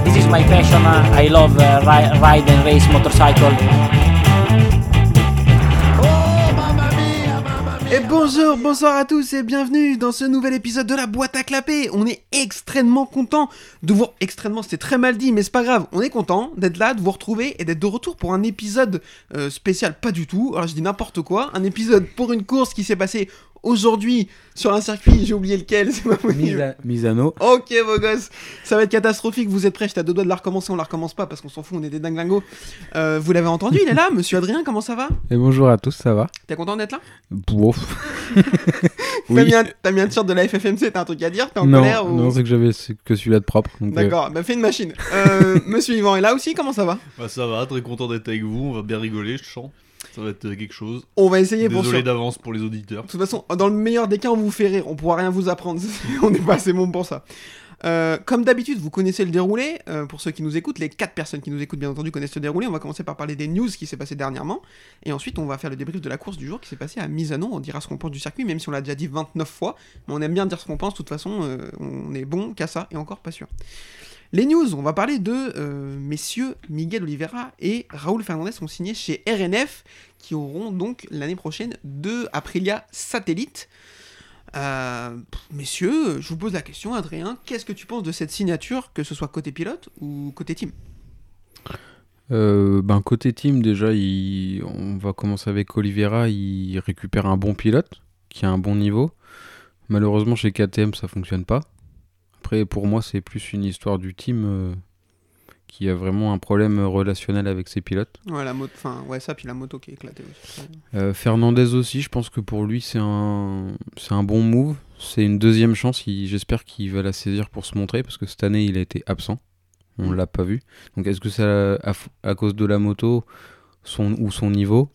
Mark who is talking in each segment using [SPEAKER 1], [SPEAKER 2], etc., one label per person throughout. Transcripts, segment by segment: [SPEAKER 1] uh, my passion. I love uh, ri- ride and race motorcycle.
[SPEAKER 2] Et bonjour, bonsoir à tous et bienvenue dans ce nouvel épisode de la boîte à clapper. On est extrêmement content de vous extrêmement, c'était très mal dit, mais c'est pas grave. On est content d'être là, de vous retrouver et d'être de retour pour un épisode euh, spécial, pas du tout. Alors je dis n'importe quoi, un épisode pour une course qui s'est passée aujourd'hui sur un circuit, j'ai oublié lequel, c'est pas possible.
[SPEAKER 3] Misa- Misano.
[SPEAKER 2] Ok, beau gosse, ça va être catastrophique. Vous êtes prêts J'étais à deux doigts de la recommencer, on la recommence pas parce qu'on s'en fout, on est des dinglingos. Euh, vous l'avez entendu, il est là, monsieur Adrien, comment ça va
[SPEAKER 3] Et bonjour à tous, ça va
[SPEAKER 2] T'es content d'être là
[SPEAKER 3] Bouf.
[SPEAKER 2] T'as mis, un- t'as mis un t-shirt de la FFMC, t'as un truc à dire, t'es en
[SPEAKER 3] non,
[SPEAKER 2] colère ou...
[SPEAKER 3] non, c'est que j'avais ce- que celui-là de propre. donc, euh,
[SPEAKER 2] D'accord, bah fais une machine. Euh, Monsieur Yvan est là aussi, comment ça va
[SPEAKER 4] Bah ça va, très content d'être avec vous, on va bien rigoler, je sens. Ça va être euh, quelque chose.
[SPEAKER 2] On va essayer pour
[SPEAKER 4] Désolé
[SPEAKER 2] sûr. De
[SPEAKER 4] d'avance pour les auditeurs.
[SPEAKER 2] toute façon, dans le meilleur des cas, on vous fait rire, on pourra rien vous apprendre, on n'est pas assez bon pour ça. Euh, comme d'habitude, vous connaissez le déroulé. euh, pour ceux qui nous écoutent, les quatre personnes qui nous écoutent, bien entendu, connaissent le déroulé. On va commencer par parler des news qui s'est passé dernièrement. Et ensuite, on va faire le débrief de la course du jour qui s'est passée à Misano. On dira ce qu'on pense du circuit, même si on l'a déjà dit 29 fois. Mais on aime bien dire ce qu'on pense. De toute façon, euh, on est bon qu'à ça, et encore pas sûr. Les news, on va parler de euh, messieurs Miguel Oliveira et Raoul Fernandez ont signé chez RNF, qui auront donc l'année prochaine deux Aprilia satellites. Euh, pff, messieurs, je vous pose la question, Adrien, qu'est-ce que tu penses de cette signature, que ce soit côté pilote ou côté team
[SPEAKER 3] euh, ben, côté team, déjà, il- on va commencer avec Oliveira. Il récupère un bon pilote qui a un bon niveau. Malheureusement, chez KTM, ça fonctionne pas. Après, pour moi, c'est plus une histoire du team euh, qui a vraiment un problème relationnel avec ses pilotes.
[SPEAKER 2] Ouais, la moto, enfin, ouais, ça, puis la moto qui est éclatée aussi.
[SPEAKER 3] Euh, Fernandez aussi, je pense que pour lui c'est un c'est un bon move, c'est une deuxième chance. Il- J'espère qu'il va la saisir pour se montrer parce que cette année il a été absent, on l'a pas vu. Donc est-ce que c'est à, à f- à cause de la moto son, ou son niveau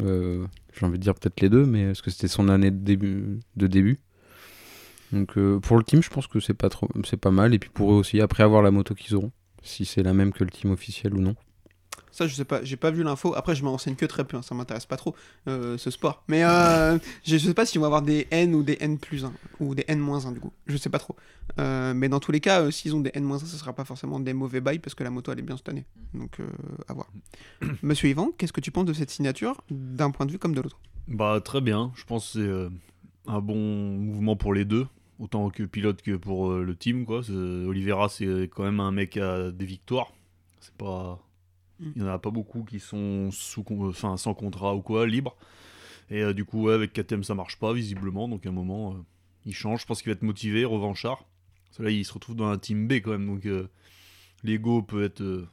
[SPEAKER 3] Euh, J'ai envie de dire peut-être les deux, mais est-ce que c'était son année de début, de début Donc euh, pour le team, je pense que c'est pas trop, c'est pas mal. Et puis pour eux aussi, après avoir la moto qu'ils auront, si c'est la même que le team officiel ou non.
[SPEAKER 2] Ça, je sais pas, j'ai pas vu l'info. Après, je me renseigne que très peu, hein, ça m'intéresse pas trop, euh, ce sport. Mais euh, je sais pas si on va avoir des N ou des N plus 1, ou des N moins 1 du coup. Je sais pas trop. Euh, mais dans tous les cas, euh, s'ils ont des N moins 1, ce sera pas forcément des mauvais bails parce que la moto elle est bien cette année. Donc, euh, à voir. Monsieur Yvan, qu'est-ce que tu penses de cette signature d'un point de vue comme de l'autre
[SPEAKER 4] Bah très bien, je pense que c'est euh, un bon mouvement pour les deux, autant que pilote que pour euh, le team quoi. C'est- Oliveira c'est quand même un mec à des victoires. C'est pas
[SPEAKER 2] Mm.
[SPEAKER 4] il y en a pas beaucoup qui sont sous con- enfin sans contrat ou quoi, libre. Et euh, du coup ouais, avec KTM ça marche pas visiblement donc à un moment euh, il change, je pense qu'il va être motivé, revanchard. Parce que là il se retrouve dans un team B quand même donc euh, l'ego peut être euh,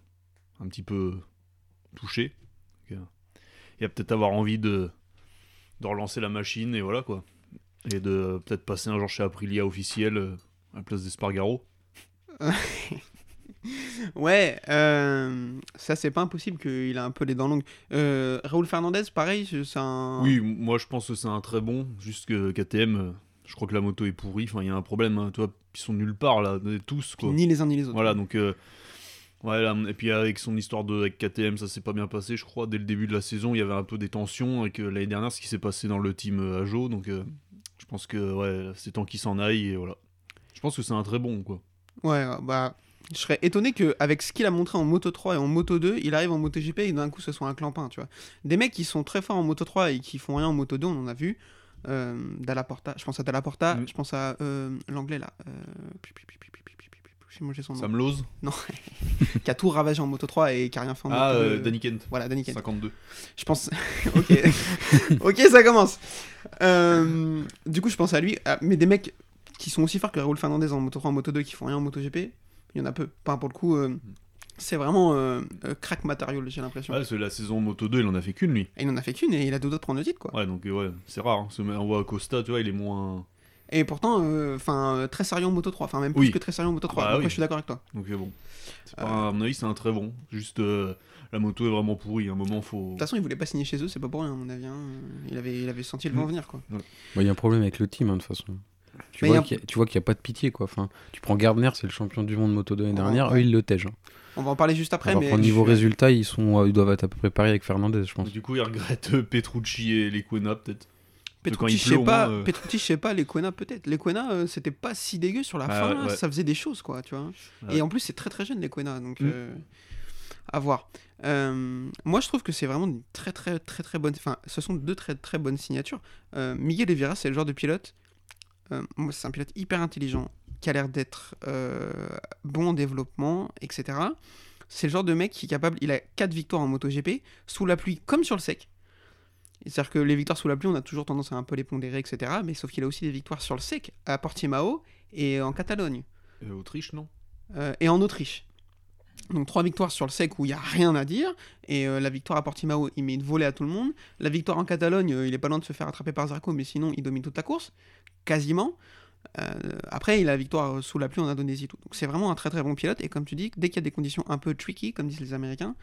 [SPEAKER 4] un petit peu touché. Donc, euh, il va peut-être avoir envie de de relancer la machine et voilà quoi. Et de euh, peut-être passer un jour chez Aprilia officiel euh, à la place d'Espargaro.
[SPEAKER 2] Ouais, euh, ça c'est pas impossible qu'il a un peu les dents longues. Euh, Raoul Fernandez, pareil, c'est un.
[SPEAKER 4] Oui, m- moi je pense que c'est un très bon, juste que KTM, euh, je crois que la moto est pourrie, enfin il y a un problème, hein, tu vois, ils sont nulle part là, euh, tous quoi.
[SPEAKER 2] Ni les uns ni les autres.
[SPEAKER 4] Voilà donc. euh, ouais, là, et puis avec son histoire de avec KTM, ça s'est pas bien passé, je crois. Dès le début de la saison, il y avait un peu des tensions avec euh, l'année dernière, ce qui s'est passé dans le team euh, Ajo. Donc euh, je pense que ouais, c'est temps qu'il s'en aille et voilà. Je pense que c'est un très bon quoi.
[SPEAKER 2] Ouais, bah, je serais étonné que avec ce qu'il a montré en Moto 3 et en Moto 2, il arrive en Moto GP et d'un coup ce soit un clampin, tu vois. Des mecs qui sont très forts en Moto 3 et qui font rien en Moto 2, on en a vu. Euh, Dallaporta, je pense à Dallaporta,
[SPEAKER 4] Mm.
[SPEAKER 2] je pense à euh, l'anglais là. Euh... pi- pi- pi- pi- pi- pi- pi- pi- pi- J'ai mangé son
[SPEAKER 4] Ça
[SPEAKER 2] nom.
[SPEAKER 4] me lose.
[SPEAKER 2] Qui a tout ravagé en Moto 3 et qui a rien fait en
[SPEAKER 4] Ah,
[SPEAKER 2] Moto
[SPEAKER 4] euh,
[SPEAKER 2] 2.
[SPEAKER 4] Danny Kent,
[SPEAKER 2] Voilà, Danny Kent.
[SPEAKER 4] 52.
[SPEAKER 2] Je pense. ok. ok, ça commence. Euh, du coup, je pense à lui. Ah, mais des mecs qui sont aussi forts que Raoul Fernandez en Moto 3, en Moto 2, qui font rien en Moto GP, il y en a peu. Enfin, pour le coup, euh, c'est vraiment euh, euh, crack matériel, j'ai l'impression.
[SPEAKER 4] Mm. Ouais, parce que la saison Moto 2, il en a fait qu'une, lui.
[SPEAKER 2] Et il en a fait qu'une et il a deux autres prendre le titre, quoi.
[SPEAKER 4] Ouais, donc euh, ouais, c'est rare. hein. Ce mec- On voit Costa, tu vois, il est moins.
[SPEAKER 2] Et pourtant, euh, enfin, euh, très sérieux en Moto 3, enfin, même plus
[SPEAKER 4] Oui.
[SPEAKER 2] que très sérieux en Moto 3.
[SPEAKER 4] Ah bah
[SPEAKER 2] Donc, ouais,
[SPEAKER 4] oui.
[SPEAKER 2] je suis d'accord avec toi.
[SPEAKER 4] Donc euh, bon. C'est pas
[SPEAKER 2] Euh.
[SPEAKER 4] un- À mon avis, c'est un très bon. Juste, euh, la moto est vraiment pourrie. À un moment, faut.
[SPEAKER 2] De toute façon, il voulait pas signer chez eux, c'est pas pour rien, à mon avis. hein. Il, avait, il avait senti le
[SPEAKER 4] Mm.
[SPEAKER 2] vent venir, quoi.
[SPEAKER 3] Bah, Il y a un problème avec le team, hein, de toute façon. Tu
[SPEAKER 2] Mais il y
[SPEAKER 3] vois,
[SPEAKER 2] a un-
[SPEAKER 3] qu'il y a- tu vois qu'il n'y a pas de pitié, quoi. Enfin, tu prends Gardner, c'est le champion du monde moto de l'année
[SPEAKER 2] Ouais,
[SPEAKER 3] dernière,
[SPEAKER 2] ouais.
[SPEAKER 3] eux, ils le tègent. hein.
[SPEAKER 2] On va en parler juste après,
[SPEAKER 3] Alors
[SPEAKER 2] mais.
[SPEAKER 3] qu'au bah, niveau
[SPEAKER 2] je-
[SPEAKER 3] résultat, ils, sont, euh, ils doivent être à peu près pareil avec Fernandez, je pense.
[SPEAKER 4] Du coup, il regrette euh, Petrucci et Lequena, peut-être.
[SPEAKER 2] Petrucci,
[SPEAKER 4] il
[SPEAKER 2] je
[SPEAKER 4] pleut,
[SPEAKER 2] sais
[SPEAKER 4] au
[SPEAKER 2] pas,
[SPEAKER 4] moins, euh.
[SPEAKER 2] Petrucci, je sais pas, Lequena peut-être. Lequena, euh, c'était pas si dégueu sur la
[SPEAKER 4] Ah,
[SPEAKER 2] fin,
[SPEAKER 4] ouais,
[SPEAKER 2] là,
[SPEAKER 4] ouais.
[SPEAKER 2] ça faisait des choses, quoi, tu vois.
[SPEAKER 4] Ouais.
[SPEAKER 2] Et en plus, c'est très très jeune, Lequena, donc
[SPEAKER 4] Mm.
[SPEAKER 2] euh, à voir. Euh, moi, je trouve que c'est vraiment une très très très très bonne. Enfin, ce sont deux très très bonnes signatures. Euh, Miguel Oliveira, c'est le genre de pilote. euh, moi, c'est un pilote hyper intelligent, qui a l'air d'être euh, bon en développement, etc. C'est le genre de mec qui est capable. Il a 4 victoires en MotoGP, sous la pluie comme sur le sec. C'est-à-dire que les victoires sous la pluie, on a toujours tendance à un peu les pondérer, etc. Mais sauf qu'il a aussi des victoires sur le sec, à Portimao et en Catalogne,
[SPEAKER 4] Euh, Autriche, non
[SPEAKER 2] euh, et en Autriche. Donc trois victoires sur le sec où il n'y a rien à dire. Et euh, la victoire à Portimao, il met une volée à tout le monde. La victoire en Catalogne, euh, il est pas loin de se faire attraper par Zarco, mais sinon, il domine toute la course, quasiment. Euh, après, il a la victoire euh, sous la pluie en Indonésie. et Tout. Donc c'est vraiment un très très bon pilote. Et comme tu dis, dès qu'il y a des conditions un peu tricky, comme disent les Américains,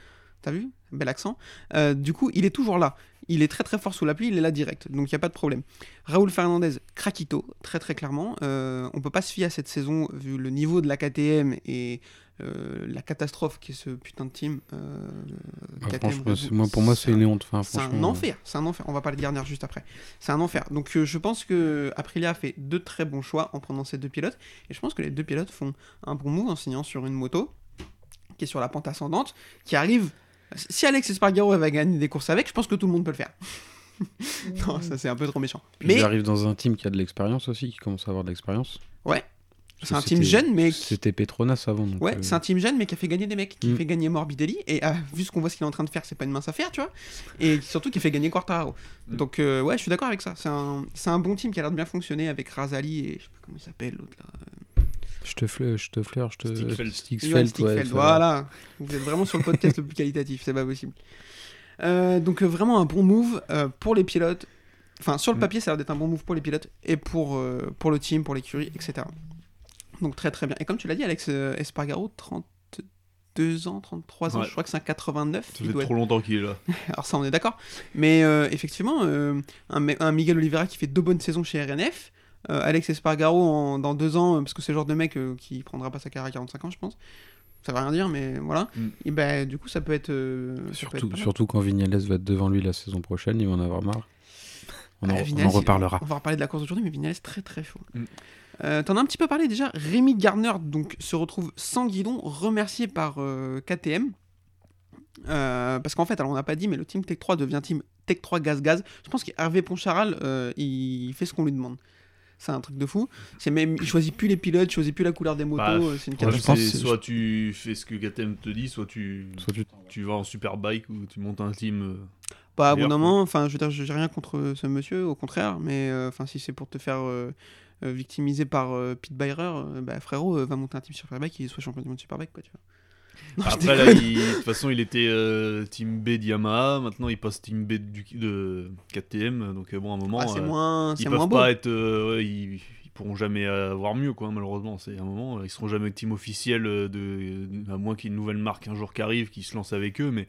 [SPEAKER 2] t'as vu Bel accent. Euh, du coup, il est toujours là. Il est très très fort sous la pluie, il est là direct. Donc il n'y a pas de problème. Raoul Fernandez, craquito, très très clairement. Euh, on peut pas se fier à cette saison vu le niveau de la KTM et euh, la catastrophe qui est ce putain de team. euh,
[SPEAKER 3] Ah,
[SPEAKER 2] KTM,
[SPEAKER 3] franchement,
[SPEAKER 2] Red
[SPEAKER 3] c'est-
[SPEAKER 2] Bull.
[SPEAKER 3] moi, pour moi, c'est une honte. Enfin,
[SPEAKER 2] C'est un
[SPEAKER 3] franchement, euh,
[SPEAKER 2] enfer, c'est un enfer. On va parler de Garnier juste après. C'est un enfer. Donc euh, je pense que Aprilia a fait deux très bons choix en prenant ces deux pilotes. Et je pense que les deux pilotes font un bon move en signant sur une moto qui est sur la pente ascendante, qui arrive. Si Alex Espargaro avait gagné des courses avec, je pense que tout le monde peut le faire. non, ça c'est un peu trop méchant.
[SPEAKER 3] Puis
[SPEAKER 2] Mais
[SPEAKER 3] il arrive euh, dans un team qui a de l'expérience aussi, qui commence à avoir de l'expérience.
[SPEAKER 2] Ouais.
[SPEAKER 3] Parce
[SPEAKER 2] c'est
[SPEAKER 3] que
[SPEAKER 2] un team
[SPEAKER 3] c'était-
[SPEAKER 2] jeune, mais qui-
[SPEAKER 3] C'était Petronas avant. donc,
[SPEAKER 2] Ouais,
[SPEAKER 3] euh,
[SPEAKER 2] c'est un team jeune, mais qui a fait gagner des mecs, qui
[SPEAKER 3] Mm.
[SPEAKER 2] fait gagner Morbidelli, et ah, vu ce qu'on voit ce qu'il est en train de faire, c'est pas une mince affaire, tu vois, et surtout qui fait gagner Quartararo.
[SPEAKER 4] Mm.
[SPEAKER 2] Donc, euh, ouais, je suis d'accord avec ça. C'est un, c'est un bon team qui a l'air de bien fonctionner avec Razali et je sais pas comment il s'appelle l'autre là.
[SPEAKER 3] Je te fleur, je te fleur, je te.
[SPEAKER 4] Stickfeld.
[SPEAKER 2] Johan
[SPEAKER 3] Stickfeld, ouais,
[SPEAKER 2] Stickfeld,
[SPEAKER 3] ça-
[SPEAKER 2] voilà. Vous êtes vraiment sur le podcast le plus qualitatif, c'est pas possible. Euh, donc euh, vraiment un bon move euh, pour les pilotes. Enfin, sur le
[SPEAKER 4] Mm.
[SPEAKER 2] papier, ça a l'air d'être un bon move pour les pilotes et pour, euh, pour le team, pour l'écurie, etc. Donc très très bien. Et comme tu l'as dit, Alex euh, Espargaro, 32 ans, 33 ans,
[SPEAKER 4] Ouais.
[SPEAKER 2] je crois que c'est un 89.
[SPEAKER 4] Ça
[SPEAKER 2] il
[SPEAKER 4] fait
[SPEAKER 2] doit
[SPEAKER 4] trop longtemps qu'il est là.
[SPEAKER 2] alors ça, on est d'accord. Mais euh, effectivement, euh, un, me- un Miguel Oliveira qui fait deux bonnes saisons chez RNF, euh, Alex Espargaro en- dans deux ans, euh, parce que c'est le genre de mec euh, qui prendra pas sa carrière à 45 ans, je pense. Ça va rien dire, mais voilà.
[SPEAKER 4] Mm.
[SPEAKER 2] Et ben, du coup, ça peut être. euh, ça peut être
[SPEAKER 3] Surtout,
[SPEAKER 2] pas mal.
[SPEAKER 3] surtout quand Vignales va être devant lui la saison prochaine, il va en avoir marre. On en,
[SPEAKER 2] Ah,
[SPEAKER 3] on en
[SPEAKER 2] Vinales, il-
[SPEAKER 3] reparlera.
[SPEAKER 2] On va reparler de la course aujourd'hui, mais Vinales très très chaud.
[SPEAKER 4] Mm.
[SPEAKER 2] Euh, T'en as un petit peu parlé déjà. Rémi Garner donc se retrouve sans guidon, remercié par euh, KTM. Euh, parce qu'en fait, alors on n'a pas dit, mais le Team Tech 3 devient Team Tech 3 Gaz Gaz. Je pense qu'Hervé Poncharal, euh, il fait ce qu'on lui demande. C'est un truc de fou. C'est même, il choisit plus les pilotes, il choisit plus la couleur des motos.
[SPEAKER 4] Bah,
[SPEAKER 2] euh, c'est une
[SPEAKER 3] Ouais,
[SPEAKER 4] Ouais,
[SPEAKER 3] je
[SPEAKER 2] catastrophe.
[SPEAKER 4] c'est-
[SPEAKER 3] pense que-
[SPEAKER 4] soit tu fais ce que Gatem te dit, soit tu,
[SPEAKER 3] Soit tu-
[SPEAKER 4] tu vas en superbike ou tu montes un team. euh,
[SPEAKER 2] Pas à bon
[SPEAKER 4] D'ailleurs,
[SPEAKER 2] moment, enfin, je veux dire, j'ai rien contre euh, ce monsieur, au contraire, mais euh, enfin, si c'est pour te faire euh, euh, victimiser par euh, Pete Byrer, euh, bah, frérot, euh, va monter un team Superbike et soit champion du monde Superbike, quoi, tu vois. Non, je
[SPEAKER 4] Après, là,
[SPEAKER 2] déconne.
[SPEAKER 4] il- de toute façon, il était euh, team B d'Yamaha, maintenant il passe team B du, de KTM, donc euh, bon, à un moment,
[SPEAKER 2] Ah, c'est
[SPEAKER 4] euh,
[SPEAKER 2] moins,
[SPEAKER 4] ils
[SPEAKER 2] c'est
[SPEAKER 4] peuvent
[SPEAKER 2] moins beau.
[SPEAKER 4] pas être. euh, ouais, ils, ils pourront jamais avoir mieux, quoi, malheureusement. C'est à un moment, euh, ils seront jamais team officiel, euh, de, à moins qu'il y ait une nouvelle marque un jour qui arrive, qui se lance avec eux, mais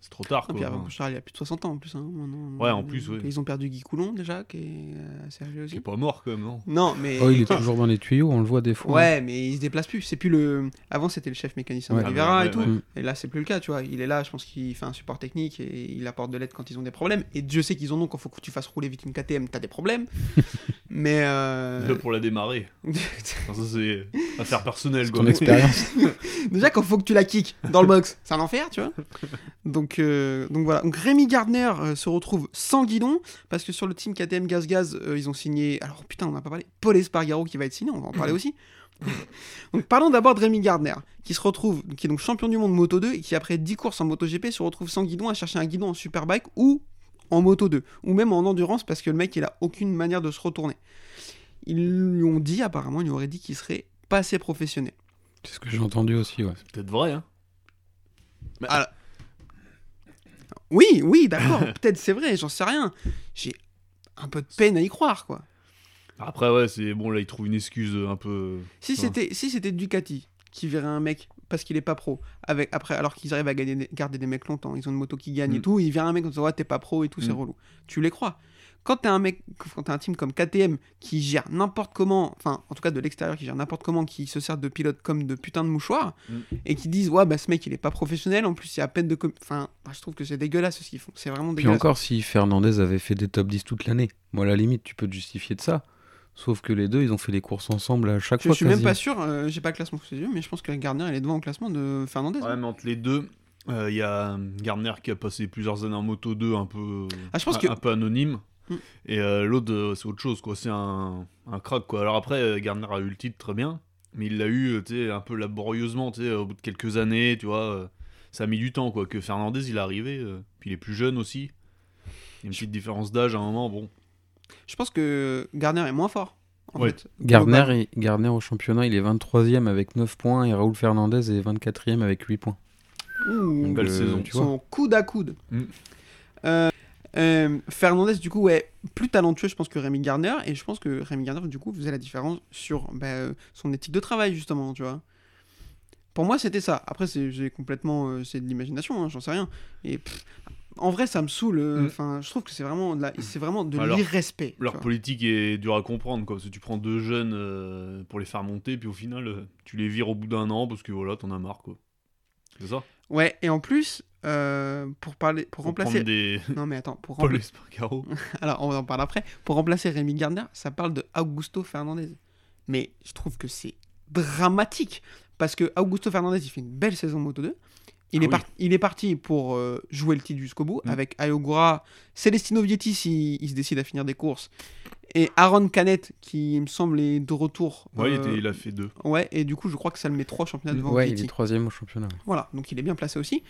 [SPEAKER 4] c'est trop tard,
[SPEAKER 2] Et
[SPEAKER 4] quoi.
[SPEAKER 2] Ah,
[SPEAKER 4] hein.
[SPEAKER 2] puis avant Charles, il a plus de 60 ans en plus. hein, maintenant.
[SPEAKER 4] euh, Ouais, en plus, ouais.
[SPEAKER 2] Ils ont perdu Guy Coulon déjà, qui est euh, assez âgé
[SPEAKER 4] Il est
[SPEAKER 2] aussi.
[SPEAKER 4] pas mort, quand même, hein. non
[SPEAKER 2] Non, mais.
[SPEAKER 3] Oh, il est toujours dans les tuyaux, on le voit des fois. hein.
[SPEAKER 2] Ouais, mais il se déplace plus. C'est plus le. Avant, c'était le chef mécanicien
[SPEAKER 3] Ouais.
[SPEAKER 2] d'Olivera
[SPEAKER 4] Ah, ouais,
[SPEAKER 2] et tout.
[SPEAKER 4] ouais,
[SPEAKER 3] ouais.
[SPEAKER 2] Et là, c'est plus le cas, tu vois. Il est là, je pense qu'il fait un support technique et il apporte de l'aide quand ils ont des problèmes. Et Dieu sait qu'ils en ont quand faut que tu fasses rouler vite une KTM, t'as des problèmes. mais. euh,
[SPEAKER 4] Là, pour la démarrer. Enfin, ça, c'est affaire personnelle,
[SPEAKER 3] C'est
[SPEAKER 4] quoi.
[SPEAKER 3] ton expérience.
[SPEAKER 2] Déjà, quand faut que tu la kicks dans le box, c'est un enfer, tu vois. Donc, euh, donc voilà. Donc Rémi Gardner euh, se retrouve sans guidon parce que sur le team KTM Gaz Gaz, euh, ils ont signé. Alors putain, on n'a pas parlé. Paul Espargaro qui va être signé, on va en parler aussi. donc parlons d'abord de Rémi Gardner qui se retrouve, qui est donc champion du monde Moto 2 et qui après 10 courses en Moto GP se retrouve sans guidon à chercher un guidon en Superbike ou en Moto 2 ou même en endurance parce que le mec il a aucune manière de se retourner. Ils lui ont dit apparemment, ils lui auraient dit qu'il serait pas assez professionnel.
[SPEAKER 3] C'est ce que j'ai entendu aussi, ouais.
[SPEAKER 4] C'est peut-être vrai, hein.
[SPEAKER 2] Oui, oui, d'accord, peut-être c'est vrai, j'en sais rien. J'ai un peu de peine à y croire, quoi.
[SPEAKER 4] Après, ouais, c'est bon, là, il trouve une excuse euh, un peu.
[SPEAKER 2] Si
[SPEAKER 4] Ouais.
[SPEAKER 2] c'était si c'était Ducati qui verrait un mec parce qu'il est pas pro. Avec, après, alors qu'ils arrivent à gagner des- garder des mecs longtemps, ils ont une moto qui gagne et
[SPEAKER 3] Mm.
[SPEAKER 2] tout, il vient un mec comme ça, ouais, t'es pas pro et tout, c'est
[SPEAKER 3] Mm.
[SPEAKER 2] relou. Tu les crois. Quand t'as un mec, quand t'as un team comme KTM qui gère n'importe comment, enfin en tout cas de l'extérieur qui gère n'importe comment, qui se sert de pilote comme de putain de mouchoir,
[SPEAKER 4] Mm.
[SPEAKER 2] et qui disent ouais bah ce mec il est pas professionnel, en plus il y a à peine de, com- enfin bah, je trouve que c'est dégueulasse ce qu'ils font, c'est vraiment
[SPEAKER 3] Puis
[SPEAKER 2] dégueulasse.
[SPEAKER 3] encore, si Fernandez avait fait des top 10 toute l'année, moi, à la limite, tu peux te justifier de ça. Sauf que les deux, ils ont fait les courses ensemble à chaque
[SPEAKER 2] Je
[SPEAKER 3] fois.
[SPEAKER 2] suis même
[SPEAKER 3] quasiment.
[SPEAKER 2] pas sûr, euh, j'ai pas le classement sous les yeux, mais je pense que Gardner il est devant au classement de Fernandez.
[SPEAKER 4] Ouais, mais entre les deux, euh, il y a euh, Gardner qui a passé plusieurs années en moto 2 un peu, euh,
[SPEAKER 2] Ah, je pense
[SPEAKER 4] un,
[SPEAKER 2] que-
[SPEAKER 4] un peu anonyme.
[SPEAKER 2] Mm.
[SPEAKER 4] Et euh, l'autre, euh, c'est autre chose, quoi. C'est un, un crack, quoi. Alors après, euh, Gardner a eu le titre très bien, mais il l'a eu, euh, tu sais, un peu laborieusement, tu sais, au bout de quelques années, tu vois. euh, ça a mis du temps, quoi. Que Fernandez, il est arrivé, euh, puis il est plus jeune aussi. Il y a une petite différence d'âge à un moment, bon.
[SPEAKER 2] Je pense que Gardner est moins fort. en
[SPEAKER 4] Ouais.
[SPEAKER 2] fait. Global.
[SPEAKER 3] Gardner, est- Gardner au championnat, il est 23ème avec 9 points et Raoul Fernandez est 24ème avec 8 points.
[SPEAKER 2] Ouh,
[SPEAKER 4] Une belle
[SPEAKER 3] euh,
[SPEAKER 4] saison.
[SPEAKER 3] tu
[SPEAKER 2] ils sont coude à coude.
[SPEAKER 4] Mm.
[SPEAKER 2] Euh, euh, Fernandez, du coup, est plus talentueux, je pense, que Rémi Gardner. Et je pense que Rémi Gardner, du coup, faisait la différence sur bah, euh, son éthique de travail, justement, tu vois. Pour moi, c'était ça. Après, c'est j'ai complètement. euh, c'est de l'imagination, hein, j'en sais rien. Et pff, en vrai, ça me saoule. euh,
[SPEAKER 4] Mm.
[SPEAKER 2] Enfin, je trouve que c'est vraiment de la- c'est vraiment de
[SPEAKER 4] Alors,
[SPEAKER 2] l'irrespect. tu
[SPEAKER 4] Leur
[SPEAKER 2] vois.
[SPEAKER 4] politique est dure à comprendre, quoi, parce que tu prends deux jeunes euh, pour les faire monter, puis au final, euh, tu les vires au bout d'un an parce que voilà, t'en as marre, quoi. C'est ça
[SPEAKER 2] Ouais, et en plus, euh, pour, parler, pour
[SPEAKER 4] Faut
[SPEAKER 2] remplacer.
[SPEAKER 4] prendre des
[SPEAKER 2] Non, mais attends, pour, rempla-
[SPEAKER 4] Paul Espargaro.
[SPEAKER 2] Alors, on en parle après. Pour remplacer Rémi Gardner, ça parle de Augusto Fernandez. Mais je trouve que c'est dramatique. Parce que Augusto Fernandez, il fait une belle saison de Moto 2. Il,
[SPEAKER 4] Ah
[SPEAKER 2] est,
[SPEAKER 4] oui.
[SPEAKER 2] par- il est parti pour euh, jouer le titre jusqu'au bout
[SPEAKER 4] Mm.
[SPEAKER 2] avec Ayogura, Celestino Vietti s'il il se décide à finir des courses, et Aaron Canet qui, il me semble, est de retour.
[SPEAKER 4] Ouais, il,
[SPEAKER 2] euh,
[SPEAKER 4] était- il a fait deux.
[SPEAKER 2] ouais, et du coup, je crois que ça le met trois championnats devant
[SPEAKER 3] Ouais, il
[SPEAKER 2] Vietti.
[SPEAKER 3] est 3ème au championnat.
[SPEAKER 2] Voilà, donc il est bien placé aussi.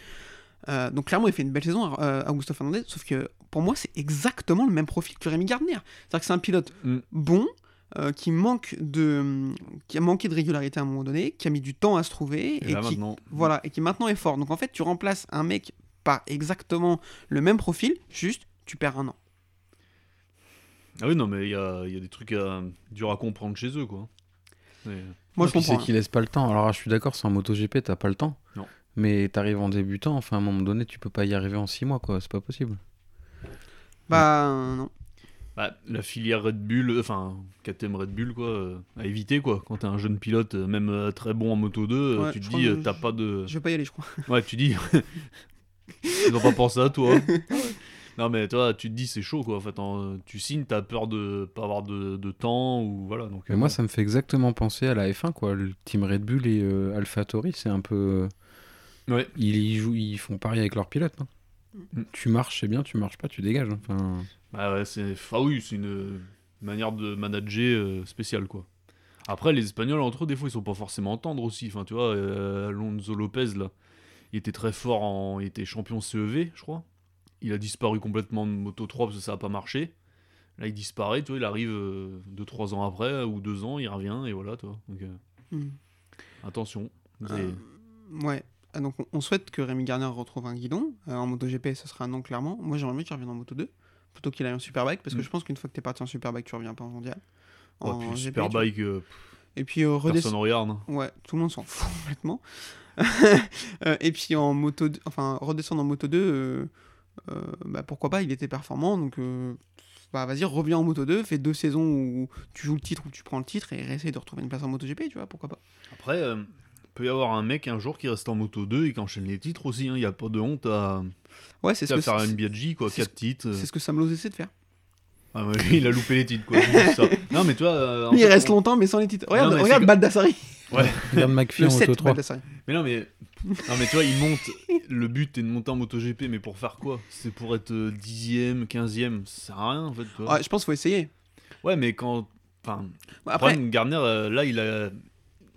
[SPEAKER 2] Euh, donc clairement, il fait une belle saison, euh, Augusto Fernandez, sauf que pour moi, c'est exactement le même profil que Rémi Gardner. C'est-à-dire que c'est un pilote
[SPEAKER 4] Mm.
[SPEAKER 2] bon, euh, qui, manque de, qui a manqué de régularité à un moment donné, qui a mis du temps à se trouver,
[SPEAKER 4] Et, là
[SPEAKER 2] qui,
[SPEAKER 4] maintenant.
[SPEAKER 2] voilà, et qui maintenant est fort. Donc en fait, tu remplaces un mec par exactement le même profil, juste tu perds un an.
[SPEAKER 4] Ah oui, non, mais il y a, il y a des trucs à... durs à comprendre chez eux, quoi. Mais-
[SPEAKER 2] Moi, je
[SPEAKER 3] Puis
[SPEAKER 2] comprends. hein.
[SPEAKER 3] C'est qu'ils laissent pas le temps. Alors, je suis d'accord, c'est en MotoGP, t'as pas le temps.
[SPEAKER 4] Non.
[SPEAKER 3] Mais t'arrives en débutant, enfin, à un moment donné, tu peux pas y arriver en 6 mois, quoi. C'est pas possible.
[SPEAKER 2] hein. Bah euh, non.
[SPEAKER 4] Bah, la filière Red Bull, euh, enfin, KTM Red Bull, quoi, euh, à éviter, quoi. Quand t'es un jeune pilote, euh, même euh, très bon en moto 2, euh,
[SPEAKER 2] Ouais,
[SPEAKER 4] tu
[SPEAKER 2] je
[SPEAKER 4] te
[SPEAKER 2] crois
[SPEAKER 4] dis,
[SPEAKER 2] que
[SPEAKER 4] euh,
[SPEAKER 2] je-
[SPEAKER 4] t'as pas de.
[SPEAKER 2] Je vais pas y aller, je crois.
[SPEAKER 4] Ouais, tu dis. Ils ont pas pensé à toi. Non, mais toi, tu te dis, c'est chaud, quoi. En fait, en- tu signes, t'as peur de pas avoir de, de temps, ou voilà. Donc,
[SPEAKER 3] Et
[SPEAKER 4] euh,
[SPEAKER 3] moi, ça me fait exactement penser à la F1, quoi. Le team Red Bull et euh, AlphaTauri, c'est un peu. euh,
[SPEAKER 4] Ouais.
[SPEAKER 3] Ils, ils jouent, ils font pareil avec leurs pilotes. hein.
[SPEAKER 4] Mm.
[SPEAKER 3] Tu marches, c'est bien, tu marches pas, tu dégages. hein. Enfin,
[SPEAKER 4] Bah ouais, c'est. Ah oui, c'est une manière de manager euh, spéciale, quoi. Après, les Espagnols, entre eux, des fois, ils sont pas forcément tendres aussi. Enfin, tu vois, euh, Alonso Lopez, là, il était très fort en. Il était champion CEV, je crois. Il a disparu complètement de Moto 3 parce que ça a pas marché. Là, il disparaît, tu vois, il arrive 2-3 ans après, ou 2 ans, il revient, et voilà, toi. Donc, euh,
[SPEAKER 2] Hmm.
[SPEAKER 4] attention. Vous
[SPEAKER 2] Euh,
[SPEAKER 4] avez-
[SPEAKER 2] Ouais. Ah, donc on- on souhaite que Rémi Garnier retrouve un guidon. Euh, en MotoGP, ce sera un non clairement. Moi j'aimerais bien qu'il revienne en Moto2 plutôt qu'il aille en Superbike parce que
[SPEAKER 4] Mm.
[SPEAKER 2] je pense qu'une fois que t'es parti en Superbike, tu reviens pas en mondial.
[SPEAKER 4] Ouais,
[SPEAKER 2] En
[SPEAKER 4] puis le
[SPEAKER 2] GP, tu-
[SPEAKER 4] Superbike, euh, pff,
[SPEAKER 2] Et puis euh, redescend-
[SPEAKER 4] personne ne regarde. hein.
[SPEAKER 2] Ouais, tout le monde s'en fout complètement. Euh, et puis en moto, deux- enfin redescendre en moto 2, bah, pourquoi pas, il était performant, donc euh, bah, vas-y, reviens en moto 2, fais deux saisons où tu joues le titre, où tu prends le titre et essaye de retrouver une place en moto GP, tu vois, pourquoi pas.
[SPEAKER 4] Après, euh, peut y avoir un mec un jour qui reste en moto 2 et qui enchaîne les titres aussi. hein. Il n'y a pas de honte à,
[SPEAKER 2] Ouais, c'est ce,
[SPEAKER 4] à
[SPEAKER 2] que-
[SPEAKER 4] faire une
[SPEAKER 2] c'est
[SPEAKER 4] BG, quoi.
[SPEAKER 2] c'est ce-
[SPEAKER 4] 4 titres. euh.
[SPEAKER 2] c'est ce que Sam Lowe essaie de faire.
[SPEAKER 4] Ah ouais, lui, il a loupé les titres, quoi. c'est juste ça. Non, mais toi. euh, en
[SPEAKER 2] Lui, il
[SPEAKER 4] fait,
[SPEAKER 2] reste
[SPEAKER 4] on-
[SPEAKER 2] longtemps, mais sans les titres. Regarde,
[SPEAKER 4] mais c'est
[SPEAKER 2] regarde
[SPEAKER 4] que-
[SPEAKER 2] Baldassari.
[SPEAKER 3] regarde McPhee
[SPEAKER 2] Le
[SPEAKER 3] en Moto
[SPEAKER 2] 7,
[SPEAKER 3] 3.
[SPEAKER 2] Baldassari.
[SPEAKER 4] Mais non, mais. Non, mais toi, il monte. Le but est de monter en moto GP, mais pour faire quoi C'est pour être euh, 10ème, 15ème. Ça sert à rien, en fait. Quoi.
[SPEAKER 2] Ouais, je pense qu'il faut essayer.
[SPEAKER 4] Ouais, mais quand. Enfin,
[SPEAKER 2] Après,
[SPEAKER 4] Brian Garner, euh, là, il a.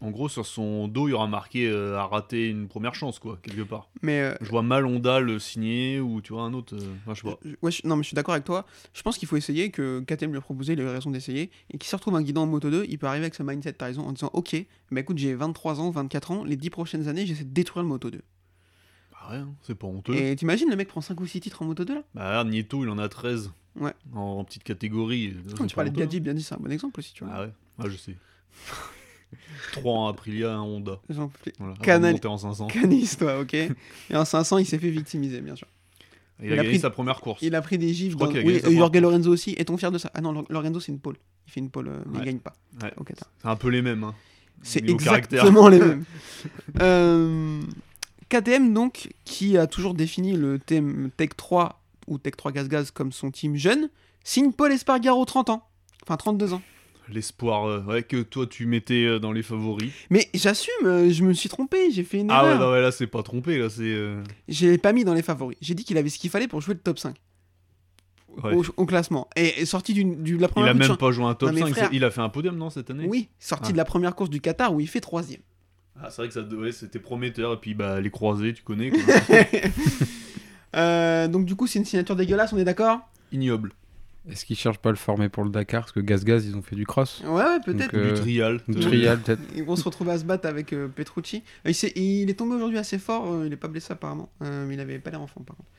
[SPEAKER 4] En gros, sur son dos, il y aura marqué euh, à rater une première chance, quoi, quelque part.
[SPEAKER 2] mais. euh,
[SPEAKER 4] Je vois mal Honda le signer ou tu vois un autre. euh, enfin, je sais pas.
[SPEAKER 2] je- ouais, je- non, mais je suis d'accord avec toi. Je pense qu'il faut essayer, que KTM lui a proposé, il a eu raison d'essayer. Et qu'il se retrouve un guidon en Moto 2, il peut arriver avec ce mindset, t'as raison, en disant Ok, bah écoute, j'ai 23 ans, 24 ans, les 10 prochaines années, j'essaie de détruire le Moto 2.
[SPEAKER 4] Bah ouais, hein, c'est pas honteux.
[SPEAKER 2] Et t'imagines, le mec prend 5 ou 6 titres en Moto 2 là
[SPEAKER 4] Bah regarde, Nieto, il en a 13.
[SPEAKER 2] Ouais.
[SPEAKER 4] En, en petite catégorie.
[SPEAKER 2] Quand tu parlais de
[SPEAKER 4] Gadji
[SPEAKER 2] Gadji, bien dit, c'est un bon exemple aussi, tu vois.
[SPEAKER 4] Ah ouais, ah, je sais. 3 en Aprilia, un hein, Honda.
[SPEAKER 2] J'en peux plus.
[SPEAKER 4] Voilà, avant de
[SPEAKER 2] Canal-
[SPEAKER 4] monter en 500.
[SPEAKER 2] Canis, toi, ok. Et en 500, il s'est fait victimiser, bien sûr. il
[SPEAKER 4] Et il
[SPEAKER 2] a
[SPEAKER 4] a gagné
[SPEAKER 2] pris-
[SPEAKER 4] sa première course.
[SPEAKER 2] Il a pris des gifs.
[SPEAKER 4] crois
[SPEAKER 2] dans-
[SPEAKER 4] qu'il a
[SPEAKER 2] Oui,
[SPEAKER 4] gagné
[SPEAKER 2] et
[SPEAKER 4] sa première
[SPEAKER 2] Jorge Lorenzo aussi. Est-on fier de ça Ah non, Lor- Lorenzo, c'est une pole. Il fait une pole, euh, mais il
[SPEAKER 4] Ouais.
[SPEAKER 2] gagne pas.
[SPEAKER 4] Ouais.
[SPEAKER 2] Ok, t'as-
[SPEAKER 4] C'est un peu les mêmes. hein.
[SPEAKER 2] C'est
[SPEAKER 4] Niveau caractère.
[SPEAKER 2] exactement les mêmes. Euh, KTM, donc, qui a toujours défini le thème Tech 3 ou Tech 3 Gaz Gaz comme son team jeune, signe Paul Espargaro 30 ans. Enfin, 32 ans.
[SPEAKER 4] L'espoir euh, ouais, que toi tu mettais euh, dans les favoris.
[SPEAKER 2] Mais j'assume, euh, je me suis trompé, j'ai fait une
[SPEAKER 4] Ah ouais,
[SPEAKER 2] erreur.
[SPEAKER 4] non, ouais, là c'est pas trompé, là c'est. euh,
[SPEAKER 2] je l'ai pas mis dans les favoris. J'ai dit qu'il avait ce qu'il fallait pour jouer le top 5
[SPEAKER 4] ouais.
[SPEAKER 2] au, au classement. Et, et sorti d'une- du, de la
[SPEAKER 4] Il
[SPEAKER 2] première
[SPEAKER 4] a
[SPEAKER 2] course
[SPEAKER 4] même pas joué un top
[SPEAKER 2] Non, mais
[SPEAKER 4] 5.
[SPEAKER 2] frère.
[SPEAKER 4] c'est- Il a fait un podium, non, cette année
[SPEAKER 2] Oui, sorti
[SPEAKER 4] Ah.
[SPEAKER 2] de la première course du Qatar où il fait troisième.
[SPEAKER 4] Ah, c'est vrai que ça devait, c'était prometteur. Et puis bah, les croisés, tu connais. quoi.
[SPEAKER 2] Euh, donc du coup, c'est une signature dégueulasse, on est d'accord
[SPEAKER 4] Ignoble.
[SPEAKER 3] Est-ce qu'ils cherchent pas à le former pour le Dakar Parce que Gaz Gaz, ils ont fait du cross.
[SPEAKER 2] Ouais, ouais, peut-être.
[SPEAKER 3] Donc, euh,
[SPEAKER 4] Du trial.
[SPEAKER 3] Ou
[SPEAKER 4] de-
[SPEAKER 3] trial, peut-être.
[SPEAKER 2] Ils vont se retrouver à se battre avec euh, Petrucci. Euh, Il, s'est- il est tombé aujourd'hui assez fort, euh, il est pas blessé apparemment. Euh, mais il avait pas l'air enfant par contre.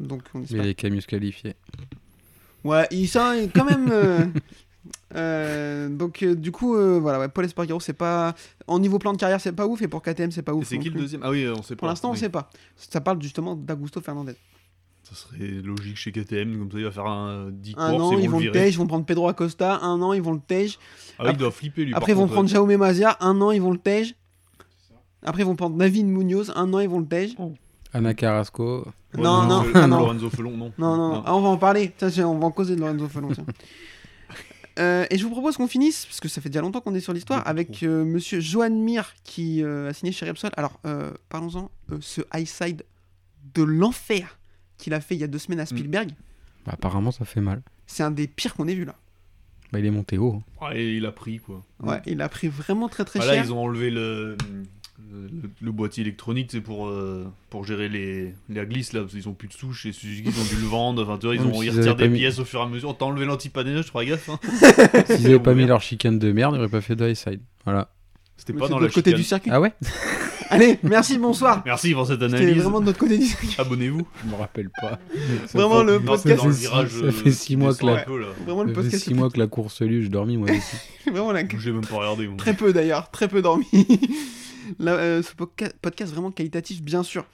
[SPEAKER 2] Donc on
[SPEAKER 3] Mais
[SPEAKER 2] espère.
[SPEAKER 3] les Camus qualifiés.
[SPEAKER 2] Ouais, il sent quand même. euh, euh, donc euh, du coup, euh, voilà, ouais, Paul Espargaro, c'est pas. En niveau plan de carrière, c'est pas ouf, et pour KTM, c'est pas
[SPEAKER 4] Et
[SPEAKER 2] ouf.
[SPEAKER 4] c'est
[SPEAKER 2] non
[SPEAKER 4] qui le
[SPEAKER 2] plus.
[SPEAKER 4] deuxième Ah oui, euh, on sait pas.
[SPEAKER 2] Pour l'instant, on
[SPEAKER 4] Oui.
[SPEAKER 2] sait pas. Ça parle justement d'Augusto Fernandez.
[SPEAKER 4] Ça serait logique chez KTM, comme ça il va faire un euh, 10
[SPEAKER 2] Un
[SPEAKER 4] courses
[SPEAKER 2] an,
[SPEAKER 4] et
[SPEAKER 2] ils
[SPEAKER 4] vont
[SPEAKER 2] vont
[SPEAKER 4] le
[SPEAKER 2] le
[SPEAKER 4] virer.
[SPEAKER 2] Tej, ils vont prendre Pedro Acosta. Un an, ils vont le Tej.
[SPEAKER 4] Ah oui, il doit flipper lui. par
[SPEAKER 2] Après, ils vont
[SPEAKER 4] contre,
[SPEAKER 2] prendre Jaume Mazia. Un an, ils vont le Tej. Après, ils vont prendre David Munoz. Un an, ils vont le Tej.
[SPEAKER 3] Anna Carrasco.
[SPEAKER 4] ouais. Ouais,
[SPEAKER 2] non, non,
[SPEAKER 4] Fel-
[SPEAKER 2] ah, non.
[SPEAKER 4] Lorenzo Felon, non.
[SPEAKER 2] Non, non, non. Ah, on va en parler. Tiens, j'ai- on va en causer de Lorenzo Felon. tiens. Euh, et je vous propose qu'on finisse, parce que ça fait déjà longtemps qu'on est sur l'histoire,
[SPEAKER 4] Beaucoup
[SPEAKER 2] avec euh, monsieur Johan Mir qui euh, a signé chez Repsol. Alors, euh, parlons-en, euh, ce high side de l'enfer qu'il a fait il y a deux semaines à Spielberg,
[SPEAKER 4] Mm.
[SPEAKER 3] Bah, apparemment, ça fait mal.
[SPEAKER 2] c'est un des pires qu'on ait vu là.
[SPEAKER 3] Bah, il est monté haut. hein.
[SPEAKER 4] Ah, et il a pris quoi.
[SPEAKER 2] Ouais, il a pris vraiment très très
[SPEAKER 4] Ah, là,
[SPEAKER 2] cher.
[SPEAKER 4] ils ont enlevé le, le, le boîtier électronique, c'est pour, euh, pour gérer les, la glisse là, parce qu'ils ont plus de souche et Suzuki ils ont dû le vendre. Enfin, tu vois, ils,
[SPEAKER 3] Ouais,
[SPEAKER 4] ont,
[SPEAKER 3] mais
[SPEAKER 4] ils
[SPEAKER 3] s'ils
[SPEAKER 4] retirent
[SPEAKER 3] avaient pas
[SPEAKER 4] des
[SPEAKER 3] mis-
[SPEAKER 4] pièces au fur et à mesure. T'as enlevé l'antipanage, je ferai gaffe. hein.
[SPEAKER 3] S'ils avaient pas mis leur chicane de merde, ils auraient pas fait de high side. Voilà.
[SPEAKER 4] C'était
[SPEAKER 2] Mais
[SPEAKER 4] pas
[SPEAKER 2] c'est
[SPEAKER 4] dans
[SPEAKER 2] de
[SPEAKER 4] la
[SPEAKER 2] l'autre côté
[SPEAKER 4] chicane.
[SPEAKER 2] du circuit.
[SPEAKER 3] Ah ouais
[SPEAKER 2] Allez, merci, bonsoir.
[SPEAKER 4] Merci pour cette
[SPEAKER 2] C'était
[SPEAKER 4] analyse.
[SPEAKER 2] vraiment de notre côté du circuit.
[SPEAKER 4] Abonnez-vous.
[SPEAKER 3] Je me rappelle pas.
[SPEAKER 2] Vraiment, le
[SPEAKER 4] Non, c'est
[SPEAKER 2] podcast.
[SPEAKER 4] dans
[SPEAKER 3] Ça fait
[SPEAKER 4] le
[SPEAKER 3] six-
[SPEAKER 4] virage.
[SPEAKER 3] ça
[SPEAKER 4] euh,
[SPEAKER 3] fait
[SPEAKER 4] qui
[SPEAKER 3] six mois que
[SPEAKER 4] descend
[SPEAKER 3] la-
[SPEAKER 4] un peu, là.
[SPEAKER 2] Vraiment le
[SPEAKER 3] Ça fait
[SPEAKER 2] podcast.
[SPEAKER 3] six mois que la course lue, je dormis moi aussi.
[SPEAKER 2] Vraiment la
[SPEAKER 4] J'ai même pas regardé. moi.
[SPEAKER 2] Très peu d'ailleurs, très peu dormi. Là, euh, ce podca- podcast vraiment qualitatif, bien sûr.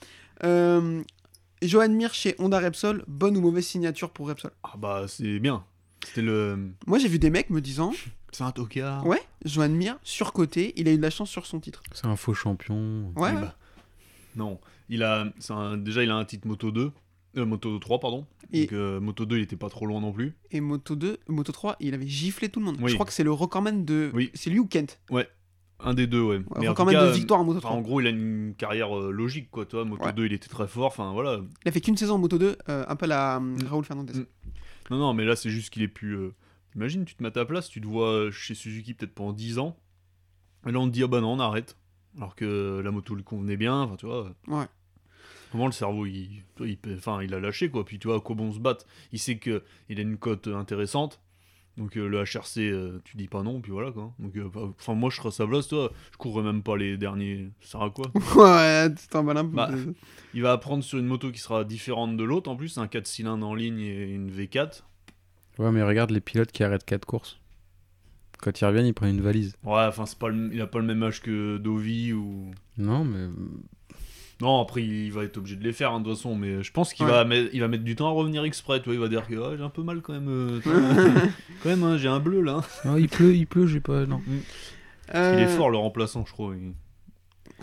[SPEAKER 2] Euh, Johan Mir chez Honda Repsol, bonne ou mauvaise signature pour Repsol
[SPEAKER 4] Ah bah c'est bien. C'était le.
[SPEAKER 2] Moi j'ai vu des mecs me disant
[SPEAKER 4] C'est un tocard.
[SPEAKER 2] Ouais, Johan Mir, surcoté, il a eu de la chance sur son titre.
[SPEAKER 3] C'est un faux champion.
[SPEAKER 2] Ouais,
[SPEAKER 4] Eh bah, non, il a, c'est un- déjà il a un titre Moto 2, euh, Moto 3 pardon.
[SPEAKER 2] Et-
[SPEAKER 4] Donc euh, Moto 2 il était pas trop loin non plus.
[SPEAKER 2] et Moto 2, Moto 3, il avait giflé tout le monde.
[SPEAKER 4] Oui.
[SPEAKER 2] Je crois que c'est le recordman de.
[SPEAKER 4] Oui.
[SPEAKER 2] C'est lui ou Kent
[SPEAKER 4] Un des deux ouais. Mais en
[SPEAKER 2] Recordman
[SPEAKER 4] tout cas,
[SPEAKER 2] de victoire en Moto
[SPEAKER 4] enfin,
[SPEAKER 2] 3.
[SPEAKER 4] en gros il a une carrière euh, logique quoi, toi. Moto
[SPEAKER 2] Ouais.
[SPEAKER 4] 2 il était très fort, enfin voilà.
[SPEAKER 2] Il a fait qu'une saison en Moto 2, euh, un peu la euh, Raoul Fernandez.
[SPEAKER 4] Mm. Non non mais là c'est juste qu'il est plus. euh, Imagine tu te mets à ta place, tu te vois euh, chez Suzuki peut-être pendant 10 ans. Et là on te dit ah bah non on arrête. Alors que la moto lui convenait bien, enfin tu vois.
[SPEAKER 2] Ouais.
[SPEAKER 4] Comment le cerveau, il, tu vois, il, peut- enfin, il a lâché quoi. Puis tu vois à quoi bon se battre. Il sait que il a une cote euh, intéressante. Donc euh, le HRC, euh, tu dis pas non, puis voilà quoi. Donc, euh, bah, enfin moi je serais à sa place, toi. Je courrais même pas les derniers. Ça sert à quoi
[SPEAKER 2] ouais, tu t'emballes un peu.
[SPEAKER 4] Bah, Il va apprendre sur une moto qui sera différente de l'autre. En plus, un 4 cylindres en ligne et une V4.
[SPEAKER 3] Ouais, mais regarde les pilotes qui arrêtent quatre courses. Quand ils reviennent, ils prennent une valise.
[SPEAKER 4] Ouais, enfin c'est pas, le- il a pas le même âge que Dovi ou.
[SPEAKER 3] Non, mais
[SPEAKER 4] Non, après il va être obligé de les faire hein, de toute façon, mais je pense qu'il
[SPEAKER 2] Ouais.
[SPEAKER 4] va, mettre- il va mettre du temps à revenir exprès, tu vois, il va dire que Ah, j'ai un peu mal quand même, euh, quand même, hein, j'ai un bleu là.
[SPEAKER 3] Ah, il pleut, il pleut, j'ai pas. Non.
[SPEAKER 4] Il est
[SPEAKER 2] Euh,
[SPEAKER 4] fort le remplaçant, je crois. il-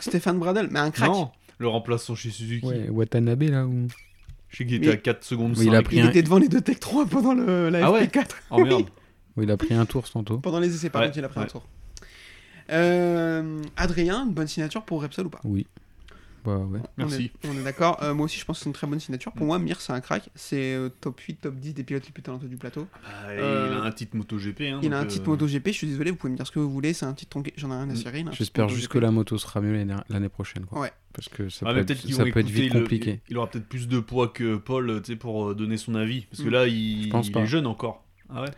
[SPEAKER 2] Stéphane Bradel, mais un crack.
[SPEAKER 4] Non, le remplaçant chez Suzuki.
[SPEAKER 3] Ouais, Watanabe là où.
[SPEAKER 4] Je sais qu'il était
[SPEAKER 2] Mais-
[SPEAKER 4] à 4 secondes
[SPEAKER 3] Mais il
[SPEAKER 4] 5.
[SPEAKER 3] a pris
[SPEAKER 2] Il
[SPEAKER 3] un-
[SPEAKER 2] était devant les deux Tech 3 pendant le, la
[SPEAKER 4] Ah ouais
[SPEAKER 2] FP4.
[SPEAKER 4] Oh merde.
[SPEAKER 3] où il a pris un tour tantôt.
[SPEAKER 2] Pendant les essais, par
[SPEAKER 4] Ouais,
[SPEAKER 2] contre, il a pris un
[SPEAKER 4] ouais.
[SPEAKER 2] tour. Euh, Adrien, une bonne signature pour Repsol ou pas
[SPEAKER 3] Oui. Bah ouais.
[SPEAKER 2] On
[SPEAKER 4] Merci. Mm.
[SPEAKER 2] est- On est, d'accord. Euh, moi aussi, je pense que c'est une très bonne signature. Pour moi, Mir, c'est un crack. C'est euh, top 8, top 10 des pilotes les plus talentueux du plateau.
[SPEAKER 4] Ah,
[SPEAKER 2] Euh,
[SPEAKER 4] Il a un titre MotoGP. Hein,
[SPEAKER 2] il a
[SPEAKER 4] donc,
[SPEAKER 2] un
[SPEAKER 4] euh,
[SPEAKER 2] titre MotoGP. Je suis désolé, vous pouvez me dire ce que vous voulez. C'est un titre tronqué. J'en ai rien à
[SPEAKER 4] Mm.
[SPEAKER 2] cirer. il a un titre
[SPEAKER 3] J'espère
[SPEAKER 2] MotoGP.
[SPEAKER 3] juste que la moto sera mieux l'année- l'année prochaine. Quoi.
[SPEAKER 2] Ouais.
[SPEAKER 3] Parce que ça
[SPEAKER 4] Ah,
[SPEAKER 3] peut,
[SPEAKER 4] mais
[SPEAKER 3] être,
[SPEAKER 4] peut-être qu'ils
[SPEAKER 3] ça
[SPEAKER 4] vont
[SPEAKER 3] peut être vite
[SPEAKER 4] écouter le-
[SPEAKER 3] compliqué.
[SPEAKER 4] Il aura peut-être plus de poids que Paul euh, tu sais, pour euh, donner son avis. Parce que
[SPEAKER 2] Mm.
[SPEAKER 4] là, il,
[SPEAKER 3] Je pense
[SPEAKER 4] il
[SPEAKER 3] pas.
[SPEAKER 4] est jeune encore. Ah ouais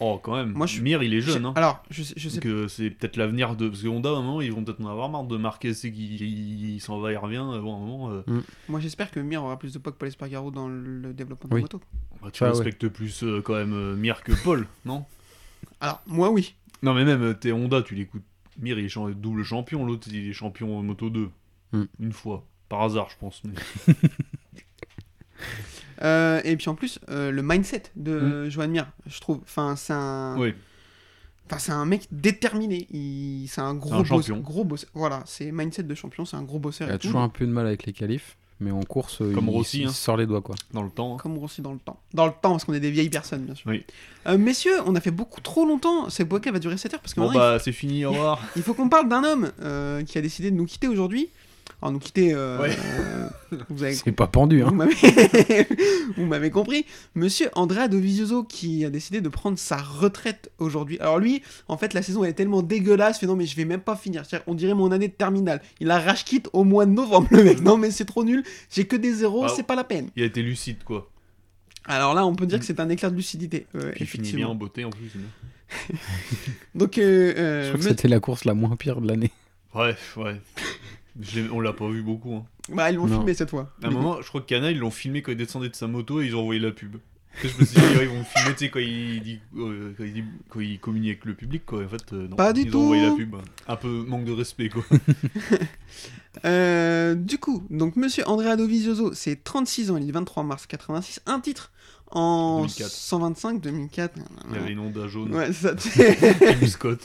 [SPEAKER 4] Oh, quand même.
[SPEAKER 2] Moi, je-
[SPEAKER 4] Mir, il est
[SPEAKER 2] Je-
[SPEAKER 4] jeune. Hein.
[SPEAKER 2] Alors, je sais, je sais
[SPEAKER 4] Donc, euh, c'est peut-être l'avenir de. Parce que Honda, à un moment, ils vont peut-être en avoir marre de marquer. C'est qu'il il- il s'en va et revient. euh, Bon, à un moment, euh,
[SPEAKER 2] Moi, j'espère que Mir aura plus de poids que Paul Espargaro dans le développement de
[SPEAKER 3] Oui.
[SPEAKER 2] la moto.
[SPEAKER 4] bah, tu
[SPEAKER 3] Ah, ouais.
[SPEAKER 4] respectes plus euh, quand même euh, Mir que Paul, non
[SPEAKER 2] Alors, moi, oui.
[SPEAKER 4] Non, mais même, euh, t'es Honda, tu l'écoutes. Mir, il est cha- double champion, l'autre, il est champion euh, Moto 2.
[SPEAKER 3] Hmm.
[SPEAKER 4] Une fois. Par hasard, je pense. mais-
[SPEAKER 2] Euh, et puis en plus, euh, le mindset de
[SPEAKER 3] Mm.
[SPEAKER 2] Joan Mir, je trouve. Enfin, c'est un.
[SPEAKER 4] Ouais.
[SPEAKER 2] Enfin, c'est un mec déterminé. Il... C'est un gros
[SPEAKER 4] un
[SPEAKER 2] boss.
[SPEAKER 4] champion.
[SPEAKER 2] Gros boss. Voilà, c'est mindset de champion. C'est un gros bosseur.
[SPEAKER 3] Il
[SPEAKER 2] et
[SPEAKER 3] a
[SPEAKER 2] tout,
[SPEAKER 3] toujours un peu de mal avec les qualifs, mais en course, euh,
[SPEAKER 4] Ah, Comme
[SPEAKER 3] il,
[SPEAKER 4] Rossi,
[SPEAKER 3] il
[SPEAKER 4] hein.
[SPEAKER 3] sort les doigts quoi.
[SPEAKER 4] Dans le temps. hein.
[SPEAKER 2] Comme grossi dans le temps. Dans le temps, parce qu'on est des vieilles personnes, bien sûr.
[SPEAKER 4] Oui.
[SPEAKER 2] Euh, messieurs, on a fait beaucoup trop longtemps. Ce podcast va durer 7 heures parce que
[SPEAKER 4] Bon,
[SPEAKER 2] maintenant,
[SPEAKER 4] bah, c'est fini, au revoir.
[SPEAKER 2] il faut qu'on parle d'un homme euh, qui a décidé de nous quitter aujourd'hui. Alors, nous quitter. euh,
[SPEAKER 4] Ouais.
[SPEAKER 2] euh, vous avez
[SPEAKER 3] C'est pas pendu
[SPEAKER 2] Vous
[SPEAKER 3] hein.
[SPEAKER 2] m'avez- Vous m'avez compris. Monsieur Andrea Dovizioso qui a décidé de prendre sa retraite aujourd'hui. Alors lui, en fait, la saison elle est tellement dégueulasse. Fait non mais je vais même pas finir. C'est-à-dire, On dirait mon année de terminale. Il a rage quitte au mois de novembre le mec. Non mais c'est trop nul. J'ai que des zéros.
[SPEAKER 4] Wow.
[SPEAKER 2] C'est pas la peine.
[SPEAKER 4] Il a été lucide, quoi.
[SPEAKER 2] Alors là, on peut dire que c'est un éclair de lucidité. euh,
[SPEAKER 4] Puis il finit bien en
[SPEAKER 2] effectivement.
[SPEAKER 4] beauté, en plus. mais-
[SPEAKER 2] Donc euh,
[SPEAKER 3] Je
[SPEAKER 2] euh,
[SPEAKER 3] crois que
[SPEAKER 2] me-
[SPEAKER 3] c'était la course la moins pire de l'année.
[SPEAKER 4] Bref, ouais. Je l'ai- On l'a pas vu beaucoup. hein.
[SPEAKER 2] bah, ils l'ont
[SPEAKER 3] Non.
[SPEAKER 2] filmé cette fois.
[SPEAKER 4] À un moment, je crois que Cana, ils l'ont filmé quand il descendait de sa moto et ils ont envoyé la pub. Tu sais, Je me suis dit, ouais, ils vont me filmer, tu sais, quand il, dit, euh, quand, il dit- quand il communique avec le public, quoi. En fait, euh, non.
[SPEAKER 2] Pas du
[SPEAKER 4] Ils ont envoyé
[SPEAKER 2] tout.
[SPEAKER 4] la pub. hein. Un peu manque de respect, quoi.
[SPEAKER 2] Euh, du coup, donc Monsieur Andrea Dovizioso, c'est 36 ans, il est 23 mars 86, un titre en
[SPEAKER 4] 2004.
[SPEAKER 2] 125 2004.
[SPEAKER 4] Il y avait une Honda jaune.
[SPEAKER 2] Ouais, ça. c'est-
[SPEAKER 4] Tim Scott.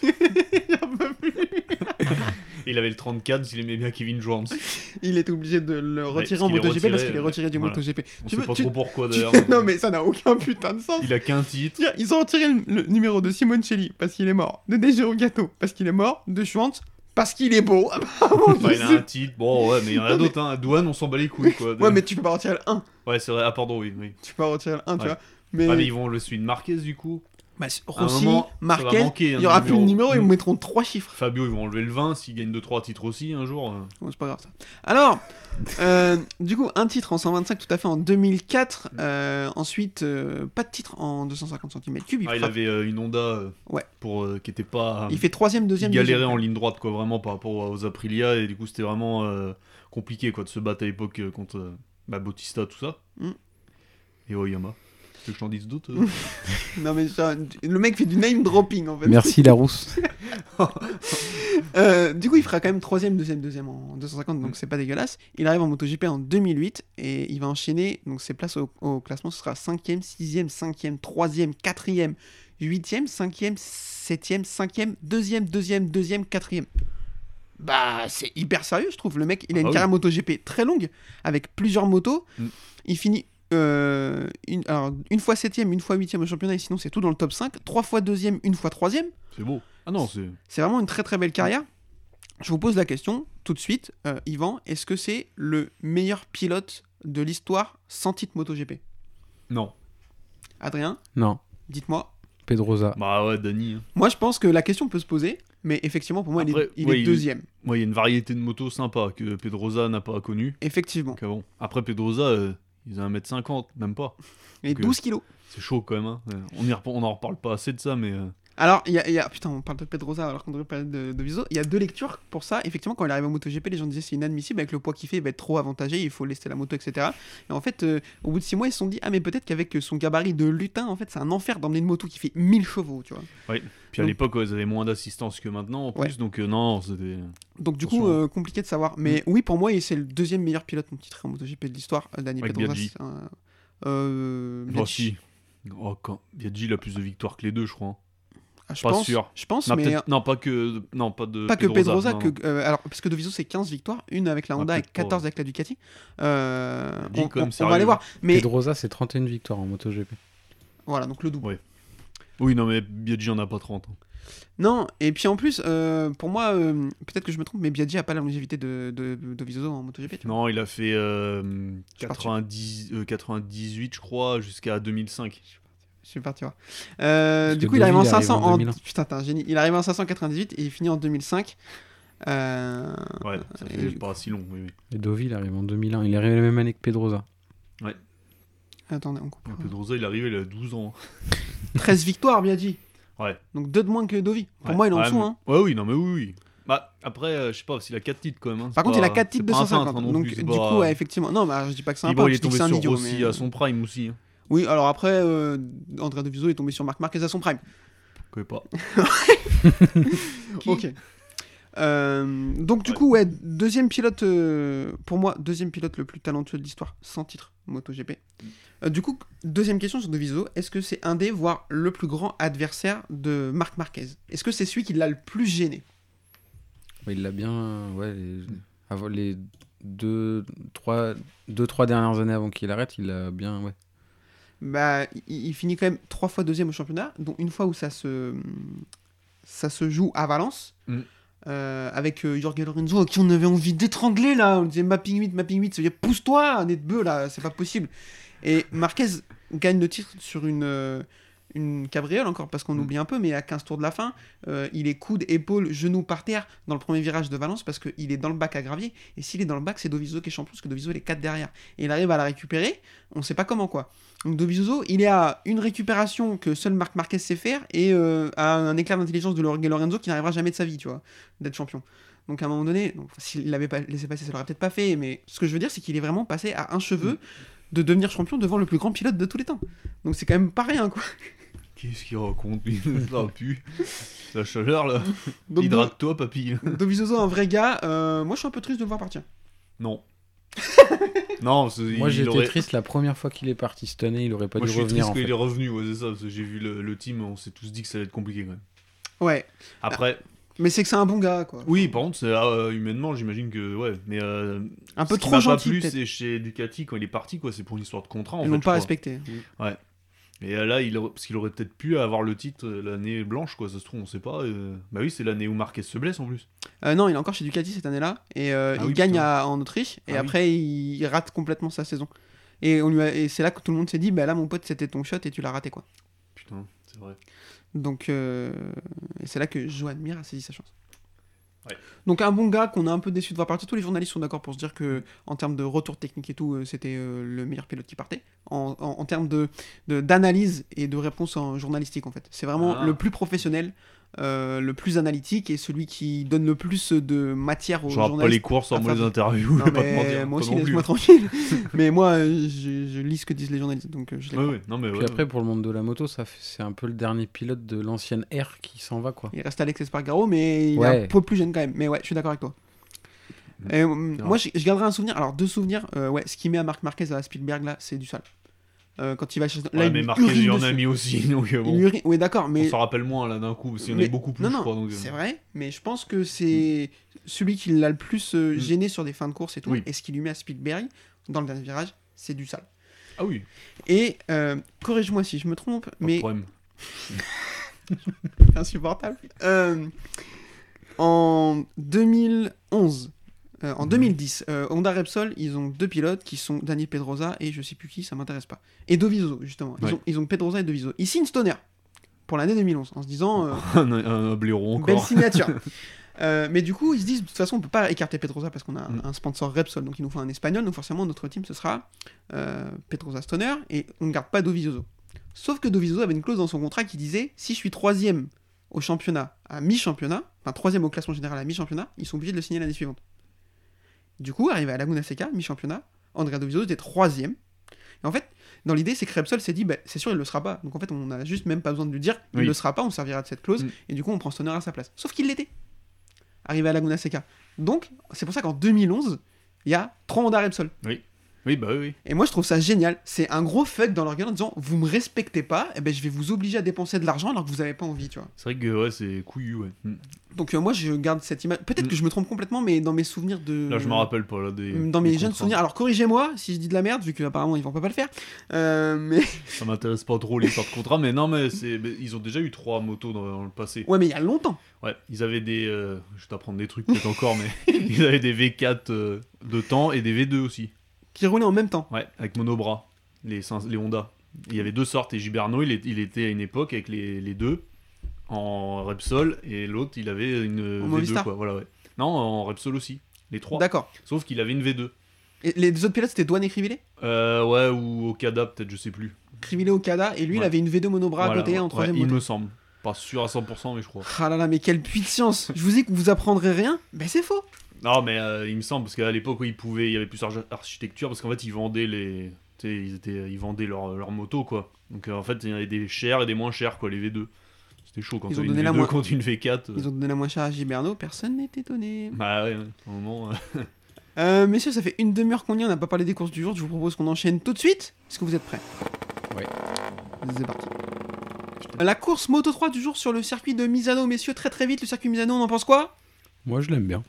[SPEAKER 4] il avait le 34, il aimait bien Kevin Jones.
[SPEAKER 2] il était obligé de le retirer
[SPEAKER 4] parce
[SPEAKER 2] en
[SPEAKER 4] qu'il est
[SPEAKER 2] MotoGP parce
[SPEAKER 4] retiré,
[SPEAKER 2] qu'il est retiré du
[SPEAKER 4] voilà.
[SPEAKER 2] MotoGP.
[SPEAKER 4] On
[SPEAKER 2] Tu
[SPEAKER 4] sait
[SPEAKER 2] veux-
[SPEAKER 4] pas
[SPEAKER 2] tu-
[SPEAKER 4] trop pourquoi
[SPEAKER 2] Tu-
[SPEAKER 4] d'ailleurs.
[SPEAKER 2] non mais ça n'a aucun putain de sens.
[SPEAKER 4] Il a qu'un titre.
[SPEAKER 2] Tiens, Ils ont retiré le, le numéro de Simoncelli parce qu'il est mort, de Dejero Gatto parce qu'il est mort, de Schwantz parce qu'il est beau. Apparemment,
[SPEAKER 4] Enfin,
[SPEAKER 2] je
[SPEAKER 4] il a
[SPEAKER 2] sais-
[SPEAKER 4] un titre. Bon, ouais, mais il y en a
[SPEAKER 2] Non, mais-
[SPEAKER 4] d'autres. Hein. À Douane, on s'en bat les couilles, quoi.
[SPEAKER 2] Ouais, mais tu peux pas retirer le 1,
[SPEAKER 4] Ouais, c'est vrai. Ah, pardon, oui. oui.
[SPEAKER 2] tu peux pas retirer le 1, tu
[SPEAKER 4] Ouais.
[SPEAKER 2] vois. Mais,
[SPEAKER 4] Ah, mais ils vont le suivre Marquez, du coup.
[SPEAKER 2] Bah, c'est-
[SPEAKER 4] À un
[SPEAKER 2] Rossi,
[SPEAKER 4] moment, ça va
[SPEAKER 2] Marquez,
[SPEAKER 4] manquer
[SPEAKER 2] il
[SPEAKER 4] un
[SPEAKER 2] y aura plus de numéro, ils
[SPEAKER 4] Mm.
[SPEAKER 2] me mettront trois chiffres.
[SPEAKER 4] Fabio, ils vont enlever le 20 s'il gagne 2-3 titres aussi un jour. euh.
[SPEAKER 2] Bon, c'est pas grave ça. Alors, euh, du coup, un titre en 125 tout à fait en 2004. euh, ensuite, euh, pas de titre en 250 cm3. Il,
[SPEAKER 4] Ah, il
[SPEAKER 2] frappe-
[SPEAKER 4] avait euh, une Honda euh,
[SPEAKER 2] Ouais.
[SPEAKER 4] pour, euh, qui était pas.
[SPEAKER 2] il fait troisième,
[SPEAKER 4] il
[SPEAKER 2] deuxième.
[SPEAKER 4] galérait
[SPEAKER 2] deuxième.
[SPEAKER 4] en ligne droite, quoi, vraiment par rapport aux Aprilia. Et du coup, c'était vraiment euh, compliqué quoi, de se battre à l'époque euh, contre euh, bah, Bautista, tout ça.
[SPEAKER 2] Mm.
[SPEAKER 4] Et Oyama. Tu veux que je t'en dise d'autres euh
[SPEAKER 2] Non, mais ça, le mec fait du name dropping en fait.
[SPEAKER 3] Merci la rousse.
[SPEAKER 2] Euh, du coup, il fera quand même troisième, deuxième, deuxième en 250,
[SPEAKER 4] Mm.
[SPEAKER 2] donc c'est pas dégueulasse. Il arrive en MotoGP en 2008 et il va enchaîner. Donc ses places au, au classement, ce sera 5e, 6e, 5e, 3e, 4e, 8e, 5e, 7e, 5e, 2e, 2e, 2e, 4e. Bah, c'est hyper sérieux, je trouve. Le mec, il a
[SPEAKER 4] Ah
[SPEAKER 2] une
[SPEAKER 4] bah oui.
[SPEAKER 2] carrière MotoGP très longue avec plusieurs motos.
[SPEAKER 4] Mm.
[SPEAKER 2] Il finit. euh, une, alors, une fois 7 une fois 8 au championnat, et sinon c'est tout dans le top 5. 3 fois 2 une fois 3
[SPEAKER 4] C'est beau. Ah non, c'est.
[SPEAKER 2] c'est vraiment une très très belle carrière. Je vous pose la question tout de suite, euh, Yvan, est-ce que c'est le meilleur pilote de l'histoire sans titre MotoGP
[SPEAKER 4] Non.
[SPEAKER 2] Adrien,
[SPEAKER 3] Non,
[SPEAKER 2] dites-moi.
[SPEAKER 3] Pedrosa.
[SPEAKER 4] Bah ouais, Dani. hein.
[SPEAKER 2] Moi, je pense que la question peut se poser, mais effectivement, pour moi, il est-
[SPEAKER 4] Après,
[SPEAKER 2] il est,
[SPEAKER 4] ouais, il-
[SPEAKER 2] deuxième.
[SPEAKER 4] Moi, il y a une variété de motos sympa que Pedrosa n'a pas connue.
[SPEAKER 2] Effectivement.
[SPEAKER 4] Donc, ah bon. Après, Pedrosa, euh, il a 1m50, même pas.
[SPEAKER 2] Les
[SPEAKER 4] que-
[SPEAKER 2] 12 kilos.
[SPEAKER 4] C'est chaud quand même. hein. Ouais. On, y rep- on en reparle pas assez de ça, mais. euh,
[SPEAKER 2] Alors, il y, a- il y a. Putain, on parle de Pedrosa alors qu'on devrait parler de, de Viso. Il y a deux lectures pour ça. Effectivement, quand il arrive en MotoGP, les gens disaient c'est inadmissible, avec le poids qu'il fait, il va être trop avantagé, il faut laisser la moto, etc. Et en fait, euh, au bout de six mois, ils se sont dit ah, mais peut-être qu'avec son gabarit de lutin, en fait, c'est un enfer d'emmener une moto qui fait 1000 chevaux, tu vois.
[SPEAKER 4] Puis à
[SPEAKER 2] Donc-
[SPEAKER 4] l'époque, ouais, ils avaient moins d'assistance que maintenant en plus,
[SPEAKER 2] Ouais.
[SPEAKER 4] donc euh, non, c'était.
[SPEAKER 2] Donc du coup,
[SPEAKER 4] Attention. hein. Mm.
[SPEAKER 2] euh, compliqué de savoir. Mais oui, pour moi, et c'est le deuxième meilleur pilote en titre en MotoGP de l'histoire, euh, Dani
[SPEAKER 4] Avec
[SPEAKER 2] Pedrosa.
[SPEAKER 4] Biaggi.
[SPEAKER 2] c'est un- Euh,
[SPEAKER 4] Oh,
[SPEAKER 2] Biaggi.
[SPEAKER 4] si. Oh, quand... Biaggi, il a plus de victoires que les deux, je crois. hein.
[SPEAKER 2] Ah, je
[SPEAKER 4] Pas
[SPEAKER 2] pense,
[SPEAKER 4] sûr.
[SPEAKER 2] Je pense,
[SPEAKER 4] Non,
[SPEAKER 2] mais
[SPEAKER 4] peut-être- non, pas que. Non, pas de.
[SPEAKER 2] pas que Pedrosa,
[SPEAKER 4] non, non.
[SPEAKER 2] que, euh, alors, parce que Doviso c'est 15 victoires, une avec la
[SPEAKER 4] Ah,
[SPEAKER 2] Honda et
[SPEAKER 4] peut-être pas,
[SPEAKER 2] 14 avec la Ducati. Euh,
[SPEAKER 4] Dis
[SPEAKER 2] on,
[SPEAKER 4] quand même
[SPEAKER 2] on- on
[SPEAKER 4] sérieux.
[SPEAKER 2] va aller voir. Mais
[SPEAKER 3] Pedrosa, c'est 31 victoires en MotoGP.
[SPEAKER 2] voilà, donc le double.
[SPEAKER 4] Oui, non, mais Biaggi en a pas 30. hein.
[SPEAKER 2] Non, et puis en plus, euh, pour moi, euh, peut-être que je me trompe, mais Biaggi a pas la longévité de, de, de Dovizioso en MotoGP. Tu vois.
[SPEAKER 4] Non, il a fait euh,
[SPEAKER 2] suis parti.
[SPEAKER 4] 90, euh, 98, je crois, jusqu'à 2005.
[SPEAKER 2] Je suis parti voir. Euh,
[SPEAKER 3] Parce
[SPEAKER 2] du
[SPEAKER 3] que
[SPEAKER 2] coup, il arrive en
[SPEAKER 3] Deauville arrive
[SPEAKER 2] 500
[SPEAKER 3] en
[SPEAKER 2] en...
[SPEAKER 3] 2001.
[SPEAKER 2] Putain, t'es un génie. Il arrive en 598 et il finit en 2005. Euh,
[SPEAKER 4] Ouais, ça fait
[SPEAKER 2] et-
[SPEAKER 4] pas si long. Oui, oui.
[SPEAKER 3] Et Deauville arrive en 2001. Il arrive la même année que Pedrosa.
[SPEAKER 2] Attendez, on comprend.
[SPEAKER 4] Pedrosa, il est arrivé, il a 12 ans. hein.
[SPEAKER 2] 13 victoires, bien dit.
[SPEAKER 4] Ouais.
[SPEAKER 2] Donc deux de moins que Dovi. Pour
[SPEAKER 4] Ouais.
[SPEAKER 2] moi, il est en
[SPEAKER 4] Ouais,
[SPEAKER 2] dessous.
[SPEAKER 4] mais-
[SPEAKER 2] Hein.
[SPEAKER 4] Ouais, oui, non, mais oui, oui. Bah, après, euh, je sais pas, s'il a 4 titres quand même. hein, c'est
[SPEAKER 2] Par contre, il
[SPEAKER 4] pas-
[SPEAKER 2] a 4 titres de
[SPEAKER 4] c'est pas un cintre,
[SPEAKER 2] 150.
[SPEAKER 4] hein, non
[SPEAKER 2] donc,
[SPEAKER 4] plus, c'est
[SPEAKER 2] du
[SPEAKER 4] pas-
[SPEAKER 2] coup, ouais, effectivement. Non, mais je dis pas que c'est un
[SPEAKER 4] Puis bon,
[SPEAKER 2] pop,
[SPEAKER 4] il
[SPEAKER 2] je
[SPEAKER 4] est
[SPEAKER 2] dis que
[SPEAKER 4] tombé
[SPEAKER 2] c'est un
[SPEAKER 4] sur
[SPEAKER 2] idiot.
[SPEAKER 4] Rossi
[SPEAKER 2] mais-
[SPEAKER 4] à son prime aussi. hein.
[SPEAKER 2] Oui, alors après, euh, André Doviso est tombé sur Marc Marquez à son prime.
[SPEAKER 4] connais pas.
[SPEAKER 2] Ok. Euh, donc du coup, ouais, deuxième pilote, euh, pour moi, deuxième pilote le plus talentueux de l'histoire, sans titre, MotoGP. Euh, du coup, deuxième question sur Deviso, est-ce que c'est un des, voire le plus grand adversaire de Marc Marquez Est-ce que c'est celui qui l'a le plus gêné
[SPEAKER 3] Ouais, il l'a bien. euh, Ouais, les, avant les deux trois, deux, trois dernières années avant qu'il arrête, il l'a bien. Ouais.
[SPEAKER 2] Bah, il, il finit quand même trois fois deuxième au championnat, dont une fois où ça se, ça se joue à Valence.
[SPEAKER 4] Mm.
[SPEAKER 2] euh, avec euh, Jorge Lorenzo à qui on avait envie d'étrangler là, on disait mapping 8, mapping 8, c'est-à-dire pousse-toi, nez de bœuf là, c'est pas possible. Et Marquez gagne le titre sur une, euh, une cabriole encore parce qu'on
[SPEAKER 3] Mm.
[SPEAKER 2] oublie un peu, mais à 15 tours de la fin, euh, il est coude, épaule, genou par terre dans le premier virage de Valence parce qu'il est dans le bac à gravier. Et s'il est dans le bac, c'est Doviso qui est champion parce que Doviso il est 4 derrière. Et il arrive à la récupérer, on sait pas comment quoi. Donc Dovizioso, il est à une récupération que seul Marc Marquez sait faire et euh, à un éclair d'intelligence de Jorge Lorenzo qui n'arrivera jamais de sa vie, tu vois, d'être champion. Donc à un moment donné, donc, s'il l'avait pas laissé passer, ça l'aurait peut-être pas fait, mais ce que je veux dire, c'est qu'il est vraiment passé à un
[SPEAKER 4] Mm.
[SPEAKER 2] cheveu de devenir champion devant le plus grand pilote de tous les temps. Donc c'est quand même pas rien, quoi.
[SPEAKER 4] Qu'est-ce qu'il raconte lui Ça pue. La chaleur là.
[SPEAKER 2] Donc,
[SPEAKER 4] Hydrate-toi, papy.
[SPEAKER 2] Do- Dovizioso, un vrai gars, euh, moi je suis un peu triste de le voir partir.
[SPEAKER 4] Non. non, parce que
[SPEAKER 3] Moi,
[SPEAKER 4] il
[SPEAKER 3] j'étais
[SPEAKER 4] aurait-
[SPEAKER 3] triste la première fois qu'il est parti cette année, il aurait pas
[SPEAKER 4] Moi, je
[SPEAKER 3] dû
[SPEAKER 4] suis
[SPEAKER 3] revenir.
[SPEAKER 4] triste
[SPEAKER 3] En
[SPEAKER 4] qu'il
[SPEAKER 3] fait.
[SPEAKER 4] est revenu, ouais, c'est ça, parce que j'ai vu le, le team, on s'est tous dit que ça allait être compliqué quand même.
[SPEAKER 2] Ouais,
[SPEAKER 4] Après,
[SPEAKER 2] mais c'est que c'est un bon gars, quoi.
[SPEAKER 4] oui, par contre, c'est, euh, humainement, j'imagine que, ouais, mais euh,
[SPEAKER 2] Un peu
[SPEAKER 4] ce qui
[SPEAKER 2] trop
[SPEAKER 4] m'a pas
[SPEAKER 2] gentil,
[SPEAKER 4] plu,
[SPEAKER 2] peut-être.
[SPEAKER 4] c'est chez Ducati quand il est parti, quoi, c'est pour une histoire de contrat. En
[SPEAKER 2] Ils
[SPEAKER 4] fait,
[SPEAKER 2] l'ont
[SPEAKER 4] je
[SPEAKER 2] pas
[SPEAKER 4] crois.
[SPEAKER 2] respecté.
[SPEAKER 4] Et euh, là, il, aurait- parce qu'il aurait peut-être pu avoir le titre euh, l'année blanche, quoi, ça se trouve, on sait pas. euh. Bah oui, c'est l'année où Marquez se blesse en plus.
[SPEAKER 2] Euh, non, il est encore chez Ducati cette année-là et euh,
[SPEAKER 4] Ah
[SPEAKER 2] il
[SPEAKER 4] oui,
[SPEAKER 2] gagne
[SPEAKER 4] putain.
[SPEAKER 2] à- en Autriche et
[SPEAKER 4] Ah oui.
[SPEAKER 2] après il- il rate complètement sa saison. Et, on lui a- et c'est là que tout le monde s'est dit bah là mon pote c'était ton shot et tu l'as raté quoi.
[SPEAKER 4] Putain, c'est vrai.
[SPEAKER 2] Donc euh, et c'est là que Joan Mir a saisi sa chance.
[SPEAKER 4] Ouais.
[SPEAKER 2] Donc un bon gars qu'on a un peu déçu de voir partir. Tous les journalistes sont d'accord pour se dire que en termes de retour technique et tout euh, c'était euh, le meilleur pilote qui partait. En, en- en termes de de- d'analyse et de réponse en journalistique en fait. C'est vraiment
[SPEAKER 4] Ah.
[SPEAKER 2] le plus professionnel. euh, le plus analytique et celui qui donne le plus de matière aux
[SPEAKER 4] Je rappe pas
[SPEAKER 2] journalistes.
[SPEAKER 4] les courses en
[SPEAKER 2] Ah,
[SPEAKER 4] mode
[SPEAKER 2] ça-
[SPEAKER 4] interview, je
[SPEAKER 2] Non,
[SPEAKER 4] vais pas te
[SPEAKER 2] mais
[SPEAKER 4] mentir.
[SPEAKER 2] moi
[SPEAKER 4] toi
[SPEAKER 2] aussi,
[SPEAKER 4] non plus. hein.
[SPEAKER 2] laisse-moi tranquille. mais moi, euh, je, je lis ce que disent les journalistes, donc euh, je l'ai
[SPEAKER 4] Ouais,
[SPEAKER 2] pas.
[SPEAKER 4] ouais, non, mais
[SPEAKER 3] Puis
[SPEAKER 4] ouais.
[SPEAKER 3] après, pour le monde de la moto, ça fait- c'est un peu le dernier pilote de l'ancienne R qui s'en va, quoi.
[SPEAKER 2] Il reste Alex Espargaro, mais il est
[SPEAKER 3] Ouais.
[SPEAKER 2] un peu plus jeune quand même. Mais ouais, je suis d'accord avec toi.
[SPEAKER 4] Mm.
[SPEAKER 2] Et, euh,
[SPEAKER 4] C'est
[SPEAKER 2] moi, je, je garderai un souvenir. Alors, deux souvenirs. euh, ouais, ce qu'il met à Marc Marquez à la Spielberg, là, c'est du sale. Euh, quand il va chercher. là,
[SPEAKER 4] Ouais,
[SPEAKER 2] il
[SPEAKER 4] mais
[SPEAKER 2] lui
[SPEAKER 4] Marquez,
[SPEAKER 2] urine
[SPEAKER 4] il y en a
[SPEAKER 2] dessus.
[SPEAKER 4] mis aussi, donc
[SPEAKER 2] Il
[SPEAKER 4] euh, bon.
[SPEAKER 2] urine- Oui, d'accord,
[SPEAKER 4] On
[SPEAKER 2] mais.
[SPEAKER 4] s'en rappelle moins là d'un coup, parce qu'il y en
[SPEAKER 2] mais-
[SPEAKER 4] a beaucoup plus,
[SPEAKER 2] non,
[SPEAKER 4] je
[SPEAKER 2] non,
[SPEAKER 4] crois. donc, euh,
[SPEAKER 2] C'est vrai, mais je pense que c'est celui qui l'a le plus euh,
[SPEAKER 4] Mm.
[SPEAKER 2] gêné sur des fins de course et tout.
[SPEAKER 4] Oui.
[SPEAKER 2] Et ce qu'il lui met à Spielberg, dans le dernier virage, c'est du sale.
[SPEAKER 4] Ah oui,
[SPEAKER 2] Et euh, corrige-moi si je me trompe,
[SPEAKER 4] pas de
[SPEAKER 2] mais
[SPEAKER 4] problème.
[SPEAKER 2] insupportable. Euh, en 2011, euh, en 2010, euh, Honda Repsol, ils ont deux pilotes qui sont Daniel Pedrosa et je sais plus qui, ça m'intéresse pas. Et Doviso, justement. Ils,
[SPEAKER 4] Ouais.
[SPEAKER 2] ont, ils ont Pedrosa et Doviso. Ils signent Stoner pour l'année 2011 en se disant euh,
[SPEAKER 4] un, un blaireau
[SPEAKER 2] belle
[SPEAKER 4] encore.
[SPEAKER 2] signature. Euh, mais du coup, ils se disent de toute façon, on peut pas écarter Pedrosa parce qu'on a un-
[SPEAKER 4] Mm.
[SPEAKER 2] un sponsor Repsol, donc il nous faut un espagnol. Donc forcément, notre team ce sera euh, Pedrosa Stoner et on ne garde pas Dovizioso. Sauf que Dovizioso avait une clause dans son contrat qui disait si je suis troisième au championnat à mi-championnat, enfin troisième au classement général à mi-championnat, ils sont obligés de le signer l'année suivante. Du coup, arrivé à Laguna Seca, mi-championnat, Andrea Dovizioso était troisième. Et en fait, dans l'idée, c'est que Repsol s'est dit, bah, c'est sûr, il le sera pas. Donc en fait, on n'a juste même pas besoin de lui dire, il
[SPEAKER 4] Oui.
[SPEAKER 2] le sera pas, on servira de cette clause,
[SPEAKER 4] Mm.
[SPEAKER 2] et du coup, on prend Stoner à sa place. Sauf qu'il l'était, arrivé à Laguna Seca. Donc, c'est pour ça qu'en 2011, il y a trois Honda Repsol.
[SPEAKER 4] Oui, bah oui, oui.
[SPEAKER 2] Et moi, je trouve ça génial. C'est un gros fuck dans leur gueule en disant, vous me respectez pas, et ben, je vais vous obliger à dépenser de l'argent alors que vous n'avez pas envie, tu vois.
[SPEAKER 4] C'est vrai que ouais, c'est couillu, ouais. Mm.
[SPEAKER 2] Donc euh, moi, je garde cette image. Peut-être
[SPEAKER 4] Mm.
[SPEAKER 2] que je me trompe complètement, mais dans mes souvenirs de... mm,
[SPEAKER 4] Là, je me rappelle pas, là, des...
[SPEAKER 2] Euh, Dans mes
[SPEAKER 4] des
[SPEAKER 2] jeunes
[SPEAKER 4] contrats.
[SPEAKER 2] souvenirs, alors corrigez-moi si je dis de la merde, vu qu'apparemment ils vont pas le faire. Euh, mais
[SPEAKER 4] Ça m'intéresse pas trop l'histoire de contrat, mais non, mais, c'est... mais ils ont déjà eu trois motos dans, dans le passé.
[SPEAKER 2] ouais, mais il y a longtemps.
[SPEAKER 4] Ouais, ils avaient des... euh, Je vais t'apprendre des trucs peut-être encore, mais ils avaient des V4 euh, de temps et des V2 aussi.
[SPEAKER 2] qui roulaient en même temps.
[SPEAKER 4] Ouais, avec monobras, les, cin- les Honda. Il y avait deux sortes, et Giberno, il, est- il était à une époque avec les, les deux, en Repsol, et l'autre, il avait une euh,
[SPEAKER 2] En
[SPEAKER 4] V2,
[SPEAKER 2] Movistar.
[SPEAKER 4] quoi. Voilà, ouais. Non, en Repsol aussi, les trois.
[SPEAKER 2] D'accord.
[SPEAKER 4] Sauf qu'il avait une V2.
[SPEAKER 2] Et les autres pilotes, c'était Douane et Crivellet
[SPEAKER 4] Euh, ouais, ou Okada, peut-être, je sais plus.
[SPEAKER 2] Crivellet Okada, et lui, il
[SPEAKER 4] Ouais.
[SPEAKER 2] avait une V2 monobras
[SPEAKER 4] Voilà,
[SPEAKER 2] à côté en
[SPEAKER 4] ouais,
[SPEAKER 2] troisième
[SPEAKER 4] Il
[SPEAKER 2] moto.
[SPEAKER 4] me semble. Pas sûr à 100%, mais je crois.
[SPEAKER 2] Ah là là, mais quelle puits de science Je vous dis que vous apprendrez rien Ben c'est faux
[SPEAKER 4] Non, mais euh, il me semble, parce qu'à l'époque, oui, il pouvait, il y avait plus d'arch- architecture, parce qu'en fait, ils vendaient les. tu sais, Ils, étaient, ils vendaient leur, leur moto, quoi. Donc, euh, en fait, il y avait des chers et des moins chers, quoi, les V2. C'était chaud quand
[SPEAKER 2] Ils ont
[SPEAKER 4] t'avais une
[SPEAKER 2] donné la
[SPEAKER 4] V2
[SPEAKER 2] moins-
[SPEAKER 4] contre une V4. euh,
[SPEAKER 2] Ils ont donné la moins chère à Giberno, personne n'est étonné.
[SPEAKER 4] Bah ouais, ouais, au moment. euh,
[SPEAKER 2] Euh, messieurs, ça fait une demi-heure qu'on y est, on n'a pas parlé des courses du jour. Je vous propose qu'on enchaîne tout de suite. Est-ce que vous êtes prêts
[SPEAKER 3] Ouais.
[SPEAKER 2] C'est parti. La course Moto 3 du jour sur le circuit de Misano, messieurs, très très vite. Le circuit Misano, on en pense quoi
[SPEAKER 3] Moi, je l'aime bien.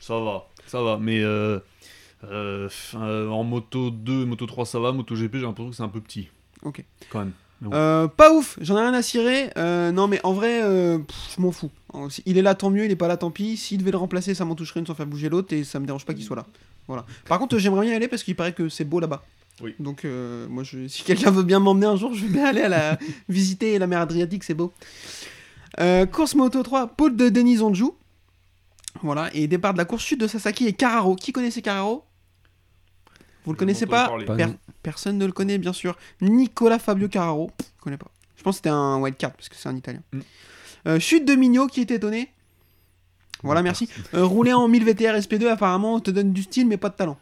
[SPEAKER 4] Ça va, ça va, mais euh, euh, f- euh, en moto 2, moto 3, ça va, moto GP, j'ai l'impression que c'est un peu petit.
[SPEAKER 2] Ok.
[SPEAKER 4] Quand même.
[SPEAKER 2] Euh, Pas ouf, j'en ai rien à cirer. Euh, non, mais en vrai, euh, pff, je m'en fous. Euh, si- Il est là, tant mieux, il est pas là, tant pis. S'il devait le remplacer, ça m'en toucherait une sans faire bouger l'autre et ça me dérange pas qu'il soit là. Voilà. Par contre, euh, j'aimerais bien y aller parce qu'il paraît que c'est beau là-bas.
[SPEAKER 4] Oui.
[SPEAKER 2] Donc, euh, moi, je- si quelqu'un veut bien m'emmener un jour, je vais bien aller à la... visiter la mer Adriatique, c'est beau. Euh, course Moto 3, pôle de Denis Onjou. Voilà, et départ de la course chute de Sasaki et Carraro. Qui connaissait Carraro Vous le
[SPEAKER 4] J'en
[SPEAKER 2] connaissez
[SPEAKER 4] entends
[SPEAKER 2] pas
[SPEAKER 4] parler.
[SPEAKER 3] Pas
[SPEAKER 2] Per-
[SPEAKER 3] non.
[SPEAKER 2] Personne ne le connaît, bien sûr. Nicolas Fabio Carraro, pff, je connais pas. Je pense que c'était un wildcard parce que c'est un italien.
[SPEAKER 4] Mm.
[SPEAKER 2] Euh, chute de Mignot qui est étonné. Voilà, merci. Euh, rouler en 1000 VTR SP2, apparemment, te donne du style mais pas de talent.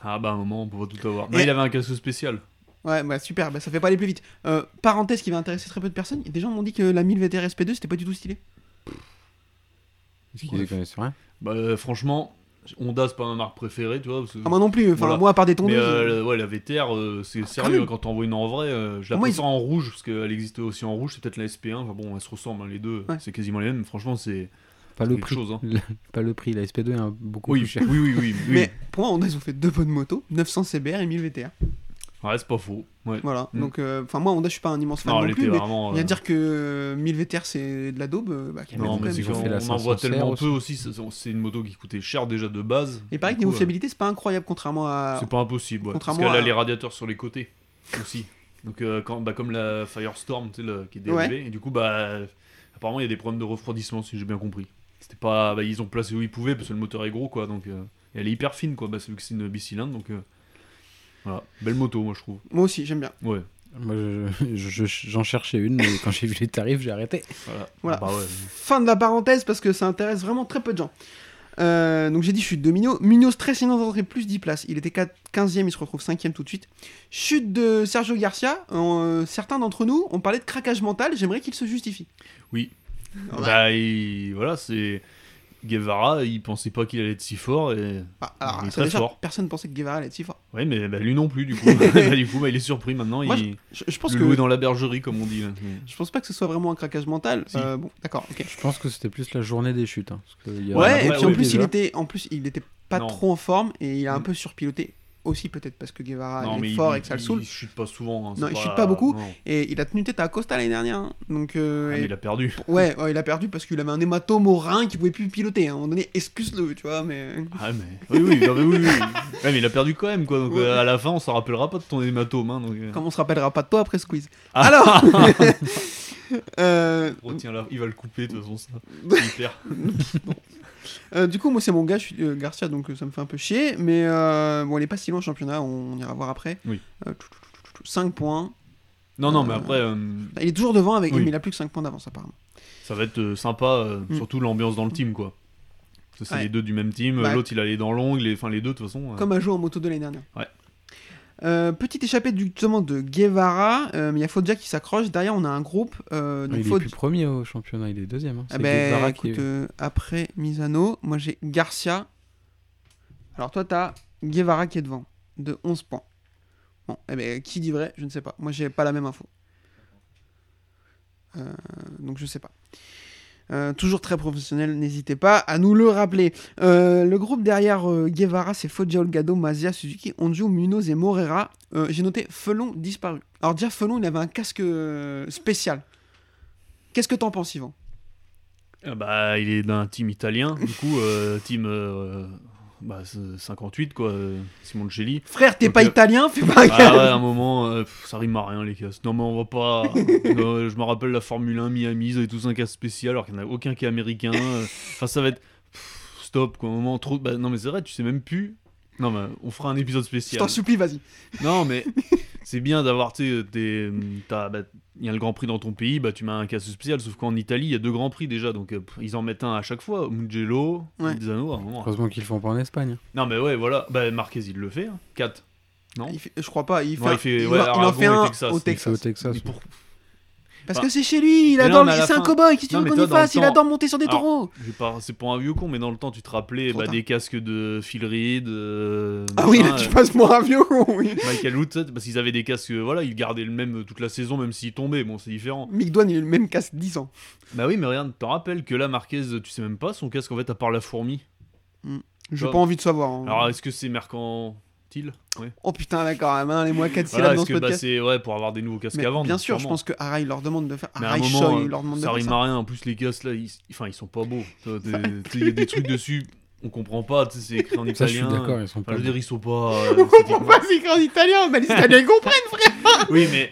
[SPEAKER 4] Ah bah à un moment, on peut pas tout avoir. Mais
[SPEAKER 2] Et-
[SPEAKER 4] il avait un casque spécial.
[SPEAKER 2] Ouais, bah super, bah, ça fait pas aller plus vite. Euh, parenthèse qui va intéresser très peu de personnes, des gens m'ont dit que la 1000 VTR SP2 c'était pas du tout stylé.
[SPEAKER 3] Est-ce qu'ils y connaissent rien
[SPEAKER 4] Bah euh, franchement, Honda, c'est pas ma marque préférée, tu vois. parce que-
[SPEAKER 2] Ah, moi non plus, enfin,
[SPEAKER 4] Voilà.
[SPEAKER 2] moi à part des
[SPEAKER 4] mais
[SPEAKER 2] tondeuses.
[SPEAKER 4] euh, la- ouais, la VTR, euh, c'est sérieux
[SPEAKER 2] même.
[SPEAKER 4] hein, quand t'en vois une en vrai. euh, je la
[SPEAKER 2] Ah, Moi, ils
[SPEAKER 4] préfère en rouge parce qu'elle existe aussi en rouge, c'est peut-être la SP1. Enfin bon, elles se ressemblent hein, les deux,
[SPEAKER 2] Ouais.
[SPEAKER 4] c'est quasiment les mêmes. Franchement, c'est
[SPEAKER 3] Pas le
[SPEAKER 4] quelque
[SPEAKER 3] prix.
[SPEAKER 4] chose. hein.
[SPEAKER 3] Pas le prix. La SP2 est un- beaucoup
[SPEAKER 4] Oui,
[SPEAKER 3] plus
[SPEAKER 4] oui,
[SPEAKER 3] chère.
[SPEAKER 4] oui, oui. oui.
[SPEAKER 2] Mais pour moi, on- ils ont fait deux bonnes motos, 900 CBR et 1000 VTR.
[SPEAKER 4] Ouais, Ah, c'est pas faux. Ouais.
[SPEAKER 2] Voilà,
[SPEAKER 4] Mm.
[SPEAKER 2] donc, euh, enfin, moi, Honda, je suis pas un immense fan
[SPEAKER 4] non,
[SPEAKER 2] non,
[SPEAKER 4] elle
[SPEAKER 2] plus,
[SPEAKER 4] était
[SPEAKER 2] mais
[SPEAKER 4] vraiment.
[SPEAKER 2] Bien
[SPEAKER 4] euh,
[SPEAKER 2] dire que euh, 1000 VTR c'est de la daube, euh, bah, calmez-vous
[SPEAKER 4] Non,
[SPEAKER 2] quand
[SPEAKER 4] mais
[SPEAKER 2] même.
[SPEAKER 4] c'est
[SPEAKER 3] Ils ont
[SPEAKER 4] qu'on
[SPEAKER 3] fait la
[SPEAKER 4] on en voit
[SPEAKER 3] 500
[SPEAKER 4] tellement
[SPEAKER 3] CR
[SPEAKER 4] peu aussi. ça- ça- C'est une moto qui coûtait cher déjà de base.
[SPEAKER 2] Et pareil que
[SPEAKER 4] Du coup,
[SPEAKER 2] niveau fiabilité, c'est pas incroyable, contrairement à.
[SPEAKER 4] euh, C'est pas impossible, ouais, parce
[SPEAKER 2] Ah. Contrairement
[SPEAKER 4] qu'elle
[SPEAKER 2] à-
[SPEAKER 4] a les radiateurs sur les côtés aussi. Donc, euh, quand, bah, comme la Firestorm tu sais, le- qui est
[SPEAKER 2] Ouais.
[SPEAKER 4] dérivée. Et du coup, bah, apparemment, il y a des problèmes de refroidissement, si j'ai bien compris. C'était pas, bah, ils ont placé où ils pouvaient parce que le moteur est gros, quoi. Donc, euh, et elle est hyper fine, quoi. Bah, c'est vu que c'est une bicylindre, donc euh, voilà, belle moto, moi je trouve.
[SPEAKER 2] Moi aussi, j'aime bien.
[SPEAKER 4] Ouais,
[SPEAKER 3] Moi, je- je- je- j'en cherchais une, mais quand j'ai vu les tarifs, j'ai arrêté.
[SPEAKER 4] voilà.
[SPEAKER 2] Voilà.
[SPEAKER 4] Bah, ouais.
[SPEAKER 2] Fin de la parenthèse parce que ça intéresse vraiment très peu de gens. Euh, donc j'ai dit chute de Mignot. Mignot très saignant d'entrée, plus 10 places. Il était 4 15e, il se retrouve 5e tout de suite. Chute de Sergio Garcia. Euh, certains d'entre nous ont parlé de craquage mental, j'aimerais qu'il se justifie. Ouais.
[SPEAKER 4] Bah, il- voilà, c'est Guevara, il pensait pas qu'il allait être si fort et
[SPEAKER 2] Ah, alors,
[SPEAKER 4] Il est
[SPEAKER 2] à sa
[SPEAKER 4] très
[SPEAKER 2] décharge,
[SPEAKER 4] fort.
[SPEAKER 2] personne pensait que Guevara allait être si fort.
[SPEAKER 4] Ouais, mais bah, lui non plus, du coup. Bah, du coup, bah, il est surpris maintenant.
[SPEAKER 2] Moi,
[SPEAKER 4] il
[SPEAKER 2] Je, je pense
[SPEAKER 4] le loup est
[SPEAKER 2] que.
[SPEAKER 4] dans la bergerie, comme on dit. hein.
[SPEAKER 2] Je pense pas que ce soit vraiment un craquage mental.
[SPEAKER 4] Si.
[SPEAKER 2] Euh, bon, d'accord, ok.
[SPEAKER 3] Je pense que c'était plus la journée des chutes. hein, parce que il y a-
[SPEAKER 2] Ouais,
[SPEAKER 4] Ouais,
[SPEAKER 2] et
[SPEAKER 4] ouais,
[SPEAKER 2] puis en
[SPEAKER 4] ouais,
[SPEAKER 2] plus, il
[SPEAKER 3] déjà.
[SPEAKER 2] était, en plus, il était pas
[SPEAKER 4] Non.
[SPEAKER 2] trop en forme et il a un
[SPEAKER 4] Mm.
[SPEAKER 2] peu surpiloté aussi, peut-être parce que Guevara
[SPEAKER 4] Non,
[SPEAKER 2] Ah, il est
[SPEAKER 4] mais
[SPEAKER 2] fort
[SPEAKER 4] il,
[SPEAKER 2] et que ça le
[SPEAKER 4] il-
[SPEAKER 2] saoule.
[SPEAKER 4] il chute pas souvent. hein,
[SPEAKER 2] Non,
[SPEAKER 4] c'est
[SPEAKER 2] il chute pas beaucoup.
[SPEAKER 4] non.
[SPEAKER 2] Et il a tenu tête à Acosta l'année dernière. hein. Donc,
[SPEAKER 4] Ah,
[SPEAKER 2] euh,
[SPEAKER 4] mais
[SPEAKER 2] et-
[SPEAKER 4] il a perdu.
[SPEAKER 2] ouais, ouais, il a perdu parce qu'il avait un hématome au rein qu'il pouvait plus piloter. hein. À un moment donné, excuse-le, tu vois, mais.
[SPEAKER 4] Ah, mais... Oui, oui, non, mais oui, oui. Ouais, mais il a perdu quand même, quoi. Donc,
[SPEAKER 2] Ouais.
[SPEAKER 4] euh, à la fin, on s'en rappellera pas de ton hématome. Hein, donc, euh,
[SPEAKER 2] Comme on se rappellera pas de toi après ce quiz.
[SPEAKER 4] Ah.
[SPEAKER 2] Alors Euh,
[SPEAKER 4] retiens oh, là, il va le couper de toute façon, ça. Il perd.
[SPEAKER 2] euh, Du coup, moi, c'est mon gars, je suis euh, Garcia, donc euh, ça me fait un peu chier. Mais euh, bon, il est pas si loin au championnat, on, on ira voir après. Euh,
[SPEAKER 4] Oui.
[SPEAKER 2] 5 points.
[SPEAKER 4] Non, non, mais
[SPEAKER 2] Euh,
[SPEAKER 4] après, euh,
[SPEAKER 2] Il est toujours devant, avec...
[SPEAKER 4] Oui.
[SPEAKER 2] mais il a plus que 5 points d'avance, apparemment.
[SPEAKER 4] ça va être euh, sympa, euh,
[SPEAKER 2] Mm.
[SPEAKER 4] surtout l'ambiance dans le team, quoi. Parce que C'est
[SPEAKER 2] Ouais.
[SPEAKER 4] les deux du même team. euh,
[SPEAKER 2] Ouais.
[SPEAKER 4] L'autre, il allait dans l'ongle. et- Enfin, les deux, de toute façon. euh,
[SPEAKER 2] Comme à jouer en moto de l'année dernière.
[SPEAKER 4] Ouais.
[SPEAKER 2] Euh, petite échappée du- justement de Guevara, euh, mais il y a Foggia qui s'accroche. Derrière, on a un groupe. euh,
[SPEAKER 3] Ah,
[SPEAKER 2] donc
[SPEAKER 3] il est
[SPEAKER 2] Foggia-
[SPEAKER 3] plus premier au championnat, il est deuxième. hein.
[SPEAKER 2] Ah
[SPEAKER 3] C'est
[SPEAKER 2] ben,
[SPEAKER 3] Guevara qui
[SPEAKER 2] écoute,
[SPEAKER 3] est-
[SPEAKER 2] euh, après Misano, moi j'ai Garcia. Alors toi, t'as Guevara qui est devant, de 11 points. Bon, eh ben, qui dit vrai Je ne sais pas. Moi, j'ai pas la même info. Euh, donc, je sais pas. Euh, toujours très professionnel, n'hésitez pas à nous le rappeler. Euh, le groupe derrière euh, Guevara, c'est Foggia Olgado, Mazia, Suzuki, Onju, Munoz et Morera. Euh, J'ai noté Felon disparu. Alors déjà, Felon, il avait un casque euh, spécial. Qu'est-ce que t'en penses, Yvan
[SPEAKER 4] Ah Bah, il est d'un team italien, du coup, euh, team euh, bah, c'est 58, quoi, euh, Simoncelli.
[SPEAKER 2] Frère, t'es
[SPEAKER 4] Donc,
[SPEAKER 2] pas
[SPEAKER 4] euh,
[SPEAKER 2] italien, fais pas
[SPEAKER 4] Ah ouais,
[SPEAKER 2] gaffe.
[SPEAKER 4] à un moment, euh, pff, ça rime à rien, les casques. Non, mais on va pas. Non, je me rappelle la Formule 1 Miami, ils avaient tous un casque spécial, alors qu'il n'y en a aucun qui est américain. euh. Enfin, ça va être. pff, stop, quoi, à un moment, trop. Bah, non, mais c'est vrai, tu sais même plus. Non, mais on fera un épisode
[SPEAKER 2] Je
[SPEAKER 4] spécial.
[SPEAKER 2] t'en supplie, vas-y.
[SPEAKER 4] Non, mais c'est bien d'avoir, tu sais, des- t'as- bah, il y a le Grand Prix dans ton pays, bah tu mets un casque spécial, sauf qu'en Italie, il y a deux Grands Prix déjà, donc euh, pff, ils en mettent un à chaque fois, Mugello,
[SPEAKER 2] Ouais.
[SPEAKER 4] Misano, à un moment.
[SPEAKER 3] Heureusement qu'ils le font pas en Espagne. hein.
[SPEAKER 4] Non, mais ouais, voilà, bah Marquez, il le fait, 4. Non
[SPEAKER 2] Il fait- je crois pas, il, fait,
[SPEAKER 4] Ouais,
[SPEAKER 2] un-
[SPEAKER 4] il fait-
[SPEAKER 2] il
[SPEAKER 4] ouais,
[SPEAKER 2] en- il en
[SPEAKER 4] Aragon
[SPEAKER 2] fait
[SPEAKER 4] et
[SPEAKER 2] un
[SPEAKER 4] Texas.
[SPEAKER 2] au
[SPEAKER 4] Il fait
[SPEAKER 3] C'est au
[SPEAKER 2] Texas.
[SPEAKER 3] Texas.
[SPEAKER 4] Mais pour-
[SPEAKER 2] Parce
[SPEAKER 4] Bah,
[SPEAKER 2] que c'est chez lui, il
[SPEAKER 4] mais
[SPEAKER 2] adore.
[SPEAKER 4] non, mais à la
[SPEAKER 2] C'est un
[SPEAKER 4] fin-
[SPEAKER 2] cowboy, qu'est-ce que tu
[SPEAKER 4] Non,
[SPEAKER 2] veux
[SPEAKER 4] mais
[SPEAKER 2] qu'on
[SPEAKER 4] toi,
[SPEAKER 2] y
[SPEAKER 4] dans le euh,
[SPEAKER 2] fasse Il
[SPEAKER 4] temps-
[SPEAKER 2] adore monter sur des
[SPEAKER 4] Alors,
[SPEAKER 2] taureaux.
[SPEAKER 4] Je vais pas- C'est pour un vieux con, mais dans le temps, tu te rappelais
[SPEAKER 2] Trop
[SPEAKER 4] bah,
[SPEAKER 2] tard.
[SPEAKER 4] des casques de Phil Reed. euh,
[SPEAKER 2] Ah oui,
[SPEAKER 4] machin,
[SPEAKER 2] là, tu
[SPEAKER 4] euh,
[SPEAKER 2] passes pour un vieux con, oui.
[SPEAKER 4] Michael Wood, ça, parce qu'ils avaient des casques, euh, voilà, ils gardaient le même euh, toute la saison, même s'ils tombaient, bon, c'est différent.
[SPEAKER 2] Mick Dwan, il a eu le même casque 10 ans.
[SPEAKER 4] Bah oui, mais regarde, t'en rappelles que là, Marquez, tu sais même pas son casque, en fait, à part la fourmi.
[SPEAKER 2] J'ai
[SPEAKER 4] Bah.
[SPEAKER 2] pas envie de savoir. hein.
[SPEAKER 4] Alors, est-ce que c'est mercantile Ouais.
[SPEAKER 2] Oh putain, d'accord, maintenant les mois 4
[SPEAKER 4] Voilà,
[SPEAKER 2] syllabes dans
[SPEAKER 4] est-ce
[SPEAKER 2] ce
[SPEAKER 4] que bah,
[SPEAKER 2] podcast.
[SPEAKER 4] c'est ouais, pour avoir des nouveaux casques
[SPEAKER 2] Mais
[SPEAKER 4] à vendre
[SPEAKER 2] bien sûr, je
[SPEAKER 4] sûrement.
[SPEAKER 2] pense que Harai leur demande de faire.
[SPEAKER 4] Mais à un
[SPEAKER 2] Harai
[SPEAKER 4] moment,
[SPEAKER 2] Choi
[SPEAKER 4] euh,
[SPEAKER 2] leur demande de
[SPEAKER 4] ça
[SPEAKER 2] faire
[SPEAKER 4] rime
[SPEAKER 2] ça.
[SPEAKER 4] à rien. En plus, les casques là, ils... Enfin, ils sont pas beaux. Toi, t'es- t'es- Il y a des trucs dessus, on comprend pas. tu sais, C'est écrit en
[SPEAKER 3] Ça,
[SPEAKER 4] italien.
[SPEAKER 3] je suis d'accord, ils sont pas.
[SPEAKER 4] Enfin, je veux dire, ils sont pas. euh, Ah,
[SPEAKER 2] On va s'écrire en italien, mais les Italiens ils comprennent.
[SPEAKER 4] oui, mais.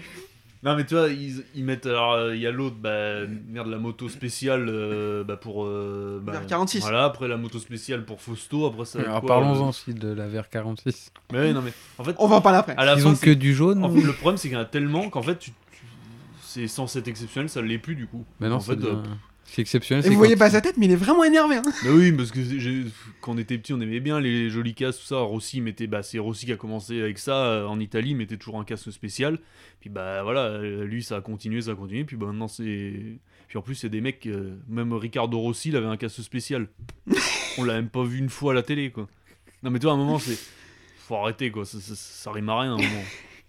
[SPEAKER 4] Non, mais tu vois, ils, ils mettent. Alors, euh, il y a l'autre, bah, merde, la moto spéciale euh, bah, pour. euh, bah,
[SPEAKER 2] Vers 46.
[SPEAKER 4] Voilà, après la moto spéciale pour Fausto, après ça. va être
[SPEAKER 3] Alors
[SPEAKER 4] quoi,
[SPEAKER 3] parlons-en
[SPEAKER 4] euh,
[SPEAKER 3] aussi de la VR46.
[SPEAKER 4] Mais ouais, non, mais. En fait,
[SPEAKER 2] On va en parler après.
[SPEAKER 4] à la
[SPEAKER 3] Ils
[SPEAKER 4] fin,
[SPEAKER 3] ont
[SPEAKER 4] c'est-
[SPEAKER 3] que du jaune.
[SPEAKER 4] en
[SPEAKER 3] ou-
[SPEAKER 4] fait, le problème, c'est qu'il y en a tellement qu'en fait, tu. tu- C'est sans cette exceptionnel, ça l'est plus du coup.
[SPEAKER 3] Mais non,
[SPEAKER 4] en
[SPEAKER 3] c'est
[SPEAKER 4] fait, euh,
[SPEAKER 3] bien- c'est exceptionnel.
[SPEAKER 2] Et
[SPEAKER 3] c'est
[SPEAKER 2] vous voyez
[SPEAKER 3] quand-
[SPEAKER 2] pas sa tête, mais il est vraiment énervé. hein.
[SPEAKER 4] Bah oui, parce que j'ai- quand on était petit, on aimait bien les jolis casques, tout ça. Rossi mettait, bah, c'est Rossi qui a commencé avec ça euh, en Italie, il mettait toujours un casque spécial. Puis bah voilà, euh, lui ça a continué, ça a continué. Puis bah maintenant c'est, puis en plus c'est des mecs, euh, même Ricardo Rossi, il avait un casque spécial. on l'a même pas vu une fois à la télé, quoi. Non mais toi à un moment c'est, faut arrêter quoi, ça, ça, ça rime à rien à un moment.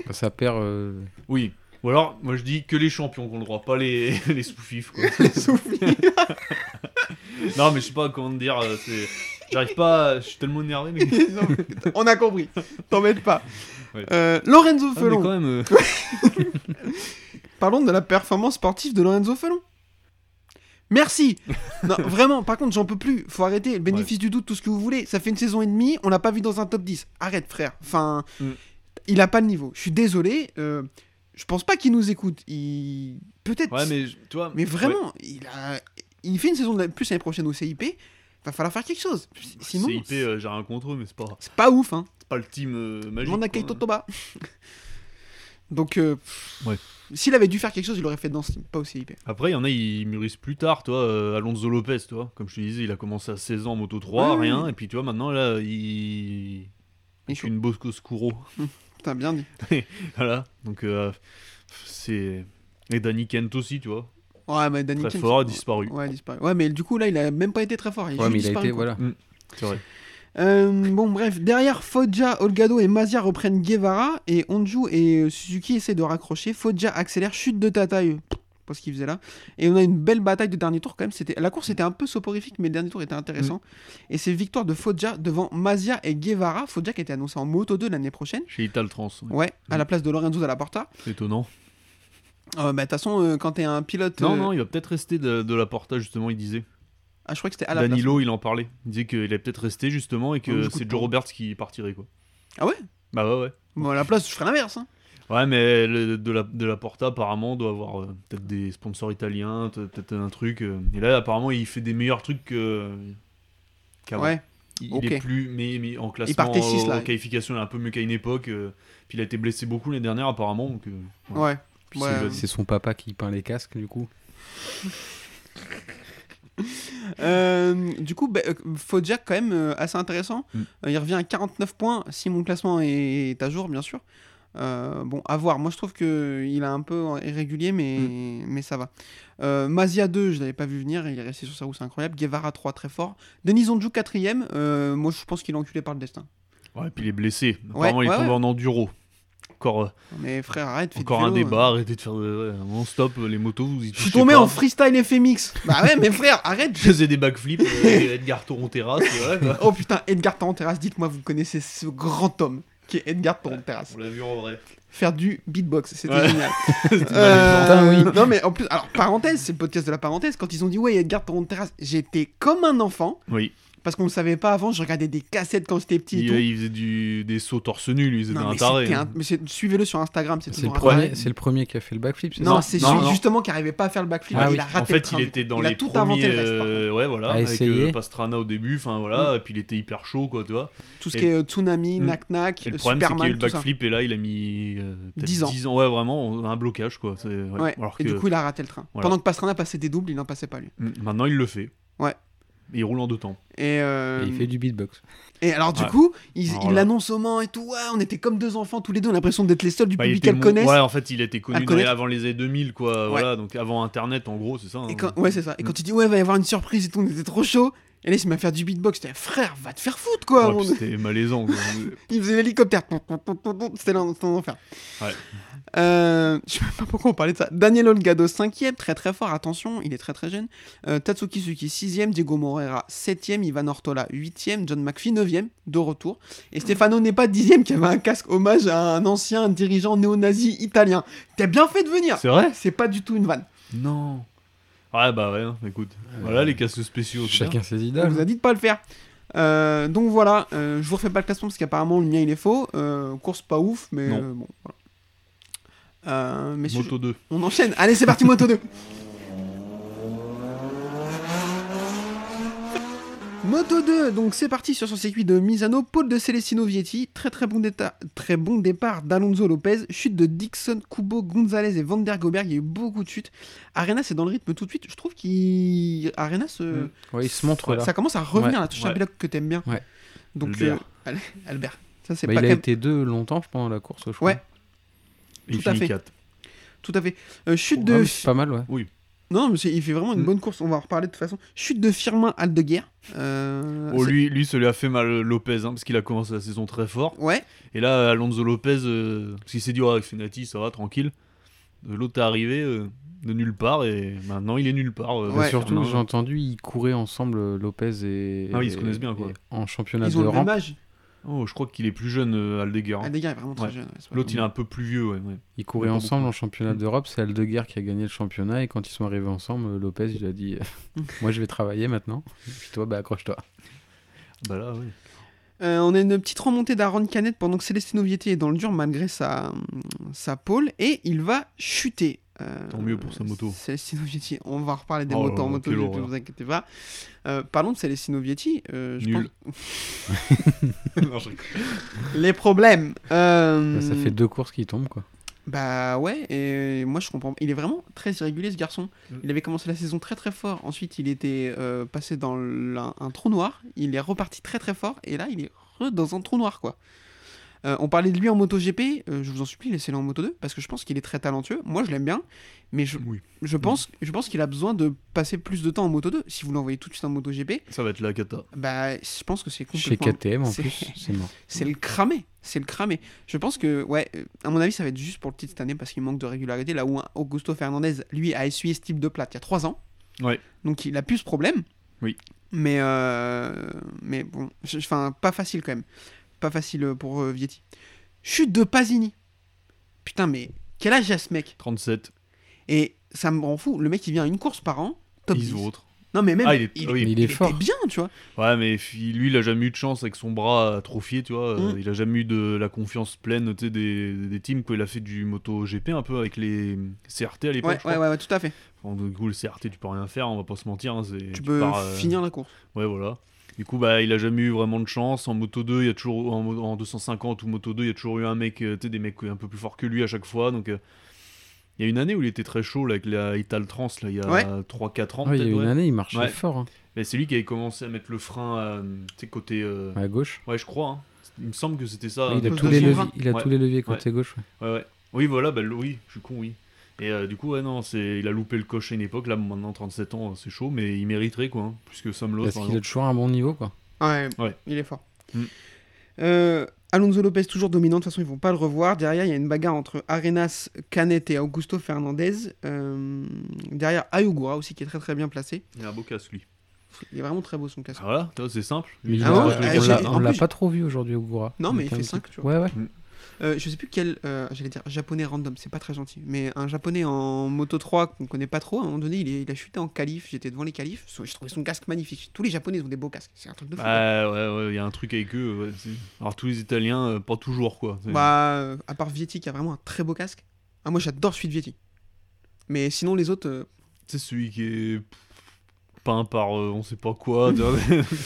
[SPEAKER 3] Bah, Ça perd. euh,
[SPEAKER 4] Oui. Ou alors, moi je dis que les champions qu'on le droit, pas les, les sous-fifs quoi.
[SPEAKER 2] Les soufis.
[SPEAKER 4] non mais je sais pas comment te dire, euh, c'est, j'arrive pas, je suis tellement énervé. Mais...
[SPEAKER 2] Non, mais putain, On a compris. T'embête pas.
[SPEAKER 4] Ouais.
[SPEAKER 2] Euh, Lorenzo
[SPEAKER 4] Ah, mais
[SPEAKER 2] Felon.
[SPEAKER 4] quand même. euh,
[SPEAKER 2] Parlons de la performance sportive de Lorenzo Felon. Merci. Non, vraiment, par contre, j'en peux plus. Faut arrêter. Le bénéfice du doute, tout ce que vous voulez. Ça fait une saison et demie, on l'a pas vu dans un top 10. Arrête, frère. Enfin,
[SPEAKER 4] Mm.
[SPEAKER 2] il a pas le niveau. Je suis désolé. euh, je pense pas qu'il nous écoute. Il... Peut-être.
[SPEAKER 4] Ouais, mais je- tu vois.
[SPEAKER 2] Mais
[SPEAKER 4] ouais.
[SPEAKER 2] vraiment, il, a... il fait une saison de plus l'année prochaine au CIP. Va falloir faire quelque chose. Sinon,
[SPEAKER 4] CIP, euh, j'ai rien contre eux, mais c'est pas,
[SPEAKER 2] c'est pas ouf. Hein.
[SPEAKER 4] c'est pas le team euh, magique.
[SPEAKER 2] Demande à
[SPEAKER 4] quoi.
[SPEAKER 2] Keito Toba. Donc, euh, pff,
[SPEAKER 4] Ouais.
[SPEAKER 2] s'il avait dû faire quelque chose, il l'aurait fait dans ce team, pas au CIP.
[SPEAKER 4] Après, il y en a, ils mûrissent plus tard, toi. euh, Alonso Lopez, toi. Comme je te disais, il a commencé à 16 ans en moto 3,
[SPEAKER 2] Oui,
[SPEAKER 4] rien.
[SPEAKER 2] oui.
[SPEAKER 4] Et puis, tu vois, maintenant, là, il.
[SPEAKER 2] Il
[SPEAKER 4] Je suis une Bosco Scuro.
[SPEAKER 2] Putain, bien dit.
[SPEAKER 4] voilà. Donc, euh, c'est. Et Danny Kent aussi, tu vois.
[SPEAKER 2] Ouais, mais Danny
[SPEAKER 4] Très
[SPEAKER 2] Kane,
[SPEAKER 4] fort,
[SPEAKER 2] c'est-
[SPEAKER 4] disparu.
[SPEAKER 2] Ouais, disparu. Ouais, mais du coup, là, il a même pas été très fort. Il
[SPEAKER 3] Ouais,
[SPEAKER 2] juste
[SPEAKER 3] mais il a
[SPEAKER 2] disparu,
[SPEAKER 3] été.
[SPEAKER 2] quoi.
[SPEAKER 3] Voilà.
[SPEAKER 4] C'est vrai.
[SPEAKER 2] Euh, bon, bref, derrière Foggia, Olgado et Mazia reprennent Guevara et Onju et euh, Suzuki essaient de raccrocher. Foggia accélère, chute de Tataï. Pas ce qu'il faisait là. Et on a une belle bataille de dernier tour quand même. C'était... La course était un peu soporifique, mais le dernier tour était intéressant.
[SPEAKER 3] Mm.
[SPEAKER 2] Et c'est victoire de Foggia devant Mazia et Guevara. Foggia qui a été annoncé en Moto 2 l'année prochaine.
[SPEAKER 4] Chez Ital Trans. ouais.
[SPEAKER 2] Ouais, à la place de Lorenzo Dalla Porta.
[SPEAKER 4] C'est étonnant.
[SPEAKER 2] Euh, bah, de toute façon, euh, quand t'es un pilote.
[SPEAKER 4] Non,
[SPEAKER 2] euh,
[SPEAKER 4] non, il va peut-être rester de, de la Porta, justement, il disait.
[SPEAKER 2] Ah, je crois que c'était à la place. Ah
[SPEAKER 4] Danilo, il en parlait. Il disait qu'il allait peut-être rester, justement, et
[SPEAKER 2] Ouais,
[SPEAKER 4] que
[SPEAKER 2] j'écoute
[SPEAKER 4] c'est
[SPEAKER 2] pas.
[SPEAKER 4] Joe Roberts qui partirait, quoi.
[SPEAKER 2] Ah ouais
[SPEAKER 4] Bah ouais, ouais.
[SPEAKER 2] Bon, à la place, je ferais l'inverse. hein.
[SPEAKER 4] Ouais, mais le- de, la, de la Porta, apparemment, doit avoir euh, peut-être des sponsors italiens, peut- peut-être un truc. euh. et là, apparemment, il fait des meilleurs trucs que- qu'avant.
[SPEAKER 2] Ouais.
[SPEAKER 4] Il,
[SPEAKER 2] ok.
[SPEAKER 4] il est plus, mais, mais en classement,
[SPEAKER 2] partait six,
[SPEAKER 4] en-
[SPEAKER 2] là.
[SPEAKER 4] en qualification, il est un peu mieux qu'à une époque. euh. puis il a été blessé beaucoup l'année dernière, apparemment. Donc, euh, voilà.
[SPEAKER 2] Ouais.
[SPEAKER 4] Puis
[SPEAKER 2] Ouais.
[SPEAKER 4] c'est-
[SPEAKER 3] C'est son papa qui peint les casques, du coup.
[SPEAKER 2] Euh, du coup, bah, euh, Foggia, quand même, euh, assez intéressant.
[SPEAKER 4] Mm.
[SPEAKER 2] Euh, il revient à 49 points, si mon classement est, est à jour, bien sûr. Euh, bon, à voir. Moi, je trouve que il a un peu irrégulier, mais,
[SPEAKER 4] Mm.
[SPEAKER 2] mais ça va. Euh, Mazia 2, je l'avais pas vu venir, il est resté sur sa roue, c'est incroyable. Guevara 3, très fort. Denis Onjou 4 e Moi, je pense qu'il est enculé par le destin.
[SPEAKER 4] Ouais, puis il est blessé.
[SPEAKER 2] Ouais,
[SPEAKER 4] Apparemment, il est
[SPEAKER 2] ouais,
[SPEAKER 4] tombé
[SPEAKER 2] ouais.
[SPEAKER 4] en enduro. Encore, euh,
[SPEAKER 2] Mais frère, arrête, fais du
[SPEAKER 4] encore un
[SPEAKER 2] vélo, hein.
[SPEAKER 4] débat, arrêtez de faire de. ouais, non, stop, euh, les motos, vous y
[SPEAKER 2] Je suis
[SPEAKER 4] touchez
[SPEAKER 2] tombé
[SPEAKER 4] pas.
[SPEAKER 2] en freestyle FMX. Bah ouais, mais frère, arrête.
[SPEAKER 4] Je faisais des backflips, euh, Edgar Toron terrasse, et bah, voilà, quoi.
[SPEAKER 2] Oh putain, Edgar Toron Terrasse, dites-moi, vous connaissez ce grand homme qui est Edgar Toron Terrasse.
[SPEAKER 4] On l'a vu en vrai.
[SPEAKER 2] Faire du beatbox, c'était
[SPEAKER 4] Ouais.
[SPEAKER 2] génial.
[SPEAKER 4] C'était malaisant.
[SPEAKER 2] Euh,
[SPEAKER 3] Putain, oui.
[SPEAKER 2] Non mais en plus, alors parenthèse, c'est le podcast de la parenthèse. Quand ils ont dit ouais, Edgar Toron Terrasse, j'étais comme un enfant
[SPEAKER 4] Oui.
[SPEAKER 2] parce qu'on le savait pas avant. Je regardais des cassettes quand j'étais petit. Et
[SPEAKER 4] Il, euh,
[SPEAKER 2] tout.
[SPEAKER 4] il faisait du, des sauts torse nu, lui, il faisait
[SPEAKER 2] Non,
[SPEAKER 4] un
[SPEAKER 2] mais
[SPEAKER 4] taré. hein.
[SPEAKER 2] c'était un- mais c'est- suivez-le sur Instagram, c'est
[SPEAKER 3] C'est le
[SPEAKER 2] toujours un
[SPEAKER 3] premier.
[SPEAKER 2] taré.
[SPEAKER 3] C'est le premier qui a fait le backflip. c'est
[SPEAKER 2] Non,
[SPEAKER 3] ça
[SPEAKER 2] c'est
[SPEAKER 4] non,
[SPEAKER 2] celui
[SPEAKER 4] non.
[SPEAKER 2] justement qui arrivait pas à faire le backflip.
[SPEAKER 3] Ah oui.
[SPEAKER 2] Il a
[SPEAKER 4] En
[SPEAKER 2] raté le
[SPEAKER 4] fait,
[SPEAKER 2] train.
[SPEAKER 4] il était dans
[SPEAKER 2] il a
[SPEAKER 4] les
[SPEAKER 2] tout
[SPEAKER 4] premiers,
[SPEAKER 2] inventé le reste, par Mm. contre.
[SPEAKER 4] euh, ouais, voilà,
[SPEAKER 3] À
[SPEAKER 4] avec
[SPEAKER 3] essayer.
[SPEAKER 4] euh, Pastrana au début, enfin voilà, et puis il était hyper chaud, quoi, tu vois.
[SPEAKER 2] Tout ce
[SPEAKER 4] et-
[SPEAKER 2] qui est euh, tsunami,
[SPEAKER 4] Mm.
[SPEAKER 2] knack knack,
[SPEAKER 4] Et le
[SPEAKER 2] euh,
[SPEAKER 4] problème, c'est qu'il y a eu le
[SPEAKER 2] Superman, tout ça.
[SPEAKER 4] backflip, et là, il a mis euh, peut-être
[SPEAKER 2] 10 ans.
[SPEAKER 4] ouais, vraiment, un blocage, quoi. c'est- ouais.
[SPEAKER 2] Ouais.
[SPEAKER 4] Alors
[SPEAKER 2] Et
[SPEAKER 4] que
[SPEAKER 2] du coup, il a raté le train.
[SPEAKER 4] Voilà.
[SPEAKER 2] Pendant que Pastrana passait des doubles, il n'en passait pas lui.
[SPEAKER 4] mm, maintenant, il le fait.
[SPEAKER 2] Ouais.
[SPEAKER 4] Et il roule en deux temps.
[SPEAKER 2] Et, euh,
[SPEAKER 3] Et il fait du beatbox.
[SPEAKER 2] et alors, du
[SPEAKER 4] Ouais.
[SPEAKER 2] coup, ils
[SPEAKER 4] Alors
[SPEAKER 2] ils
[SPEAKER 4] là.
[SPEAKER 2] l'annoncent aux mains et tout. Ouais, on était comme deux enfants tous les deux. On a l'impression d'être les seuls du
[SPEAKER 4] Bah, il
[SPEAKER 2] public
[SPEAKER 4] était
[SPEAKER 2] qu'elles
[SPEAKER 4] mon-
[SPEAKER 2] connaissent.
[SPEAKER 4] Ouais, en fait, il était connu dans les-
[SPEAKER 2] connaître.
[SPEAKER 4] avant les années 2000, quoi. Voilà, donc avant Internet, en gros, c'est ça.
[SPEAKER 2] Et
[SPEAKER 4] hein.
[SPEAKER 2] quand- ouais, c'est ça. Et quand il dit, ouais, va y avoir une surprise et tout, on était trop chaud. Et là, il se met à faire du beatbox. J'étais, frère, va te faire foutre, quoi.
[SPEAKER 4] Ouais,
[SPEAKER 2] mon-
[SPEAKER 4] Oh, puis C'était malaisant. quoi.
[SPEAKER 2] Il faisait l'hélicoptère. C'était l'en- c'était un enfer.
[SPEAKER 4] Ouais.
[SPEAKER 2] Euh, je sais même pas pourquoi on parlait de ça. Daniel Olgado, 5 très très fort, attention, il est très très jeune. Euh, Tatsuki Suki, 6 Diego Morera, 7 Ivan Ortola, 8 John McPhee, 9 de retour. Et Stefano n'est pas 10 qui avait un casque hommage à un ancien dirigeant néo-nazi italien. T'as bien fait de venir
[SPEAKER 4] c'est vrai
[SPEAKER 2] C'est pas du tout une vanne.
[SPEAKER 3] Non.
[SPEAKER 4] Ouais, bah ouais, hein, écoute. Voilà les casques spéciaux. c'est bien.
[SPEAKER 3] Chacun ses
[SPEAKER 2] On
[SPEAKER 3] hein.
[SPEAKER 4] Mhm.
[SPEAKER 3] idoles.
[SPEAKER 2] vous a dit de pas le faire. Euh, donc voilà, euh, je vous refais pas le classement parce qu'apparemment le mien il est faux. Euh, course pas ouf, mais
[SPEAKER 4] Non.
[SPEAKER 2] euh, bon. Voilà. Euh, mais
[SPEAKER 4] Moto 2.
[SPEAKER 2] On enchaîne. Allez, c'est parti, Moto 2. Moto 2, donc c'est parti sur son circuit de Misano, pôle de Celestino Vietti, très très bon, déta- très bon départ d'Alonso Lopez, chute de Dixon, Kubo, Gonzalez et Van der Goberg, il y a eu beaucoup de chutes. Arena c'est dans le rythme tout de suite, je trouve qu'il... euh, Arena se...
[SPEAKER 4] Mm.
[SPEAKER 3] Ouais, il se montre là.
[SPEAKER 2] Ça commence à revenir
[SPEAKER 3] Ouais.
[SPEAKER 2] la touche
[SPEAKER 4] Ouais.
[SPEAKER 2] à bloc que t'aimes bien.
[SPEAKER 3] Ouais.
[SPEAKER 2] Donc
[SPEAKER 4] Albert.
[SPEAKER 2] euh, Al- Albert. Ça c'est
[SPEAKER 3] Bah,
[SPEAKER 2] pas
[SPEAKER 3] il a
[SPEAKER 2] quand même-
[SPEAKER 3] été deux longtemps, je pense, dans la course, je crois.
[SPEAKER 2] Ouais,
[SPEAKER 4] Il
[SPEAKER 2] tout à fait.
[SPEAKER 4] finit 4.
[SPEAKER 2] tout à fait. Euh, chute
[SPEAKER 3] Ouais,
[SPEAKER 2] de
[SPEAKER 3] Ah, mais c'est pas mal, ouais.
[SPEAKER 2] Non, mais c'est- il fait vraiment une
[SPEAKER 3] Mm.
[SPEAKER 2] bonne course. On va en reparler de toute façon. Chute de Firmin Aldeguer. Euh,
[SPEAKER 4] Oh, lui, lui, ça lui a fait mal euh, Lopez, hein, parce qu'il a commencé la saison très fort.
[SPEAKER 2] c'est- Ouais.
[SPEAKER 4] Et là, Alonso Lopez, euh, parce qu'il s'est dit, ouais, avec Fenati, ça va, tranquille. Euh, L'autre est arrivé euh, de nulle part, et maintenant, il est nulle part. euh,
[SPEAKER 2] Ouais.
[SPEAKER 3] Et surtout,
[SPEAKER 4] Fernand.
[SPEAKER 3] j'ai entendu, ils couraient ensemble, euh, Lopez et.
[SPEAKER 4] Ah oui, ils se
[SPEAKER 3] et-
[SPEAKER 4] connaissent bien, quoi.
[SPEAKER 3] et- En championnat
[SPEAKER 2] Ils
[SPEAKER 3] de
[SPEAKER 2] ont le même
[SPEAKER 3] rampe.
[SPEAKER 2] âge.
[SPEAKER 4] Oh, je crois qu'il est plus jeune, euh, Aldeguer. hein.
[SPEAKER 2] Aldeguer est vraiment très
[SPEAKER 4] Ouais.
[SPEAKER 2] jeune. ouais, c'est pas
[SPEAKER 4] L'autre,
[SPEAKER 2] grave.
[SPEAKER 4] il est un peu plus vieux, ouais. ouais.
[SPEAKER 3] Ils couraient
[SPEAKER 4] pas
[SPEAKER 3] ensemble
[SPEAKER 4] beaucoup.
[SPEAKER 3] en
[SPEAKER 2] Mm.
[SPEAKER 3] championnat d'Europe, c'est Aldeguer qui a gagné le championnat et quand ils sont arrivés ensemble, euh, Lopez il a dit euh, "Moi je vais travailler maintenant, puis toi bah accroche-toi."
[SPEAKER 4] Bah là, ouais.
[SPEAKER 2] Euh, on a une petite remontée d'Aaron Canet pendant que Celestino Vietti est dans le dur malgré sa, sa pole et il va chuter. Euh,
[SPEAKER 4] Tant mieux pour sa moto.
[SPEAKER 2] Celestino Vietti, on va reparler des
[SPEAKER 4] Oh là
[SPEAKER 2] motos en
[SPEAKER 4] là,
[SPEAKER 2] moto,
[SPEAKER 4] quelle
[SPEAKER 2] ne
[SPEAKER 4] horreur.
[SPEAKER 2] vous inquiétez pas. Euh, parlons de Celestino Vietti. euh, je
[SPEAKER 4] Nul.
[SPEAKER 2] pense-
[SPEAKER 4] Non, je rigole.
[SPEAKER 2] Les problèmes. euh,
[SPEAKER 3] Bah, ça fait deux courses qui tombent quoi.
[SPEAKER 2] Bah ouais, et moi je comprends. Il est vraiment très irrégulier ce garçon.
[SPEAKER 4] Mm.
[SPEAKER 2] Il avait commencé la saison très très fort, ensuite il était euh, passé dans l- un, un trou noir, il est reparti très très fort, et là il est re dans un trou noir quoi. Euh, on parlait de lui en MotoGP, euh, je vous en supplie, laissez-le en Moto2, parce que je pense qu'il est très talentueux, moi je l'aime bien, mais je,
[SPEAKER 4] Oui. Mm.
[SPEAKER 2] je pense, je pense qu'il a besoin de passer plus de temps en Moto2. Si vous l'envoyez tout de suite en MotoGP,
[SPEAKER 4] Ça va être la cata.
[SPEAKER 2] bah je pense que c'est
[SPEAKER 3] Chez
[SPEAKER 2] complètement...
[SPEAKER 3] KTM en
[SPEAKER 2] c'est-
[SPEAKER 3] plus, c'est mort.
[SPEAKER 2] C'est le cramé, c'est le cramé. Je pense que, ouais, euh, à mon avis, ça va être juste pour le titre cette année parce qu'il manque de régularité. Là où un Augusto Fernandez, lui, a essuyé ce type de plate il y a 3 ans.
[SPEAKER 4] Ouais.
[SPEAKER 2] Donc il a plus ce problème.
[SPEAKER 4] Oui.
[SPEAKER 2] Mais, euh, mais bon, je- enfin, pas facile quand même. Pas facile euh, pour euh, Vietti. Chute de Pasini. Putain, mais quel âge a ce mec
[SPEAKER 4] 37,
[SPEAKER 2] Et ça me rend fou. Le mec, il vient à une course par an. Top 10.
[SPEAKER 4] ils autres.
[SPEAKER 2] Non, mais même.
[SPEAKER 4] Ah, il est-
[SPEAKER 2] il,
[SPEAKER 4] oui.
[SPEAKER 3] Mais il est
[SPEAKER 2] il était
[SPEAKER 3] fort.
[SPEAKER 2] bien, tu vois.
[SPEAKER 4] Ouais, mais fi- lui, il a jamais eu de chance avec son bras atrophié, tu vois. euh,
[SPEAKER 2] Mm.
[SPEAKER 4] Il a jamais eu de la confiance pleine tu sais, des, des teams. Quoi. Il a fait du moto GP un peu avec les CRT à l'époque.
[SPEAKER 2] Ouais,
[SPEAKER 4] je crois.
[SPEAKER 2] ouais, ouais, ouais, tout à fait.
[SPEAKER 4] Enfin, du coup, le CRT, tu peux rien faire, on va pas se mentir. hein, c'est-
[SPEAKER 2] Tu peux
[SPEAKER 4] pars, euh,
[SPEAKER 2] finir la course.
[SPEAKER 4] Ouais, voilà. Du coup, bah, il a jamais eu vraiment de chance. En moto 2, il y a toujours en, mo- en 250 ou moto 2, il y a toujours eu un mec, euh, tu sais, des mecs un peu plus forts que lui à chaque fois. Donc, euh, il y a une année où il était très chaud là, avec la Ital Trans, là, il y a
[SPEAKER 2] Ouais.
[SPEAKER 4] 3-4 ans.
[SPEAKER 3] Ouais, il y a
[SPEAKER 4] peut-être,
[SPEAKER 3] une
[SPEAKER 4] ouais.
[SPEAKER 3] année, il marchait
[SPEAKER 4] Ouais.
[SPEAKER 3] fort hein,
[SPEAKER 4] Mais c'est lui qui avait commencé à mettre le frein, euh, tu sais, côté. euh,
[SPEAKER 3] à gauche.
[SPEAKER 4] Ouais, je crois. hein. Il me semble que c'était ça.
[SPEAKER 3] Ouais, il a
[SPEAKER 2] pose
[SPEAKER 3] tous
[SPEAKER 2] de
[SPEAKER 3] les
[SPEAKER 2] son
[SPEAKER 3] leviers,
[SPEAKER 2] bras.
[SPEAKER 3] il a
[SPEAKER 4] Ouais.
[SPEAKER 3] tous les leviers côté gauche. ouais.
[SPEAKER 4] Ouais, ouais. Oui, voilà, bah, le- oui, je suis con, oui. Et euh, du coup, ouais, non, c'est... il a loupé le coche à une époque. Là, maintenant, 37 ans, c'est chaud, mais il mériterait, quoi. hein, plus que Sam Lowe,
[SPEAKER 3] Parce
[SPEAKER 4] par
[SPEAKER 3] qu'il a
[SPEAKER 4] exemple.
[SPEAKER 3] toujours un bon niveau quoi.
[SPEAKER 2] Ah Ouais,
[SPEAKER 4] Ouais.
[SPEAKER 2] il est fort.
[SPEAKER 4] Mm.
[SPEAKER 2] Euh, Alonso Lopez toujours dominant, de toute façon ils vont pas le revoir. Derrière il y a une bagarre entre Arenas, Canet et Augusto Fernandez. Euh, derrière Ayugura aussi qui est très très bien placé.
[SPEAKER 4] Il a un beau casque, lui.
[SPEAKER 2] Il est vraiment très beau son casque.
[SPEAKER 4] Ah, voilà, tu vois, c'est simple.
[SPEAKER 3] Mais il
[SPEAKER 2] Ah
[SPEAKER 3] a-
[SPEAKER 2] bon
[SPEAKER 3] on
[SPEAKER 2] Euh,
[SPEAKER 3] l'a-
[SPEAKER 2] j'ai- en
[SPEAKER 4] hein.
[SPEAKER 3] on l'a
[SPEAKER 2] plus-
[SPEAKER 3] pas trop vu aujourd'hui au Goura.
[SPEAKER 2] Non, mais il
[SPEAKER 3] était
[SPEAKER 2] fait
[SPEAKER 3] un
[SPEAKER 2] cinq,
[SPEAKER 3] petit-
[SPEAKER 2] tu vois.
[SPEAKER 3] Ouais ouais.
[SPEAKER 2] Euh, je sais plus quel, euh, j'allais dire japonais random, c'est pas très gentil, mais un japonais en moto 3 qu'on connaît pas trop, à un moment donné il, est- il a chuté en qualif, j'étais devant les qualifs, so- j'ai trouvé son casque magnifique. Tous les japonais ils ont des beaux casques, c'est un truc de fou.
[SPEAKER 4] Ah, ouais, ouais, il y a un truc avec eux. ouais, c'est- Alors, tous les Italiens, euh, pas toujours, quoi. C'est-
[SPEAKER 2] Bah, euh, à part Vietti qui a vraiment un très beau casque. Ah, moi j'adore celui de Vietti. Mais sinon les autres, euh,
[SPEAKER 4] C'est celui qui est peint par euh, on sait pas quoi. tu vois.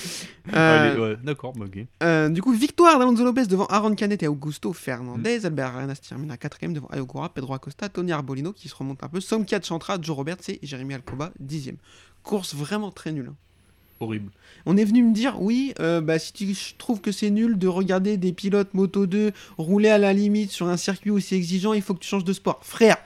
[SPEAKER 4] Ah,
[SPEAKER 2] euh,
[SPEAKER 4] il est- ouais, D'accord, bah, ok.
[SPEAKER 2] Euh, du coup, victoire d'Alonso Lopez devant Aaron Canet et Augusto Fernandez.
[SPEAKER 4] Mm.
[SPEAKER 2] Albert Arenas termine à 4 devant Ayokura, Pedro Acosta, Tony Arbolino qui se remonte un peu. Somkia Chantra, Joe Roberts et Jérémy Alcoba 10 Course vraiment très nulle. hein.
[SPEAKER 4] horrible.
[SPEAKER 2] On est venu me dire, oui, euh, bah, si tu je trouve que c'est nul de regarder des pilotes Moto 2 rouler à la limite sur un circuit aussi exigeant, il faut que tu changes de sport. Frère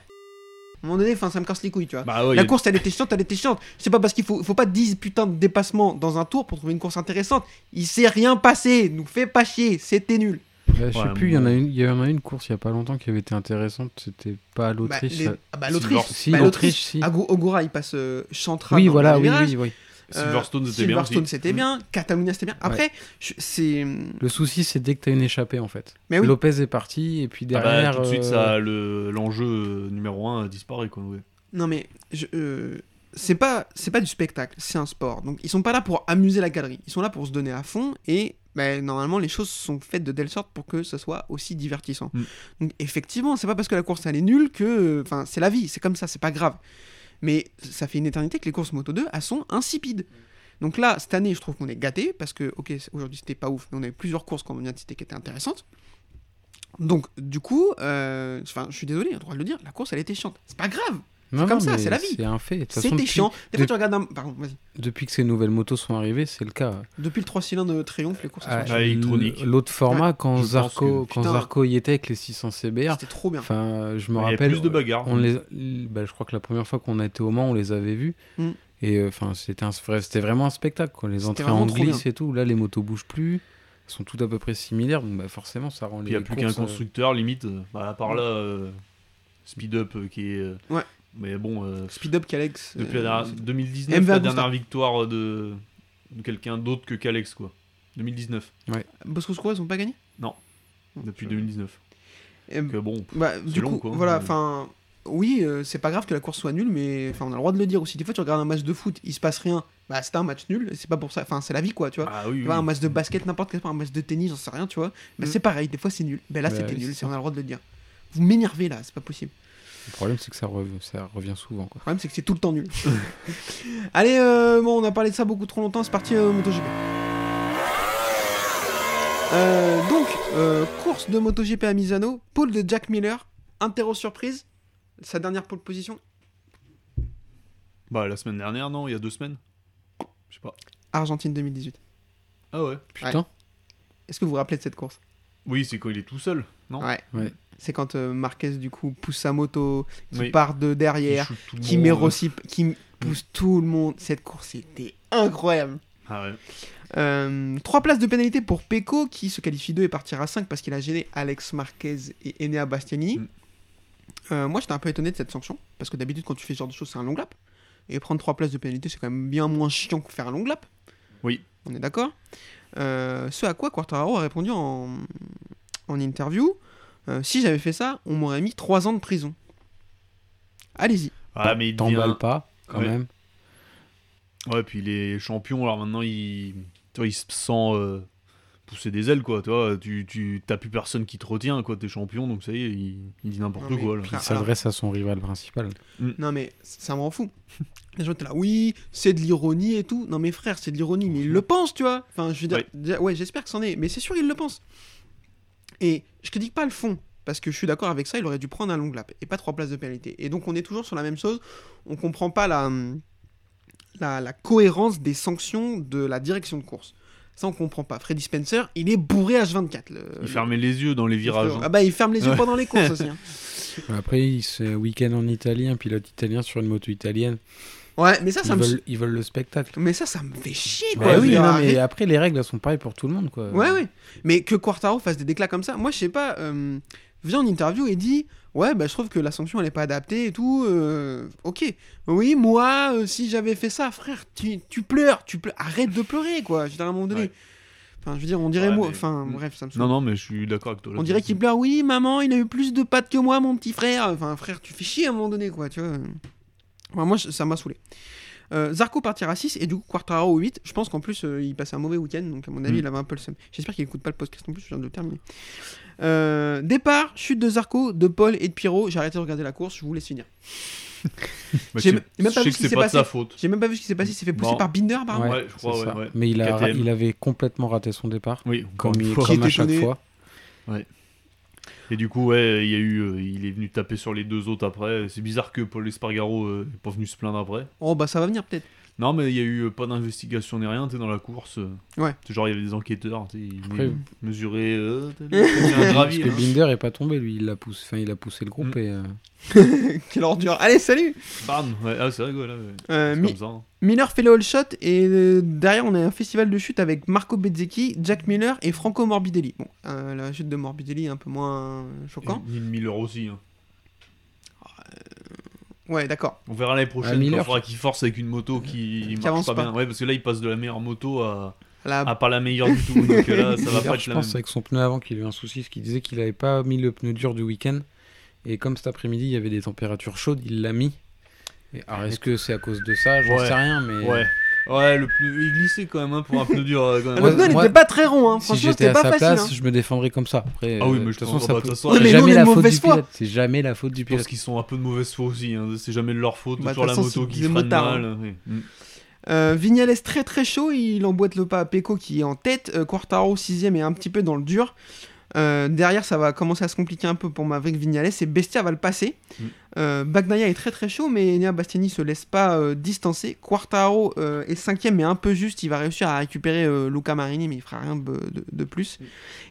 [SPEAKER 2] À un moment donné, enfin, ça me casse les couilles, tu vois.
[SPEAKER 4] Bah ouais, y
[SPEAKER 2] La
[SPEAKER 4] a-
[SPEAKER 2] course, elle était chiante, elle était chiante. C'est pas parce qu'il faut, faut pas 10 putains de dépassements dans un tour pour trouver une course intéressante. Il s'est rien passé, nous fais pas chier, c'était nul.
[SPEAKER 3] Euh, je sais
[SPEAKER 4] Ouais,
[SPEAKER 3] plus, il y, en a
[SPEAKER 4] mais-
[SPEAKER 3] une- il y en a une course il y a pas longtemps qui avait été intéressante, c'était pas à l'Autriche.
[SPEAKER 2] Bah, les-
[SPEAKER 3] ça-
[SPEAKER 2] ah, bah, l'Autriche.
[SPEAKER 4] Silver-
[SPEAKER 3] Si,
[SPEAKER 2] bah,
[SPEAKER 3] l'Autriche, si.
[SPEAKER 2] Agu- Ogura, il passe euh, Chantra
[SPEAKER 3] oui,
[SPEAKER 2] dans
[SPEAKER 3] voilà,
[SPEAKER 2] le
[SPEAKER 3] oui,
[SPEAKER 2] virage.
[SPEAKER 3] oui, oui.
[SPEAKER 2] Euh,
[SPEAKER 4] Silverstone, c'était bien.
[SPEAKER 2] Silverstone,
[SPEAKER 4] aussi.
[SPEAKER 3] Mm.
[SPEAKER 2] c'était bien. Catalunya, c'était bien. Après, je- c'est.
[SPEAKER 3] Le souci, c'est dès que t'as une échappée en fait.
[SPEAKER 2] Mais Eh oui.
[SPEAKER 3] Lopez est parti et puis
[SPEAKER 4] Ah bah,
[SPEAKER 3] derrière.
[SPEAKER 4] tout de suite,
[SPEAKER 3] euh,
[SPEAKER 4] ça, le, l'enjeu euh, numéro 1 disparaît. Quoi, ouais.
[SPEAKER 2] Non mais je- euh, c'est pas c'est pas du spectacle, c'est un sport. Donc ils sont pas là pour amuser la galerie, ils sont là pour se donner à fond et ben, normalement les choses sont faites de telle sorte pour que ce soit aussi divertissant.
[SPEAKER 4] Mm.
[SPEAKER 2] Donc effectivement, c'est pas parce que la course elle est nulle que enfin c'est la vie, c'est comme ça, c'est pas grave. Mais ça fait une éternité que les courses Moto 2 elles sont insipides. Donc là, cette année, je trouve qu'on est gâté parce que, ok, c- aujourd'hui c'était pas ouf, mais on avait plusieurs courses qu'on vient de citer qui étaient intéressantes. Donc, du coup, euh, enfin, je suis désolé, j'ai le droit de le dire, la course elle était chiante. C'est pas grave,
[SPEAKER 3] non,
[SPEAKER 2] c'est comme
[SPEAKER 3] non,
[SPEAKER 2] ça,
[SPEAKER 3] mais
[SPEAKER 2] c'est la vie.
[SPEAKER 3] C'est un fait. De toute façon,
[SPEAKER 2] c'était
[SPEAKER 3] depuis-
[SPEAKER 2] chiant. Des fois,
[SPEAKER 3] de-
[SPEAKER 2] tu regardes un. Pardon, vas-y.
[SPEAKER 3] Depuis que ces nouvelles motos sont arrivées, c'est le cas.
[SPEAKER 2] Depuis le 3 cylindres de Triomphe, les courses elles sont
[SPEAKER 3] Ah,
[SPEAKER 2] chiantes.
[SPEAKER 4] Ouais, électronique.
[SPEAKER 3] L'autre format, quand
[SPEAKER 4] je pense
[SPEAKER 3] Zarco,
[SPEAKER 4] que-
[SPEAKER 3] quand
[SPEAKER 2] Putain.
[SPEAKER 3] Zarco y était avec les 600 CBR,
[SPEAKER 2] C'était trop bien.
[SPEAKER 3] enfin, je me
[SPEAKER 4] Il y a
[SPEAKER 3] rappelle.
[SPEAKER 4] plus de bagarres.
[SPEAKER 3] on les, bah, je crois que la première fois qu'on a été au Mans, on les avait vus.
[SPEAKER 2] Mm.
[SPEAKER 3] Et euh, enfin, c'était un- vrai- c'était vraiment un spectacle. Quoi. Les
[SPEAKER 2] C'était
[SPEAKER 3] entrées
[SPEAKER 2] vraiment
[SPEAKER 3] en
[SPEAKER 2] trop
[SPEAKER 3] glisse et tout. Là, les motos bougent plus. Elles sont toutes à peu près similaires. Donc, bah, forcément, ça rend
[SPEAKER 4] Puis
[SPEAKER 3] les
[SPEAKER 4] il n'y a plus
[SPEAKER 3] courses,
[SPEAKER 4] qu'un
[SPEAKER 3] euh,
[SPEAKER 4] constructeur, limite. euh, Bah, à part là, euh, Speed Up euh, qui est. euh,
[SPEAKER 2] Ouais.
[SPEAKER 4] Mais bon, euh,
[SPEAKER 2] Speed Up, Calex.
[SPEAKER 4] depuis
[SPEAKER 2] euh,
[SPEAKER 4] la dernière- 2019,
[SPEAKER 2] MV
[SPEAKER 4] la
[SPEAKER 2] Agusta.
[SPEAKER 4] dernière victoire euh, de, de quelqu'un d'autre que Calex, quoi. 2019,
[SPEAKER 2] Bosco Scoura, ils ont pas gagné
[SPEAKER 4] Non. depuis
[SPEAKER 2] Je-
[SPEAKER 4] 2019.
[SPEAKER 2] Eh,
[SPEAKER 4] Donc, euh, bon,
[SPEAKER 2] bah, du
[SPEAKER 4] long,
[SPEAKER 2] coup,
[SPEAKER 4] quoi.
[SPEAKER 2] voilà,
[SPEAKER 4] Mais-
[SPEAKER 2] enfin. Oui, euh, c'est pas grave que la course soit nulle, mais enfin, on a le droit de le dire aussi. Des fois, tu regardes un match de foot, il se passe rien. Bah, c'était un match nul, c'est pas pour ça. Enfin, c'est la vie, quoi, tu vois.
[SPEAKER 4] ah oui,
[SPEAKER 2] Tu
[SPEAKER 4] oui.
[SPEAKER 2] vois,
[SPEAKER 3] Bah,
[SPEAKER 2] un match de basket, n'importe quel sport, un match de tennis, j'en sais rien, tu vois. Mais
[SPEAKER 4] Mm.
[SPEAKER 2] c'est pareil, des fois, c'est nul. Ben là,
[SPEAKER 3] Bah,
[SPEAKER 2] c'était
[SPEAKER 3] oui,
[SPEAKER 2] nul,
[SPEAKER 3] c'est
[SPEAKER 2] c'est- on a le droit de le dire. Vous m'énervez là, c'est pas possible.
[SPEAKER 3] Le problème, c'est que ça, rev- ça revient souvent. Quoi.
[SPEAKER 2] Le problème, c'est que c'est tout le temps nul. Allez, euh, bon, on a parlé de ça beaucoup trop longtemps, c'est parti euh, MotoGP. Euh, donc, euh, course de MotoGP à Misano, pole de Jack Miller, interro surprise, sa dernière pole position,
[SPEAKER 4] Bah, la semaine dernière, non, il y a deux semaines. Je sais pas.
[SPEAKER 2] Argentine 2018.
[SPEAKER 4] Ah ouais.
[SPEAKER 3] Putain.
[SPEAKER 2] Est-ce que vous vous rappelez de cette course
[SPEAKER 4] Oui, c'est quand il est tout seul, non
[SPEAKER 2] Ouais.
[SPEAKER 3] Ouais.
[SPEAKER 2] C'est quand euh, Marquez, du coup, pousse sa moto, qui
[SPEAKER 4] Oui.
[SPEAKER 2] part de
[SPEAKER 4] Il
[SPEAKER 2] derrière,
[SPEAKER 4] shoot tout le
[SPEAKER 2] qui
[SPEAKER 4] monde.
[SPEAKER 2] met Rossi, qui pousse
[SPEAKER 4] Mm.
[SPEAKER 2] tout le monde. Cette course était incroyable.
[SPEAKER 4] Ah ouais.
[SPEAKER 2] Euh, trois places de pénalité pour Pecco qui se qualifie 2 et partira 5 parce qu'il a gêné Alex Marquez et Enea Bastianini.
[SPEAKER 4] Mm.
[SPEAKER 2] Euh, moi j'étais un peu étonné de cette sanction parce que d'habitude quand tu fais ce genre de choses c'est un long lap et prendre trois places de pénalité c'est quand même bien moins chiant que faire un long lap.
[SPEAKER 4] Oui.
[SPEAKER 2] On est d'accord Euh, Ce à quoi Quartararo a répondu en, en interview euh, si j'avais fait ça on m'aurait mis 3 ans de prison. Allez-y.
[SPEAKER 3] Bah,
[SPEAKER 4] Ah, mais il
[SPEAKER 3] T'emballes
[SPEAKER 4] devient.
[SPEAKER 3] pas, quand
[SPEAKER 4] Ouais.
[SPEAKER 3] même.
[SPEAKER 4] Ouais, puis il est champion, alors maintenant il, tu vois, il se sent euh, pousser des ailes, quoi. Tu vois, tu, tu t'as plus personne qui te retient, quoi. T'es champion, donc ça y est, il, il dit n'importe
[SPEAKER 2] Non, mais
[SPEAKER 4] quoi. Là.
[SPEAKER 2] putain,
[SPEAKER 3] Il s'adresse à son rival principal.
[SPEAKER 2] Non mais ça me rend fou. Les gens étaient là, oui, c'est de l'ironie et tout. Non mais frère, c'est de l'ironie, mais il le pense, tu vois. Enfin, je veux dire,
[SPEAKER 4] Ouais.
[SPEAKER 2] déjà- ouais, j'espère que c'en est, mais c'est sûr, il le pense. Et je critique pas le fond, parce que je suis d'accord avec ça, il aurait dû prendre un long lap et pas trois places de pénalité. Et donc on est toujours sur la même chose, on comprend pas la, hum, la, la cohérence des sanctions de la direction de course. Ça, on comprend pas. Freddy Spencer, il est bourré H24. Le,
[SPEAKER 4] Il fermait les yeux dans les virages. hein.
[SPEAKER 2] Ah bah, il ferme les yeux
[SPEAKER 4] Ouais.
[SPEAKER 2] pendant les courses aussi. hein.
[SPEAKER 3] Après, il se week-end en Italie, un pilote italien sur une moto italienne.
[SPEAKER 2] Ouais, mais Ah, ça,
[SPEAKER 3] Ils
[SPEAKER 2] ça me...
[SPEAKER 3] veulent, ils veulent le spectacle.
[SPEAKER 2] Mais ça, ça me fait chier, quoi.
[SPEAKER 3] Bah
[SPEAKER 2] Je veux
[SPEAKER 3] oui,
[SPEAKER 2] dire,
[SPEAKER 3] non,
[SPEAKER 2] arrête-
[SPEAKER 3] mais après, les règles, elles sont pareilles pour tout le monde. Quoi.
[SPEAKER 2] Ouais, ouais. Mais que Quartaro fasse des déclats comme ça, moi, je sais pas, euh, vient en interview et dit Ouais, bah, je trouve que la sanction, elle est pas adaptée et tout. euh, ok. Oui, moi, euh, si j'avais fait ça, frère, tu, tu pleures, tu pleures. Arrête de pleurer, quoi. Je veux dire, à un moment donné.
[SPEAKER 4] Ouais.
[SPEAKER 2] Enfin, je veux dire, on dirait
[SPEAKER 4] Ouais,
[SPEAKER 2] moi.
[SPEAKER 4] mais-
[SPEAKER 2] Enfin,
[SPEAKER 4] Mm.
[SPEAKER 2] bref, ça me saoule.
[SPEAKER 4] Non, non, mais je suis d'accord avec toi. là.
[SPEAKER 2] On dirait qu'il pleure, oui, maman, il a eu plus de pattes que moi, mon petit frère. Enfin, frère, tu fais chier à un moment donné, quoi, tu vois. Enfin, moi, je- ça m'a saoulé. Euh, Zarco partira à 6 et du coup Quartararo 8. Je pense qu'en plus euh, il passait un mauvais week-end donc à mon avis
[SPEAKER 4] Mm.
[SPEAKER 2] il avait un peu le seum. J'espère qu'il écoute pas le podcast en plus, je viens de le terminer. Euh, départ, chute de Zarco, de Paul et de Pierrot. J'ai arrêté de regarder la course, je vous laisse finir.
[SPEAKER 4] Bah,
[SPEAKER 2] j'ai
[SPEAKER 4] tu-
[SPEAKER 2] même- j'ai même
[SPEAKER 4] je
[SPEAKER 2] pas vu
[SPEAKER 4] sais
[SPEAKER 2] ce
[SPEAKER 4] que
[SPEAKER 2] qui s'est
[SPEAKER 4] c'est pas de
[SPEAKER 2] passé.
[SPEAKER 4] sa faute.
[SPEAKER 2] J'ai même pas vu ce qui s'est passé, il s'est fait pousser
[SPEAKER 4] Non.
[SPEAKER 2] par Binder apparemment.
[SPEAKER 4] Ouais, je crois,
[SPEAKER 3] c'est ça.
[SPEAKER 4] ouais, ouais.
[SPEAKER 3] Mais il, a,
[SPEAKER 4] KTM.
[SPEAKER 3] il avait complètement raté son départ,
[SPEAKER 4] Oui, encore
[SPEAKER 3] comme,
[SPEAKER 4] une
[SPEAKER 3] il-
[SPEAKER 4] fois.
[SPEAKER 2] Qui
[SPEAKER 3] comme à
[SPEAKER 2] était
[SPEAKER 3] chaque
[SPEAKER 2] étonné.
[SPEAKER 3] fois.
[SPEAKER 4] Et du coup, ouais, il y a eu, euh, il est venu taper sur les deux autres après. C'est bizarre que Paul Espargaro euh, est pas venu se plaindre après.
[SPEAKER 2] Oh bah ça va venir peut-être.
[SPEAKER 4] Non, mais il y a eu euh, pas d'investigation ni rien, t'es dans la course. euh.
[SPEAKER 2] Ouais.
[SPEAKER 4] C'est genre, il y avait des enquêteurs, t'es, ils
[SPEAKER 3] Après,
[SPEAKER 4] venaient mesurer. euh, t'as vu, t'as mis un
[SPEAKER 3] Parce
[SPEAKER 4] gravier,
[SPEAKER 3] que
[SPEAKER 4] hein.
[SPEAKER 3] Binder est pas tombé, lui, il a poussé, enfin, il a poussé le groupe
[SPEAKER 4] Mm.
[SPEAKER 3] et. euh,
[SPEAKER 2] Quelle ordure. Allez, salut
[SPEAKER 4] Bam ouais, ah, c'est rigolo, ouais.
[SPEAKER 2] Euh,
[SPEAKER 4] C'est
[SPEAKER 2] Mi-
[SPEAKER 4] comme ça. hein.
[SPEAKER 2] Miller fait le all shot et euh, derrière on a un festival de chute avec Marco Bezzecchi, Jack Miller et Franco Morbidelli. Bon, euh, la chute de Morbidelli est un peu moins euh, choquant.
[SPEAKER 4] Et Neil Miller aussi. hein.
[SPEAKER 3] Mm.
[SPEAKER 2] Ouais, d'accord.
[SPEAKER 4] On verra l'année prochaine.
[SPEAKER 3] Ah, Miller.
[SPEAKER 4] Il faudra qu'il force avec une moto qui, marche
[SPEAKER 2] avance
[SPEAKER 4] pas,
[SPEAKER 2] pas. Ah.
[SPEAKER 4] bien. Ouais, parce que là, il passe de la meilleure moto à,
[SPEAKER 2] La-
[SPEAKER 3] Ah,
[SPEAKER 4] à pas la meilleure du tout. Donc euh, là, ça va
[SPEAKER 3] D'ailleurs,
[SPEAKER 4] pas être
[SPEAKER 3] je
[SPEAKER 4] la
[SPEAKER 3] pense
[SPEAKER 4] même.
[SPEAKER 3] avec son pneu avant qu'il a eu un souci, ce qu'il disait qu'il avait pas mis le pneu dur du week-end. Et comme cet après-midi, il y avait des températures chaudes, il l'a mis. Et alors, est-ce que c'est à cause de ça J'en
[SPEAKER 4] Ouais.
[SPEAKER 3] sais rien, mais.
[SPEAKER 4] Ouais. Ouais, le pneu, il glissait quand même hein, pour un pneu dur. euh, quand même.
[SPEAKER 2] Le pneu, il
[SPEAKER 3] moi-
[SPEAKER 2] était pas très rond, hein.
[SPEAKER 3] Si
[SPEAKER 2] franchement,
[SPEAKER 3] j'étais
[SPEAKER 2] c'était
[SPEAKER 3] à
[SPEAKER 2] pas
[SPEAKER 3] sa
[SPEAKER 2] facile.
[SPEAKER 3] place,
[SPEAKER 2] hein.
[SPEAKER 3] je me défendrais comme ça. Après,
[SPEAKER 4] Ah oui,
[SPEAKER 3] euh,
[SPEAKER 4] mais
[SPEAKER 3] de
[SPEAKER 4] je
[SPEAKER 3] toute façon,
[SPEAKER 4] pense
[SPEAKER 3] ça
[SPEAKER 4] pas, de
[SPEAKER 3] peut-
[SPEAKER 4] toute façon,
[SPEAKER 3] c'est
[SPEAKER 2] mais nous, on
[SPEAKER 3] jamais
[SPEAKER 2] est
[SPEAKER 3] la
[SPEAKER 2] de
[SPEAKER 3] faute
[SPEAKER 2] mauvaise
[SPEAKER 3] du
[SPEAKER 2] foi.
[SPEAKER 3] pilote. C'est jamais la faute du
[SPEAKER 4] Je pense
[SPEAKER 3] pilote.
[SPEAKER 4] qu'ils sont un peu de mauvaise foi aussi. hein. C'est jamais de leur faute.
[SPEAKER 2] Bah, de
[SPEAKER 4] toujours
[SPEAKER 2] toute
[SPEAKER 4] la
[SPEAKER 2] façon,
[SPEAKER 4] moto
[SPEAKER 2] c'est
[SPEAKER 4] qui
[SPEAKER 2] des
[SPEAKER 4] freine
[SPEAKER 2] motards,
[SPEAKER 4] mal. ouais. Mm.
[SPEAKER 2] Euh, Vignales très très chaud, il emboîte le pas à Pecco qui est en tête, euh, Quartaro 6ème et un petit peu dans le dur. Euh, derrière ça va commencer à se compliquer un peu pour Maverick Vignales et Bestia va le passer.
[SPEAKER 4] Mm.
[SPEAKER 2] Euh, Bagnaia est très très chaud mais Enea Bastiani se laisse pas euh, distancer. Quartaro euh, est 5ème mais un peu juste, il va réussir à récupérer euh, Luca Marini mais il fera rien de, de- de plus.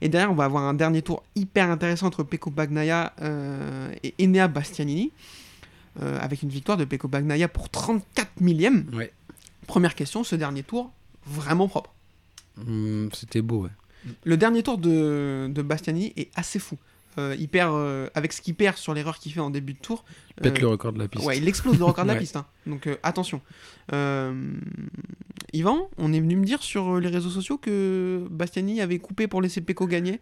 [SPEAKER 2] Et derrière on va avoir un dernier tour hyper intéressant entre Pecco Bagnaia euh, et Enea Bastianini. euh, avec une victoire de Pecco Bagnaia pour 34 millième.
[SPEAKER 3] Ouais.
[SPEAKER 2] Première question, ce dernier tour, vraiment propre.
[SPEAKER 3] Hum, C'était beau,
[SPEAKER 2] Euh,
[SPEAKER 3] ouais.
[SPEAKER 2] Le dernier tour de, de Bastianini est assez fou. Euh, il perd, euh, avec ce qu'il perd sur l'erreur qu'il fait en début de tour.
[SPEAKER 3] Il Pète
[SPEAKER 2] euh,
[SPEAKER 3] le record de la piste.
[SPEAKER 2] Ouais, il explose le record de la
[SPEAKER 3] Ouais.
[SPEAKER 2] piste. hein. Donc euh, attention. Euh, Yvan, on est venu me dire sur euh, les réseaux sociaux que Bastianini avait coupé pour laisser Pecco gagner.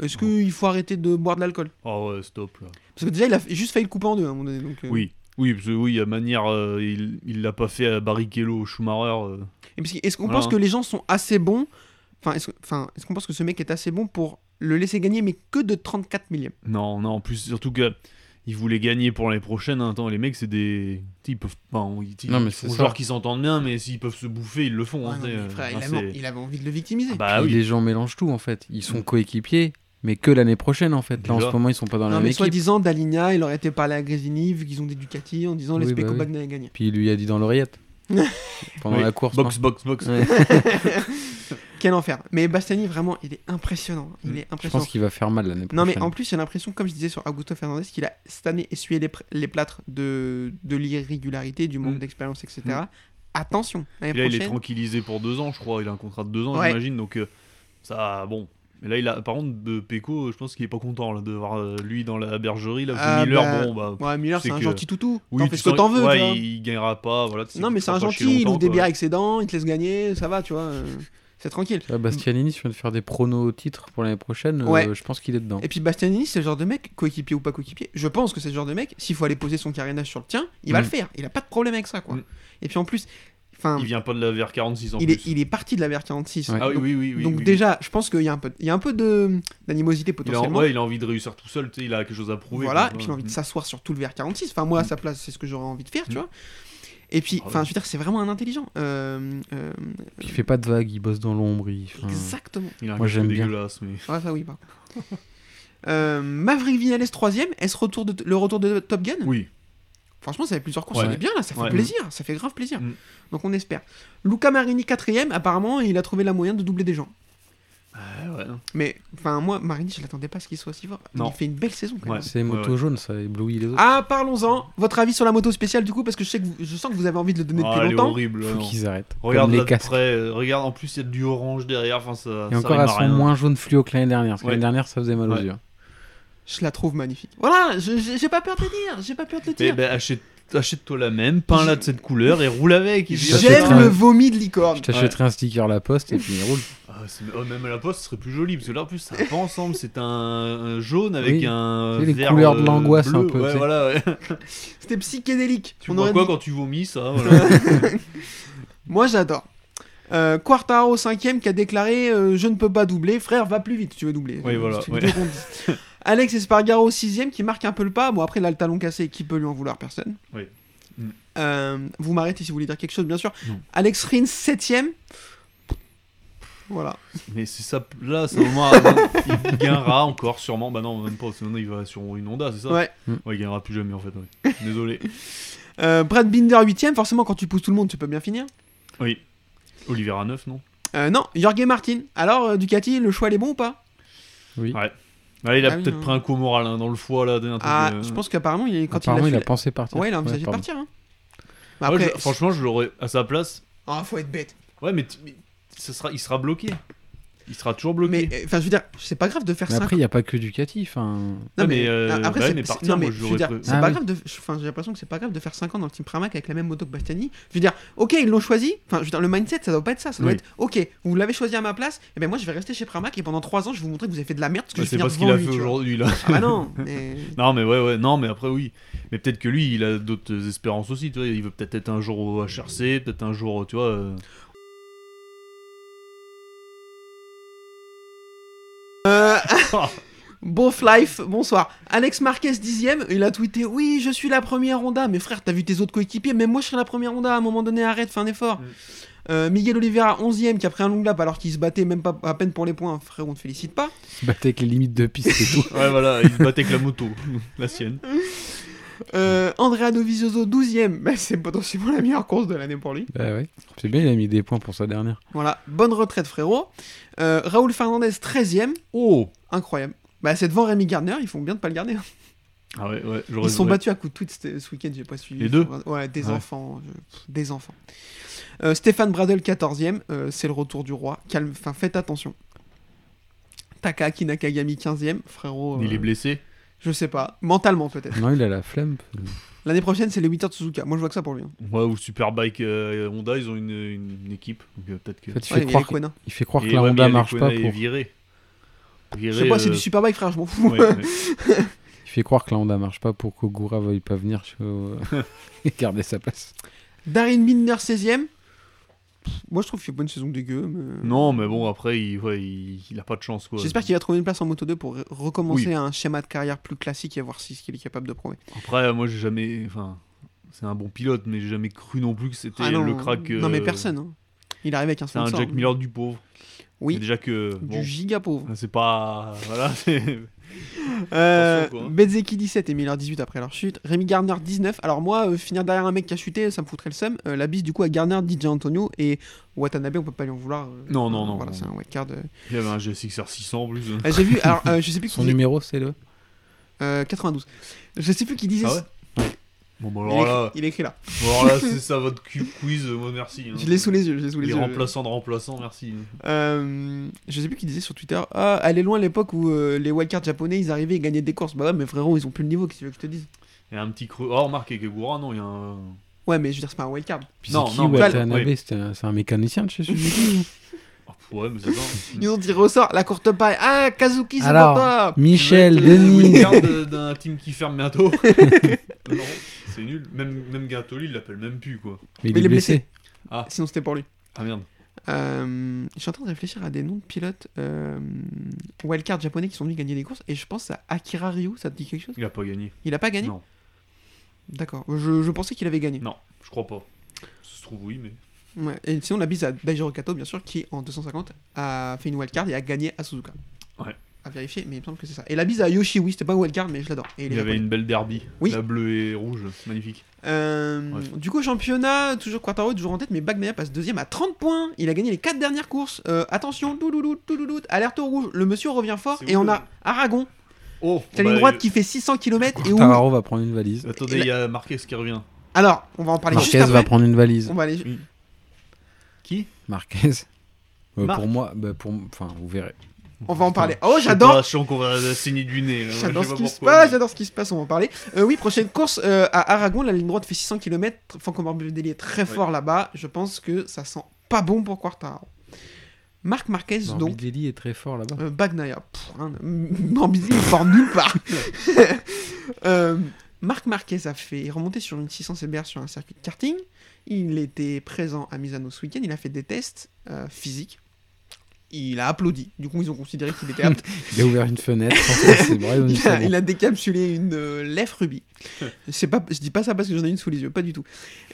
[SPEAKER 2] Est-ce qu'il faut arrêter de boire de l'alcool
[SPEAKER 4] Ah ouais, stop là.
[SPEAKER 2] Parce que déjà, il a juste failli le couper en deux à un moment donné. Donc, euh,
[SPEAKER 4] Oui. Oui, parce que oui, à manière, euh, il il l'a pas fait à Barrichello au Schumacher. euh.
[SPEAKER 2] Et parce que- Est-ce qu'on
[SPEAKER 4] Voilà,
[SPEAKER 2] pense
[SPEAKER 4] hein.
[SPEAKER 2] que les gens sont assez bons Enfin, est-ce que- enfin, est-ce qu'on pense que ce mec est assez bon pour le laisser gagner, mais que de 34 millièmes
[SPEAKER 4] Non, non, en plus, surtout que. Ils voulaient gagner pour l'année prochaine. hein. Attends, les mecs, c'est des. tu sais, Ils peuvent. Enfin, ils, ils
[SPEAKER 3] Non, mais c'est
[SPEAKER 4] font
[SPEAKER 3] ça.
[SPEAKER 4] genre qu'ils s'entendent bien, mais s'ils peuvent se bouffer, ils le font.
[SPEAKER 2] Ouais,
[SPEAKER 4] hein,
[SPEAKER 2] non,
[SPEAKER 4] t'sais,
[SPEAKER 2] mais frère,
[SPEAKER 4] euh,
[SPEAKER 2] il,
[SPEAKER 4] hein,
[SPEAKER 2] avait,
[SPEAKER 4] c'est-
[SPEAKER 2] il avait envie de le victimiser.
[SPEAKER 4] Bah
[SPEAKER 3] Puis
[SPEAKER 4] oui.
[SPEAKER 3] Les gens mélangent tout, en fait. Ils sont coéquipiers, mais que l'année prochaine, en fait. Là, en
[SPEAKER 4] Déjà.
[SPEAKER 3] ce moment, ils sont pas dans la
[SPEAKER 2] non,
[SPEAKER 3] même
[SPEAKER 2] mais
[SPEAKER 3] équipe.
[SPEAKER 2] soi-disant, Dalinga, il aurait été parlé à Grésini, vu qu'ils ont des Ducati, en disant
[SPEAKER 3] Oui,
[SPEAKER 2] laisse
[SPEAKER 3] bah
[SPEAKER 2] Pecco
[SPEAKER 3] oui.
[SPEAKER 2] Bagnaia gagner.
[SPEAKER 3] Puis il lui a dit dans l'oreillette. Pendant
[SPEAKER 4] Oui.
[SPEAKER 3] la course.
[SPEAKER 4] Box, box, box.
[SPEAKER 3] Ouais.
[SPEAKER 2] Quel enfer. Mais Bastiani, vraiment, il est impressionnant. Il
[SPEAKER 4] Mm.
[SPEAKER 2] est
[SPEAKER 3] Je
[SPEAKER 2] impressionnant.
[SPEAKER 3] pense qu'il va faire mal l'année prochaine.
[SPEAKER 2] Non, mais en plus, j'ai l'impression, comme je disais sur Augusto Fernandez, qu'il a cette année essuyé les, pr- les plâtres de, de l'irrégularité, du manque
[SPEAKER 4] Mm.
[SPEAKER 2] d'expérience, etc. Attention, l'année
[SPEAKER 4] Puis là, il est
[SPEAKER 2] prochaine.
[SPEAKER 4] tranquillisé pour deux ans, je crois. Il a un contrat de deux ans,
[SPEAKER 2] Ouais.
[SPEAKER 4] j'imagine. Donc, euh, ça, bon. Mais là, il a, par contre, de Peko, euh, je pense qu'il est pas content là, de voir euh, lui dans la bergerie. Là, parce
[SPEAKER 2] Ah,
[SPEAKER 4] que Miller,
[SPEAKER 2] bah,
[SPEAKER 4] bon, bah.
[SPEAKER 2] Ouais, Miller,
[SPEAKER 4] C'est
[SPEAKER 2] c'est un
[SPEAKER 4] que-
[SPEAKER 2] gentil toutou.
[SPEAKER 4] Oui,
[SPEAKER 2] t'en
[SPEAKER 4] tu
[SPEAKER 2] fais ce que
[SPEAKER 4] sens-
[SPEAKER 2] t'en veux,
[SPEAKER 4] ouais,
[SPEAKER 2] tu vois.
[SPEAKER 4] il, il gagnera pas. Voilà, tu sais
[SPEAKER 2] Non,
[SPEAKER 4] qu'il
[SPEAKER 2] mais
[SPEAKER 4] te
[SPEAKER 2] c'est un
[SPEAKER 4] fera pas chier
[SPEAKER 2] gentil, il
[SPEAKER 4] longtemps,
[SPEAKER 2] ouvre des
[SPEAKER 4] quoi.
[SPEAKER 2] bières avec ses dents, il te laisse gagner, ça va, tu vois. euh, c'est tranquille.
[SPEAKER 3] Tu vois, Bastianini, si tu viens de faire des pronos au titre pour l'année prochaine, euh,
[SPEAKER 2] Ouais.
[SPEAKER 3] je pense qu'il est dedans.
[SPEAKER 2] Et puis Bastianini, c'est le genre de mec, coéquipier ou pas coéquipier, je pense que c'est le genre de mec, s'il faut aller poser son carénage sur le tien, il va
[SPEAKER 3] Mm.
[SPEAKER 2] le faire. Il a pas de problème avec ça, quoi.
[SPEAKER 4] Mm.
[SPEAKER 2] Et puis en plus, enfin,
[SPEAKER 4] Il
[SPEAKER 2] il,
[SPEAKER 4] vient pas de la VR46 en
[SPEAKER 2] est,
[SPEAKER 4] plus.
[SPEAKER 2] il est parti de la VR46.
[SPEAKER 3] Ouais.
[SPEAKER 4] Ah oui,
[SPEAKER 2] donc
[SPEAKER 4] oui, oui. oui,
[SPEAKER 2] donc
[SPEAKER 4] oui.
[SPEAKER 2] déjà, je pense qu'il y a un peu, il y a un peu de d'animosité
[SPEAKER 4] Il a,
[SPEAKER 2] potentiellement.
[SPEAKER 4] ouais, il a envie de réussir tout seul. tu sais, Il a quelque chose à prouver.
[SPEAKER 2] voilà,
[SPEAKER 4] quoi.
[SPEAKER 2] et puis il a envie de
[SPEAKER 4] Mm.
[SPEAKER 2] s'asseoir sur tout le VR46. Enfin, moi, à sa place, c'est ce que j'aurais envie de faire, tu
[SPEAKER 4] Mm.
[SPEAKER 2] vois. Et puis,
[SPEAKER 4] Ah
[SPEAKER 2] enfin,
[SPEAKER 4] ouais.
[SPEAKER 2] je veux dire, c'est vraiment un intelligent. Euh, euh,
[SPEAKER 3] Puis il fait pas de vagues, il bosse dans l'ombre. il- enfin,
[SPEAKER 2] Exactement.
[SPEAKER 4] Il a un
[SPEAKER 3] Moi,
[SPEAKER 4] Moi,
[SPEAKER 3] j'aime bien.
[SPEAKER 4] dégueulasse, mais.
[SPEAKER 2] Ouais, ça oui, par contre. Euh, Maverick Vinales 3ème, est-ce retour de le retour de Top Gun
[SPEAKER 4] Oui.
[SPEAKER 2] Franchement, ça fait plusieurs courses,
[SPEAKER 4] Ouais.
[SPEAKER 2] on est bien là, ça fait
[SPEAKER 4] Ouais.
[SPEAKER 2] plaisir, ça fait grave plaisir.
[SPEAKER 4] Mm.
[SPEAKER 2] Donc on espère. Luca Marini 4ème, apparemment, il a trouvé la moyen de doubler des gens.
[SPEAKER 4] Ah, ouais.
[SPEAKER 2] Mais enfin, moi, Marini, je l'attendais pas à ce qu'il soit si fort.
[SPEAKER 4] Non.
[SPEAKER 2] Il fait une belle saison quand même.
[SPEAKER 4] Ouais.
[SPEAKER 3] C'est moto jaune, ça éblouit les autres.
[SPEAKER 2] Ah, parlons-en. Votre avis sur la moto spéciale du coup, parce que je sais que vous- je sens que vous avez envie de le donner
[SPEAKER 4] Ah,
[SPEAKER 2] depuis
[SPEAKER 4] elle est
[SPEAKER 2] longtemps.
[SPEAKER 4] horrible.
[SPEAKER 3] Faut
[SPEAKER 4] non.
[SPEAKER 3] qu'ils arrêtent. Comme
[SPEAKER 4] Regarde là
[SPEAKER 3] les
[SPEAKER 4] de
[SPEAKER 3] casques.
[SPEAKER 4] près, euh, Regarde, en plus, il y a du orange derrière. Enfin, ça.
[SPEAKER 3] Et
[SPEAKER 4] ça
[SPEAKER 3] encore,
[SPEAKER 4] rime à
[SPEAKER 3] elles sont
[SPEAKER 4] rien.
[SPEAKER 3] moins jaunes fluo que l'année dernière. Parce que
[SPEAKER 4] Ouais.
[SPEAKER 3] l'année dernière, ça faisait mal aux
[SPEAKER 4] Ouais.
[SPEAKER 3] yeux. hein.
[SPEAKER 2] Je la trouve magnifique. Voilà, je- je- j'ai pas peur de le dire, j'ai pas peur de le
[SPEAKER 4] Eh
[SPEAKER 2] dire.
[SPEAKER 4] ben, achète, achète-toi la même, peins-la de cette couleur et roule avec. et puis-
[SPEAKER 2] J'aime
[SPEAKER 3] t'achèterai
[SPEAKER 2] le
[SPEAKER 3] un-
[SPEAKER 2] vomi de licorne.
[SPEAKER 3] Je t'achèterai un sticker à la poste et puis il roule.
[SPEAKER 4] Ah, c'est- oh, même à la poste, ce serait plus joli parce que là, en plus, ça va pas ensemble. C'est un, un jaune avec
[SPEAKER 3] Oui.
[SPEAKER 4] un.
[SPEAKER 3] Tu sais, les
[SPEAKER 4] vert,
[SPEAKER 3] couleurs de
[SPEAKER 4] euh,
[SPEAKER 3] l'angoisse, un
[SPEAKER 4] bleu.
[SPEAKER 3] peu, tu
[SPEAKER 4] Ouais,
[SPEAKER 3] sais.
[SPEAKER 4] voilà. ouais.
[SPEAKER 2] C'était psychédélique.
[SPEAKER 4] Tu
[SPEAKER 2] On
[SPEAKER 4] vois
[SPEAKER 2] aurait
[SPEAKER 4] quoi
[SPEAKER 2] dit-
[SPEAKER 4] quand tu vomis ça voilà.
[SPEAKER 2] Moi j'adore. Euh, Quartaro 5ème qui a déclaré euh, Je ne peux pas doubler, frère, va plus vite si tu veux doubler.
[SPEAKER 4] Oui, voilà,
[SPEAKER 2] C'est
[SPEAKER 4] ouais.
[SPEAKER 2] deux qu'on dit. Alex Espargaro 6ème qui marque un peu le pas. Bon, après il a le talon cassé, qui peut lui en vouloir Personne.
[SPEAKER 4] Oui. Mm.
[SPEAKER 2] Euh, vous m'arrêtez si vous voulez dire quelque chose, bien sûr.
[SPEAKER 4] Non.
[SPEAKER 2] Alex Rins 7ème. Voilà.
[SPEAKER 4] Mais c'est ça, là, c'est au moins. hein, il gagnera encore, sûrement. Bah non, même pas. Sinon, il va sur une Honda, c'est ça
[SPEAKER 2] Ouais.
[SPEAKER 3] Mm.
[SPEAKER 4] Ouais, il gagnera plus jamais en fait. ouais. Désolé.
[SPEAKER 2] Euh, Brad Binder 8ème. Forcément, quand tu pousses tout le monde, tu peux bien finir.
[SPEAKER 4] Oui. Oliveira 9, non
[SPEAKER 2] Euh, non, Jorge Martin. Alors, euh, Ducati, le choix, il est bon ou pas
[SPEAKER 3] Oui.
[SPEAKER 4] Ouais. Ah, il a
[SPEAKER 2] Ah oui,
[SPEAKER 4] peut-être
[SPEAKER 2] hein.
[SPEAKER 4] pris un coup au moral hein, dans le foie là. d'un truc,
[SPEAKER 2] Ah,
[SPEAKER 4] euh,
[SPEAKER 2] je pense qu'apparemment, il, est- quand
[SPEAKER 3] Apparemment, il
[SPEAKER 2] il
[SPEAKER 3] a,
[SPEAKER 2] l'a fait-
[SPEAKER 3] pensé partir.
[SPEAKER 2] Ouais, il a envisagé de
[SPEAKER 3] pardon.
[SPEAKER 2] partir. Hein. Bah
[SPEAKER 4] ouais,
[SPEAKER 2] Après,
[SPEAKER 4] Ah, je- franchement, je l'aurais à sa place.
[SPEAKER 2] Ah, faut être bête.
[SPEAKER 4] Ouais, mais, t- mais ça sera, il sera bloqué. Il sera toujours bloqué.
[SPEAKER 2] Mais, euh, enfin, je veux dire, c'est pas grave de faire
[SPEAKER 3] Mais
[SPEAKER 2] ça.
[SPEAKER 3] après, il n'y a pas que hein. Ducati. Enfin,
[SPEAKER 4] Ouais, mais, euh,
[SPEAKER 2] a-
[SPEAKER 4] bah ouais,
[SPEAKER 2] ah, c'est-
[SPEAKER 4] mais
[SPEAKER 2] c'est-
[SPEAKER 4] partir,
[SPEAKER 2] non, mais
[SPEAKER 4] moi, je
[SPEAKER 2] je veux
[SPEAKER 4] l'aurais
[SPEAKER 2] dire,
[SPEAKER 4] pris.
[SPEAKER 2] c'est
[SPEAKER 3] Ah
[SPEAKER 2] pas
[SPEAKER 3] oui.
[SPEAKER 2] grave de. je- Enfin, j'ai l'impression que c'est pas grave de faire 5 ans dans le Team Pramac avec la même moto que Bastiani. Je veux dire, ok, ils l'ont choisi. Enfin, je veux dire, le mindset, ça doit pas être ça. Ça doit
[SPEAKER 3] Oui.
[SPEAKER 2] être, ok, vous l'avez choisi à ma place. Et ben moi, je vais rester chez Pramac et pendant 3 ans, je vais vous montrer que vous avez fait de la merde parce que
[SPEAKER 4] Ouais,
[SPEAKER 2] je vais
[SPEAKER 4] Bah, c'est
[SPEAKER 2] finir
[SPEAKER 4] pas ce qu'il
[SPEAKER 2] devant
[SPEAKER 4] a
[SPEAKER 2] lui,
[SPEAKER 4] fait
[SPEAKER 2] tu vois.
[SPEAKER 4] aujourd'hui là.
[SPEAKER 2] Ah bah non. mais-
[SPEAKER 4] Non, mais ouais, ouais, non, mais après, oui. Mais peut-être que lui, il a d'autres espérances aussi, tu vois. Il veut peut-être être un jour au HRC, peut-être un jour, tu vois. euh,
[SPEAKER 2] Euh, Beauf Life, bonsoir. Alex Marquez, dixième, il a tweeté Oui, je suis la première Honda. Mais frère, t'as vu tes autres coéquipiers Même moi, je serai la première Honda. À un moment donné, arrête, fais un effort.
[SPEAKER 4] Mm.
[SPEAKER 2] Euh, Miguel Oliveira, onzième, qui a pris un long lap alors qu'il se battait même pas à peine pour les points. Frère, on te félicite pas.
[SPEAKER 3] il battait avec les limites de piste et tout.
[SPEAKER 4] Ouais, voilà, il se battait avec la moto, la sienne.
[SPEAKER 2] Euh, Andrea Dovizioso, 12ème. Bah, c'est potentiellement la meilleure course de l'année pour lui.
[SPEAKER 3] bah ouais. C'est bien, il a mis des points pour sa dernière.
[SPEAKER 2] Voilà, bonne retraite, frérot. Euh, Raoul Fernandez, 13ème.
[SPEAKER 4] Oh
[SPEAKER 2] Incroyable. Bah, c'est devant Rémi Gardner, ils font bien de pas le garder. hein.
[SPEAKER 4] Ah ouais, ouais, j'aurais
[SPEAKER 2] Ils se sont
[SPEAKER 4] j'aurais-
[SPEAKER 2] battus à coups de tweets ce ce week-end, j'ai pas suivi.
[SPEAKER 4] Les deux Ah
[SPEAKER 2] Ouais, des
[SPEAKER 4] Ouais.
[SPEAKER 2] enfants. je- pff, Des enfants. Euh, Stéphane Bradel, 14ème. Euh, c'est le retour du roi. Calme, enfin, faites attention. Takaki Nakagami, 15ème. Frérot, euh,
[SPEAKER 4] Il est blessé.
[SPEAKER 2] je sais pas. Mentalement, peut-être.
[SPEAKER 3] Non, il a la flemme.
[SPEAKER 2] L'année prochaine, c'est les 8 heures de Suzuka. Moi, je vois que ça pour lui. hein.
[SPEAKER 4] Ouais, ou Superbike euh, Honda, ils ont une, une équipe. donc, euh, peut-être que.
[SPEAKER 3] En fait, il
[SPEAKER 2] Ouais,
[SPEAKER 3] fait
[SPEAKER 2] il est
[SPEAKER 3] croire,
[SPEAKER 2] Quena.
[SPEAKER 3] il fait croire
[SPEAKER 4] Et
[SPEAKER 3] que la
[SPEAKER 4] ouais, mais
[SPEAKER 3] Honda
[SPEAKER 4] Yannick
[SPEAKER 3] marche
[SPEAKER 4] Wena
[SPEAKER 3] pas
[SPEAKER 4] est
[SPEAKER 3] pour.
[SPEAKER 4] viré. Viré,
[SPEAKER 2] Je sais pas, c'est
[SPEAKER 4] euh,
[SPEAKER 2] du superbike, frère, je m'en fous.
[SPEAKER 4] ouais, ouais.
[SPEAKER 3] Il fait croire que la Honda marche pas pour qu'Ogura veuille pas venir chez- au- et garder sa place.
[SPEAKER 2] Darin Binder, 16ème. Pff, Moi, je trouve qu'il fait bonne saison de dégueu. mais-
[SPEAKER 4] Non, mais bon, après, il, ouais, il, il a pas de chance, quoi.
[SPEAKER 2] J'espère qu'il va trouver une place en Moto 2 pour re- recommencer
[SPEAKER 4] Oui.
[SPEAKER 2] un schéma de carrière plus classique et voir si ce qu'il est capable de prouver.
[SPEAKER 4] Après, moi, j'ai jamais. Enfin, c'est un bon pilote, mais j'ai jamais cru non plus que c'était
[SPEAKER 2] Ah non,
[SPEAKER 4] le crack.
[SPEAKER 2] non, mais
[SPEAKER 4] euh,
[SPEAKER 2] personne. hein. Il arrive avec un
[SPEAKER 4] C'est un
[SPEAKER 2] sponsor. hein.
[SPEAKER 4] Jack Miller du pauvre.
[SPEAKER 2] Oui.
[SPEAKER 4] Mais Déjà que.
[SPEAKER 2] Du
[SPEAKER 4] Bon,
[SPEAKER 2] giga pauvre.
[SPEAKER 4] c'est pas. Voilà. c'est-
[SPEAKER 2] Euh,
[SPEAKER 4] quoi, hein.
[SPEAKER 2] Bezeki 17 et Miller 18 après leur chute. Rémi Gardner 19. Alors moi, euh, finir derrière un mec qui a chuté, ça me foutrait le seum. Euh, la bise du coup à Gardner, DJ Antonio et Watanabe, on peut pas lui en vouloir. euh,
[SPEAKER 4] Non, non, non,
[SPEAKER 2] Voilà,
[SPEAKER 4] non.
[SPEAKER 2] c'est un wildcard. euh.
[SPEAKER 4] Il y avait un GSXR 600 en plus. hein.
[SPEAKER 2] Euh, J'ai vu, alors euh, je sais plus qui
[SPEAKER 3] Son
[SPEAKER 2] disait-
[SPEAKER 3] numéro, c'est le.
[SPEAKER 2] euh, 92. Je sais plus qui disait.
[SPEAKER 4] Ah ouais Bon, bah, alors
[SPEAKER 2] il, est
[SPEAKER 4] là,
[SPEAKER 2] écrit, il est écrit là.
[SPEAKER 4] bon, alors là c'est ça votre cu- quiz. euh, Moi, merci. hein.
[SPEAKER 2] Je l'ai sous les yeux. Je l'ai sous les,
[SPEAKER 4] Les
[SPEAKER 2] yeux.
[SPEAKER 4] remplaçants de remplaçants, merci.
[SPEAKER 2] Euh, je sais plus qui disait sur Twitter. Ah, elle est loin l'époque où euh, les wildcards japonais ils arrivaient et gagnaient des courses. Bah ouais, mais frérot, ils ont plus le niveau. Qu'est-ce que tu veux que je te dise
[SPEAKER 4] Et un petit creux. Ah, remarque, Kekegura, non, il y a un.
[SPEAKER 2] Ouais, mais je veux dire, c'est pas un wildcard.
[SPEAKER 4] Non,
[SPEAKER 3] Bizeki
[SPEAKER 4] non, mais-
[SPEAKER 3] Watanabe,
[SPEAKER 4] oui.
[SPEAKER 3] c'était un- c'est un mécanicien de chez Suzuki.
[SPEAKER 4] Ah, ouais, mais c'est ça.
[SPEAKER 2] Ils ont tiré au sort la courte paille. Ah, Kazuki, c'est
[SPEAKER 3] Alors,
[SPEAKER 2] pas toi
[SPEAKER 3] Michel,
[SPEAKER 4] Le
[SPEAKER 3] Denis.
[SPEAKER 4] wildcard, euh, d'un team qui ferme bientôt. non, c'est nul. Même, même Gatoli, il l'appelle même plus, quoi.
[SPEAKER 3] Mais
[SPEAKER 2] il est blessé. Sinon, c'était pour lui.
[SPEAKER 4] Ah merde.
[SPEAKER 2] Euh, je suis en train de réfléchir à des noms de pilotes euh, wildcard japonais qui sont venus gagner des courses. Et je pense à Akira Ryu. Ça te dit quelque chose
[SPEAKER 4] Il a pas gagné.
[SPEAKER 2] Il a pas gagné
[SPEAKER 4] Non,
[SPEAKER 2] D'accord. Je, je pensais qu'il avait gagné.
[SPEAKER 4] non, je crois pas. Ça se trouve, oui, mais.
[SPEAKER 2] Ouais. Et sinon, la bise à Daijiro Kato, bien sûr, qui en 250 a fait une wildcard et a gagné à Suzuka.
[SPEAKER 4] Ouais.
[SPEAKER 2] À vérifier, mais il me semble que c'est ça. Et la bise à Yoshi, oui, c'était pas une wildcard, mais je l'adore. Et il est
[SPEAKER 4] Il avait
[SPEAKER 2] japonais.
[SPEAKER 4] une belle derby.
[SPEAKER 2] Oui.
[SPEAKER 4] La bleue et rouge, magnifique.
[SPEAKER 2] Euh,
[SPEAKER 4] Ouais.
[SPEAKER 2] Du coup, championnat, toujours Quartaro, toujours en tête, mais Bagnaia passe deuxième à 30 points. Il a gagné les 4 dernières courses. Euh, attention, douloulout, douloulout, alerte au rouge. Le monsieur revient fort.
[SPEAKER 4] C'est
[SPEAKER 2] Et
[SPEAKER 4] où
[SPEAKER 2] on
[SPEAKER 4] le-
[SPEAKER 2] a Aragon,
[SPEAKER 4] Oh
[SPEAKER 2] qui a une
[SPEAKER 4] bah,
[SPEAKER 2] droite qui fait 600 km et où.
[SPEAKER 3] Tararo va prendre une valise.
[SPEAKER 4] Attendez, il y a Marquez qui revient.
[SPEAKER 2] Alors, on va en parler juste
[SPEAKER 3] Marquez
[SPEAKER 2] après.
[SPEAKER 3] va prendre une valise.
[SPEAKER 2] On va aller.
[SPEAKER 4] Qui
[SPEAKER 3] Marquez. Euh,
[SPEAKER 4] Marc.
[SPEAKER 3] Pour moi, bah, pour... enfin, vous verrez.
[SPEAKER 2] On va en parler.
[SPEAKER 4] Je
[SPEAKER 2] Oh,
[SPEAKER 4] sais
[SPEAKER 2] j'adore
[SPEAKER 4] pas, Je sens qu'on va la saigner du nez. là.
[SPEAKER 2] J'adore
[SPEAKER 4] Je
[SPEAKER 2] ce
[SPEAKER 4] sais pas
[SPEAKER 2] qui se
[SPEAKER 4] pourquoi.
[SPEAKER 2] passe, j'adore ce qui se passe, on va en parler. Euh, oui, prochaine course euh, à Aragon, la ligne droite fait 600 km. Franco Morbidelli est très
[SPEAKER 4] Ouais.
[SPEAKER 2] fort là-bas. Je pense que ça sent pas bon pour Quartaro. Marc Marquez, donc.
[SPEAKER 3] Morbidelli est très fort là-bas.
[SPEAKER 2] Euh, Bagnaia, pff, rien de- Morbidelli il sort nulle part. Euh, Marc Marquez a fait remonter sur une 600 CBR sur un circuit de karting. Il était présent à Misano ce week-end. Il a fait des tests euh, physiques. Il a applaudi. Du coup, ils ont considéré qu'il était apte.
[SPEAKER 3] Il a ouvert une fenêtre. c'est vrai, on dit,
[SPEAKER 2] Il
[SPEAKER 3] c'est
[SPEAKER 2] a,
[SPEAKER 3] bon.
[SPEAKER 2] il a décapsulé une euh, lèvre rubis. C'est pas, je dis pas ça parce que j'en ai une sous les yeux, pas du tout.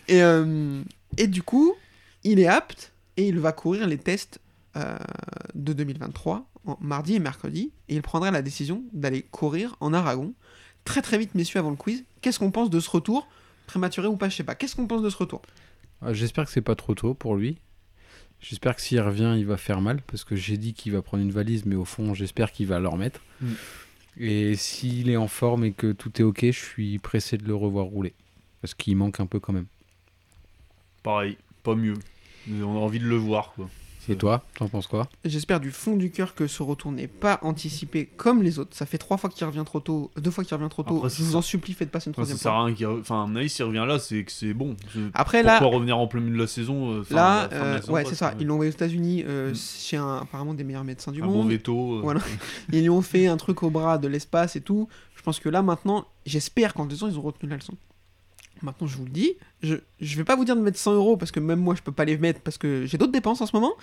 [SPEAKER 2] Et, euh, et du coup, il est apte et il va courir les tests euh, de 2023, en, mardi et mercredi, et il prendra la décision d'aller courir en Aragon. Très très vite, messieurs, avant le quiz, qu'est-ce qu'on pense de ce retour Prématuré ou pas, je sais pas. Qu'est-ce qu'on pense de ce retour
[SPEAKER 3] Ah, J'espère que c'est pas trop tôt pour lui. J'espère que s'il revient, il va faire mal parce que j'ai dit qu'il va prendre une valise, mais au fond, j'espère qu'il va le remettre.
[SPEAKER 1] Mm.
[SPEAKER 3] Et s'il est en forme et que tout est ok, je suis pressé de le revoir rouler parce qu'il manque un peu quand même.
[SPEAKER 4] Pareil, pas mieux. Mais On a envie de le voir, quoi.
[SPEAKER 3] Et toi, t'en penses quoi
[SPEAKER 2] J'espère du fond du cœur que ce retour n'est pas anticipé comme les autres. Ça fait trois fois qu'il revient trop tôt, deux fois qu'il revient trop tôt.
[SPEAKER 4] Après,
[SPEAKER 2] je
[SPEAKER 4] c'est
[SPEAKER 2] vous
[SPEAKER 4] ça.
[SPEAKER 2] en supplie, faites passer une
[SPEAKER 4] Enfin, ça
[SPEAKER 2] troisième
[SPEAKER 4] sert
[SPEAKER 2] fois.
[SPEAKER 4] à rien qu'il re- Enfin, à mon avis, s'il revient là, c'est que c'est bon. C'est-
[SPEAKER 2] Après là,
[SPEAKER 4] Pourquoi revenir en plein milieu de la saison euh, enfin,
[SPEAKER 2] là,
[SPEAKER 4] la fin de la
[SPEAKER 2] euh,
[SPEAKER 4] saison
[SPEAKER 2] ouais,
[SPEAKER 4] passe,
[SPEAKER 2] c'est ça.
[SPEAKER 4] ouais.
[SPEAKER 2] Ils l'ont envoyé aux États-Unis euh,
[SPEAKER 4] Mm.
[SPEAKER 2] chez un apparemment des meilleurs médecins du
[SPEAKER 4] Un bon
[SPEAKER 2] monde.
[SPEAKER 4] veto. euh,
[SPEAKER 2] Voilà. Ils lui ont fait un truc au bras de l'espace et tout. Je pense que là, maintenant, j'espère qu'en deux ans, ils ont retenu la leçon. Maintenant, je vous le dis, je, je vais pas vous dire de mettre 100 euros parce que même moi, je peux pas les mettre parce que j'ai d'autres dépenses en ce moment.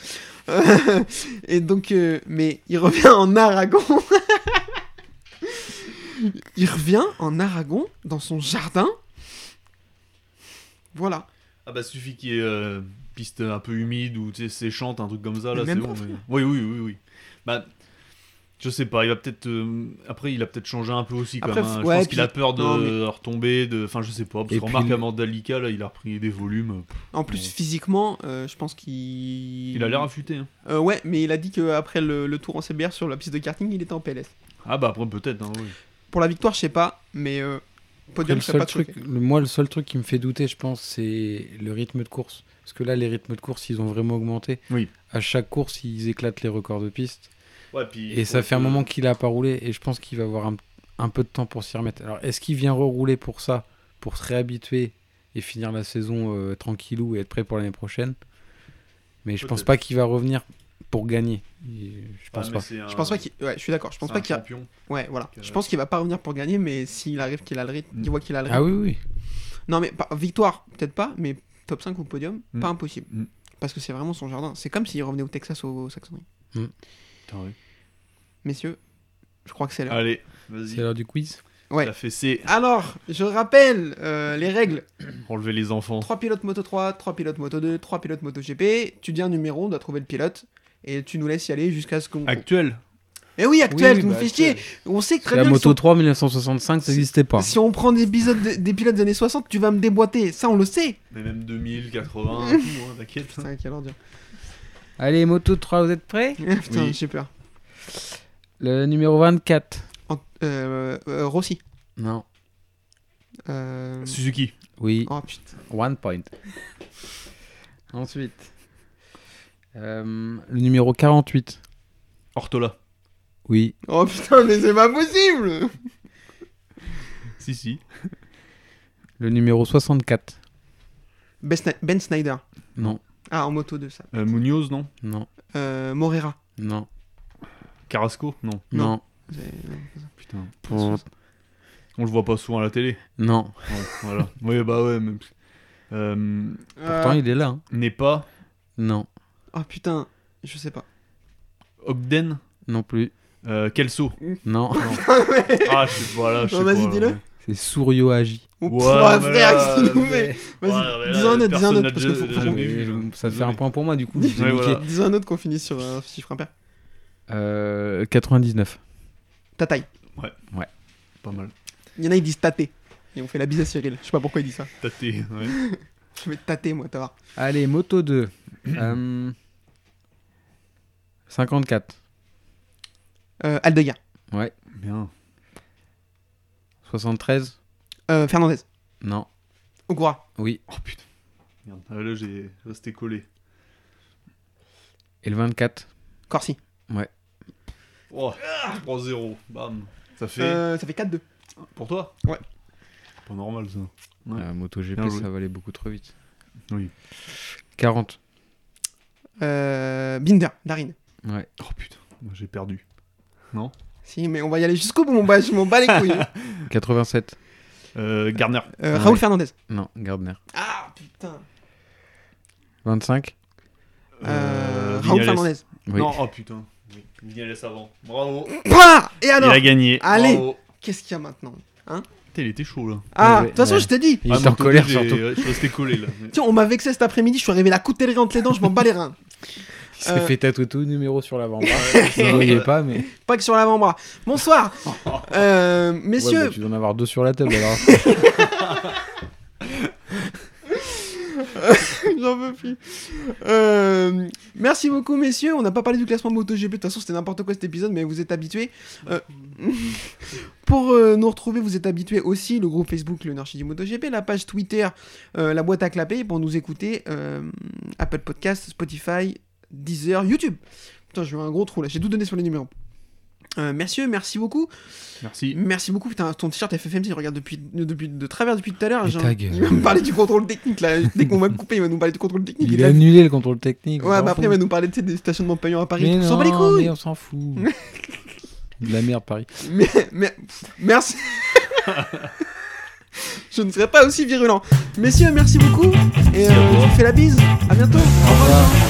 [SPEAKER 2] Euh, et donc, euh, mais il revient en Aragon. il revient en Aragon dans son jardin. Voilà.
[SPEAKER 4] Ah bah suffit qu'il y ait euh, piste un peu humide ou tu sais, séchante, un truc comme ça,
[SPEAKER 2] Mais
[SPEAKER 4] là, c'est
[SPEAKER 2] même
[SPEAKER 4] bon.
[SPEAKER 2] pas,
[SPEAKER 4] mais- Oui, oui, oui, oui. Bah, je sais pas, il va peut-être... euh, Après, il a peut-être changé un peu aussi, quand
[SPEAKER 2] Après,
[SPEAKER 4] même. hein.
[SPEAKER 2] ouais,
[SPEAKER 4] je pense
[SPEAKER 2] puis-
[SPEAKER 4] qu'il a peur de
[SPEAKER 2] Non, mais-
[SPEAKER 4] retomber, de... Enfin, je sais pas, parce
[SPEAKER 3] Et
[SPEAKER 4] que
[SPEAKER 3] puis-
[SPEAKER 4] remarque à Mandalika, là, il a repris des volumes. Pff,
[SPEAKER 2] En plus,
[SPEAKER 4] Ouais.
[SPEAKER 2] physiquement, euh, je pense qu'il.
[SPEAKER 4] Il a l'air affûté. hein.
[SPEAKER 2] Euh, ouais, mais il a dit qu'après le, le tour en CBR sur la piste de karting, il était en PLS.
[SPEAKER 4] Ah bah après, peut-être, hein, oui.
[SPEAKER 2] Pour la victoire, je sais pas, mais euh,
[SPEAKER 3] Après,
[SPEAKER 2] podium,
[SPEAKER 3] le
[SPEAKER 2] je serais
[SPEAKER 3] seul
[SPEAKER 2] pas
[SPEAKER 3] truc,
[SPEAKER 2] truc.
[SPEAKER 3] le- moi, le seul truc qui me fait douter, je pense, c'est le rythme de course. Parce que là, les rythmes de course, ils ont vraiment augmenté.
[SPEAKER 4] Oui.
[SPEAKER 3] À chaque course, ils éclatent les records de piste.
[SPEAKER 4] Ouais, puis,
[SPEAKER 3] Et ça fait un moment qu'il a pas roulé. Et je pense qu'il va avoir un, un peu de temps pour s'y remettre. Alors, est-ce qu'il vient rerouler pour ça, pour se réhabituer et finir la saison euh, tranquillou et être prêt pour l'année prochaine Mais je pense
[SPEAKER 4] Peut-être.
[SPEAKER 3] pas qu'il va revenir pour gagner. Et Je pense pas.
[SPEAKER 2] Je pense pas qu'il. Ouais, je suis d'accord. Je pense pas qu'il. a-
[SPEAKER 4] champion.
[SPEAKER 2] Ouais, voilà.
[SPEAKER 4] Qu'il a-
[SPEAKER 2] Je pense qu'il va pas revenir pour gagner, mais s'il arrive qu'il a le rythme,
[SPEAKER 4] Mm.
[SPEAKER 2] il voit qu'il a le rythme.
[SPEAKER 3] Ah oui, oui.
[SPEAKER 2] Non, mais pas- victoire, peut-être pas, mais top 5 ou podium,
[SPEAKER 4] Mm.
[SPEAKER 2] pas impossible.
[SPEAKER 4] Mm.
[SPEAKER 2] Parce que c'est vraiment son jardin. C'est comme s'il revenait au Texas ou au Saxony.
[SPEAKER 4] Putain, ouais.
[SPEAKER 2] Messieurs, je crois que c'est l'heure.
[SPEAKER 4] Allez,
[SPEAKER 3] C'est
[SPEAKER 4] vas-y.
[SPEAKER 3] l'heure du quiz.
[SPEAKER 2] Ouais.
[SPEAKER 4] La fessée,
[SPEAKER 2] Alors, je rappelle euh, les règles.
[SPEAKER 4] enlever les enfants.
[SPEAKER 2] 3 pilotes Moto 3, 3 pilotes Moto 2, 3 pilotes Moto GP. Tu dis un numéro, on doit trouver le pilote. Et tu nous laisses y aller jusqu'à ce qu'on.
[SPEAKER 4] Actuel.
[SPEAKER 2] Mais oui, actuel,
[SPEAKER 3] Oui,
[SPEAKER 2] tu nous
[SPEAKER 3] bah,
[SPEAKER 2] fais
[SPEAKER 3] actuel.
[SPEAKER 2] chier. On sait que très
[SPEAKER 3] La
[SPEAKER 2] bien qu'ils
[SPEAKER 3] Moto
[SPEAKER 2] sont-
[SPEAKER 3] 3 1965, ça n'existait pas.
[SPEAKER 2] Si on prend des épisodes de- des pilotes des années 60, tu vas me déboîter, ça on le sait.
[SPEAKER 4] Mais même 2000, 80, tout, hein, t'inquiète.
[SPEAKER 2] Putain, quelle ordure.
[SPEAKER 3] Allez, Moto 3, vous êtes prêts
[SPEAKER 2] Putain,
[SPEAKER 4] Oui.
[SPEAKER 2] j'ai peur.
[SPEAKER 3] Le numéro 24.
[SPEAKER 2] En- euh, euh, Rossi.
[SPEAKER 3] Non.
[SPEAKER 2] Euh,
[SPEAKER 4] Suzuki.
[SPEAKER 3] Oui,
[SPEAKER 2] Oh putain.
[SPEAKER 3] one point. Ensuite. Euh, le numéro 48.
[SPEAKER 4] Ortola.
[SPEAKER 3] Oui.
[SPEAKER 2] Oh putain, mais c'est pas possible
[SPEAKER 4] Si, si.
[SPEAKER 3] Le numéro 64.
[SPEAKER 2] ben, Sni- Ben Snyder.
[SPEAKER 3] Non,
[SPEAKER 2] Ah, en moto 2, ça.
[SPEAKER 4] Euh, Munoz, non
[SPEAKER 3] non,
[SPEAKER 2] Euh, Morera.
[SPEAKER 3] non,
[SPEAKER 4] Carrasco Non.
[SPEAKER 3] non.
[SPEAKER 2] Non.
[SPEAKER 3] Non.
[SPEAKER 4] Putain.
[SPEAKER 2] Euh,
[SPEAKER 3] Pour-
[SPEAKER 4] On le voit pas souvent à la télé.
[SPEAKER 3] non.
[SPEAKER 4] Ouais, voilà. Oui, bah ouais. Mais... Euh,
[SPEAKER 3] Pourtant,
[SPEAKER 2] Euh,
[SPEAKER 3] il est là. hein.
[SPEAKER 4] Nepa.
[SPEAKER 3] Non,
[SPEAKER 2] Oh putain, je sais pas.
[SPEAKER 4] Ogden.
[SPEAKER 3] non plus.
[SPEAKER 4] Euh, Kelso.
[SPEAKER 3] Non.
[SPEAKER 4] Ah, je sais pas, là, je sais
[SPEAKER 2] Non,
[SPEAKER 4] pas.
[SPEAKER 2] vas-y,
[SPEAKER 4] là.
[SPEAKER 2] dis-le.
[SPEAKER 3] C'est Suryo Agi.
[SPEAKER 2] Oh,
[SPEAKER 4] Ouais,
[SPEAKER 2] putain,
[SPEAKER 4] mais
[SPEAKER 2] frère,
[SPEAKER 4] là,
[SPEAKER 2] s'il vous
[SPEAKER 4] mais-
[SPEAKER 2] plaît. Vas-y,
[SPEAKER 4] Ouais, mais
[SPEAKER 2] dis
[SPEAKER 4] là,
[SPEAKER 2] un autre, dis un
[SPEAKER 4] personne
[SPEAKER 2] autre,
[SPEAKER 4] n'a
[SPEAKER 2] parce que faut,
[SPEAKER 4] déjà-
[SPEAKER 2] faut
[SPEAKER 4] jamais
[SPEAKER 2] qu'on-
[SPEAKER 4] Ah, vu,
[SPEAKER 3] Et,
[SPEAKER 4] je-
[SPEAKER 3] euh, Ça fait
[SPEAKER 4] désolé.
[SPEAKER 3] un point pour moi, du coup. je vous ai
[SPEAKER 4] Ouais,
[SPEAKER 3] niqué.
[SPEAKER 4] voilà.
[SPEAKER 2] dis un autre qu'on finisse sur un chiffre impair.
[SPEAKER 3] Euh, 99.
[SPEAKER 2] Ta taille.
[SPEAKER 4] Pas mal.
[SPEAKER 2] Il y en a, ils disent tâter. Et on fait la bise à Cyril. Je sais pas pourquoi il dit ça.
[SPEAKER 4] Tâté. Ouais.
[SPEAKER 2] Je vais tâter, moi, t'as voir.
[SPEAKER 3] Allez, moto 2. Euh, 54.
[SPEAKER 2] Euh, Aldegar.
[SPEAKER 3] Ouais.
[SPEAKER 4] Bien.
[SPEAKER 3] 73.
[SPEAKER 2] Euh, Fernandez.
[SPEAKER 3] Non.
[SPEAKER 2] Okura.
[SPEAKER 3] Oui.
[SPEAKER 4] Oh putain. Merde. Ah, là, j'ai resté collé.
[SPEAKER 3] Et le 24.
[SPEAKER 2] Corsi.
[SPEAKER 4] Oh, 3-0. Bam. Ça fait.
[SPEAKER 2] Euh, ça fait 4-2.
[SPEAKER 4] Pour toi
[SPEAKER 2] ouais.
[SPEAKER 4] Pas normal, ça. Ouais.
[SPEAKER 3] Euh, moto GP,
[SPEAKER 4] Bien joué.
[SPEAKER 3] ça va aller beaucoup trop vite.
[SPEAKER 4] Oui.
[SPEAKER 3] 40.
[SPEAKER 2] Euh, Binder. Darin.
[SPEAKER 3] Ouais.
[SPEAKER 4] Oh putain. Moi, j'ai perdu. Non
[SPEAKER 2] Si, mais on va y aller jusqu'au bout, mon bas. Je m'en bats les couilles. Euh,
[SPEAKER 3] 87.
[SPEAKER 4] euh, Garner.
[SPEAKER 3] Ouais.
[SPEAKER 2] Raoul Fernandez.
[SPEAKER 3] Non, Gardner.
[SPEAKER 2] Ah, putain.
[SPEAKER 3] 25.
[SPEAKER 2] Euh, Raoul
[SPEAKER 4] Vignales.
[SPEAKER 2] Fernandez.
[SPEAKER 3] Oui.
[SPEAKER 4] Non, oh putain. Oui, Vignales avant. Bravo.
[SPEAKER 2] Pouah Et alors
[SPEAKER 4] il a gagné.
[SPEAKER 2] Allez.
[SPEAKER 4] Bravo.
[SPEAKER 2] Qu'est-ce qu'il y a maintenant
[SPEAKER 4] Putain, il était chaud là.
[SPEAKER 2] Ah, de
[SPEAKER 3] Ouais,
[SPEAKER 2] toute façon,
[SPEAKER 3] ouais.
[SPEAKER 2] je t'ai dit.
[SPEAKER 3] Il
[SPEAKER 4] Ah,
[SPEAKER 3] est
[SPEAKER 4] mon
[SPEAKER 3] en
[SPEAKER 4] côté,
[SPEAKER 3] colère
[SPEAKER 4] j'ai-
[SPEAKER 3] surtout.
[SPEAKER 4] ouais, Je suis resté collé là. Mais-
[SPEAKER 2] Tiens, on m'a vexé cet après-midi. Je suis arrivé la coutellerie entre les dents. Je m'en bats les reins.
[SPEAKER 3] Il s'est
[SPEAKER 2] Euh.
[SPEAKER 3] fait tatouer tout le numéro sur l'avant-bras. Vous
[SPEAKER 4] Ouais,
[SPEAKER 3] ne voyez pas, mais.
[SPEAKER 2] Pas que sur l'avant-bras. Bonsoir. Euh,
[SPEAKER 3] Ouais,
[SPEAKER 2] messieurs,
[SPEAKER 3] bah, tu dois en avoir deux sur la table alors.
[SPEAKER 2] J'en veux plus. Euh, merci beaucoup, messieurs. On n'a pas parlé du classement MotoGP. De toute façon, c'était n'importe quoi cet épisode, mais vous êtes habitués. Euh, pour euh, nous retrouver, vous êtes habitués aussi le groupe Facebook, le Narchi du MotoGP, la page Twitter, euh, la boîte à clapper pour nous écouter euh, Apple Podcast, Spotify, Deezer, YouTube. Putain, j'ai eu un gros trou là. J'ai tout donné sur les numéros. Euh, messieurs, merci beaucoup.
[SPEAKER 4] Merci.
[SPEAKER 2] Merci beaucoup. Putain, ton t-shirt FFMC, je regarde depuis, depuis, de travers depuis tout à l'heure.
[SPEAKER 3] Mais
[SPEAKER 2] j'ai-
[SPEAKER 3] ta gueule.
[SPEAKER 2] Il va me parler du contrôle technique là. Dès qu'on va me couper, il va nous parler du contrôle technique.
[SPEAKER 5] Il
[SPEAKER 2] Et
[SPEAKER 5] a
[SPEAKER 2] là-
[SPEAKER 5] annulé le contrôle technique. on
[SPEAKER 2] Ouais,
[SPEAKER 5] s'en
[SPEAKER 2] bah après, il va
[SPEAKER 5] fout.
[SPEAKER 2] nous parler tu sais, des stationnements payants à Paris.
[SPEAKER 5] Mais
[SPEAKER 2] on s'en bat les
[SPEAKER 5] non,
[SPEAKER 2] couilles.
[SPEAKER 5] mais on s'en fout. De la merde, Paris.
[SPEAKER 2] Mais, mais- merci. Je ne serai pas aussi virulent. Messieurs, merci beaucoup. Et euh, je vous fais la bise. À bientôt. Au revoir.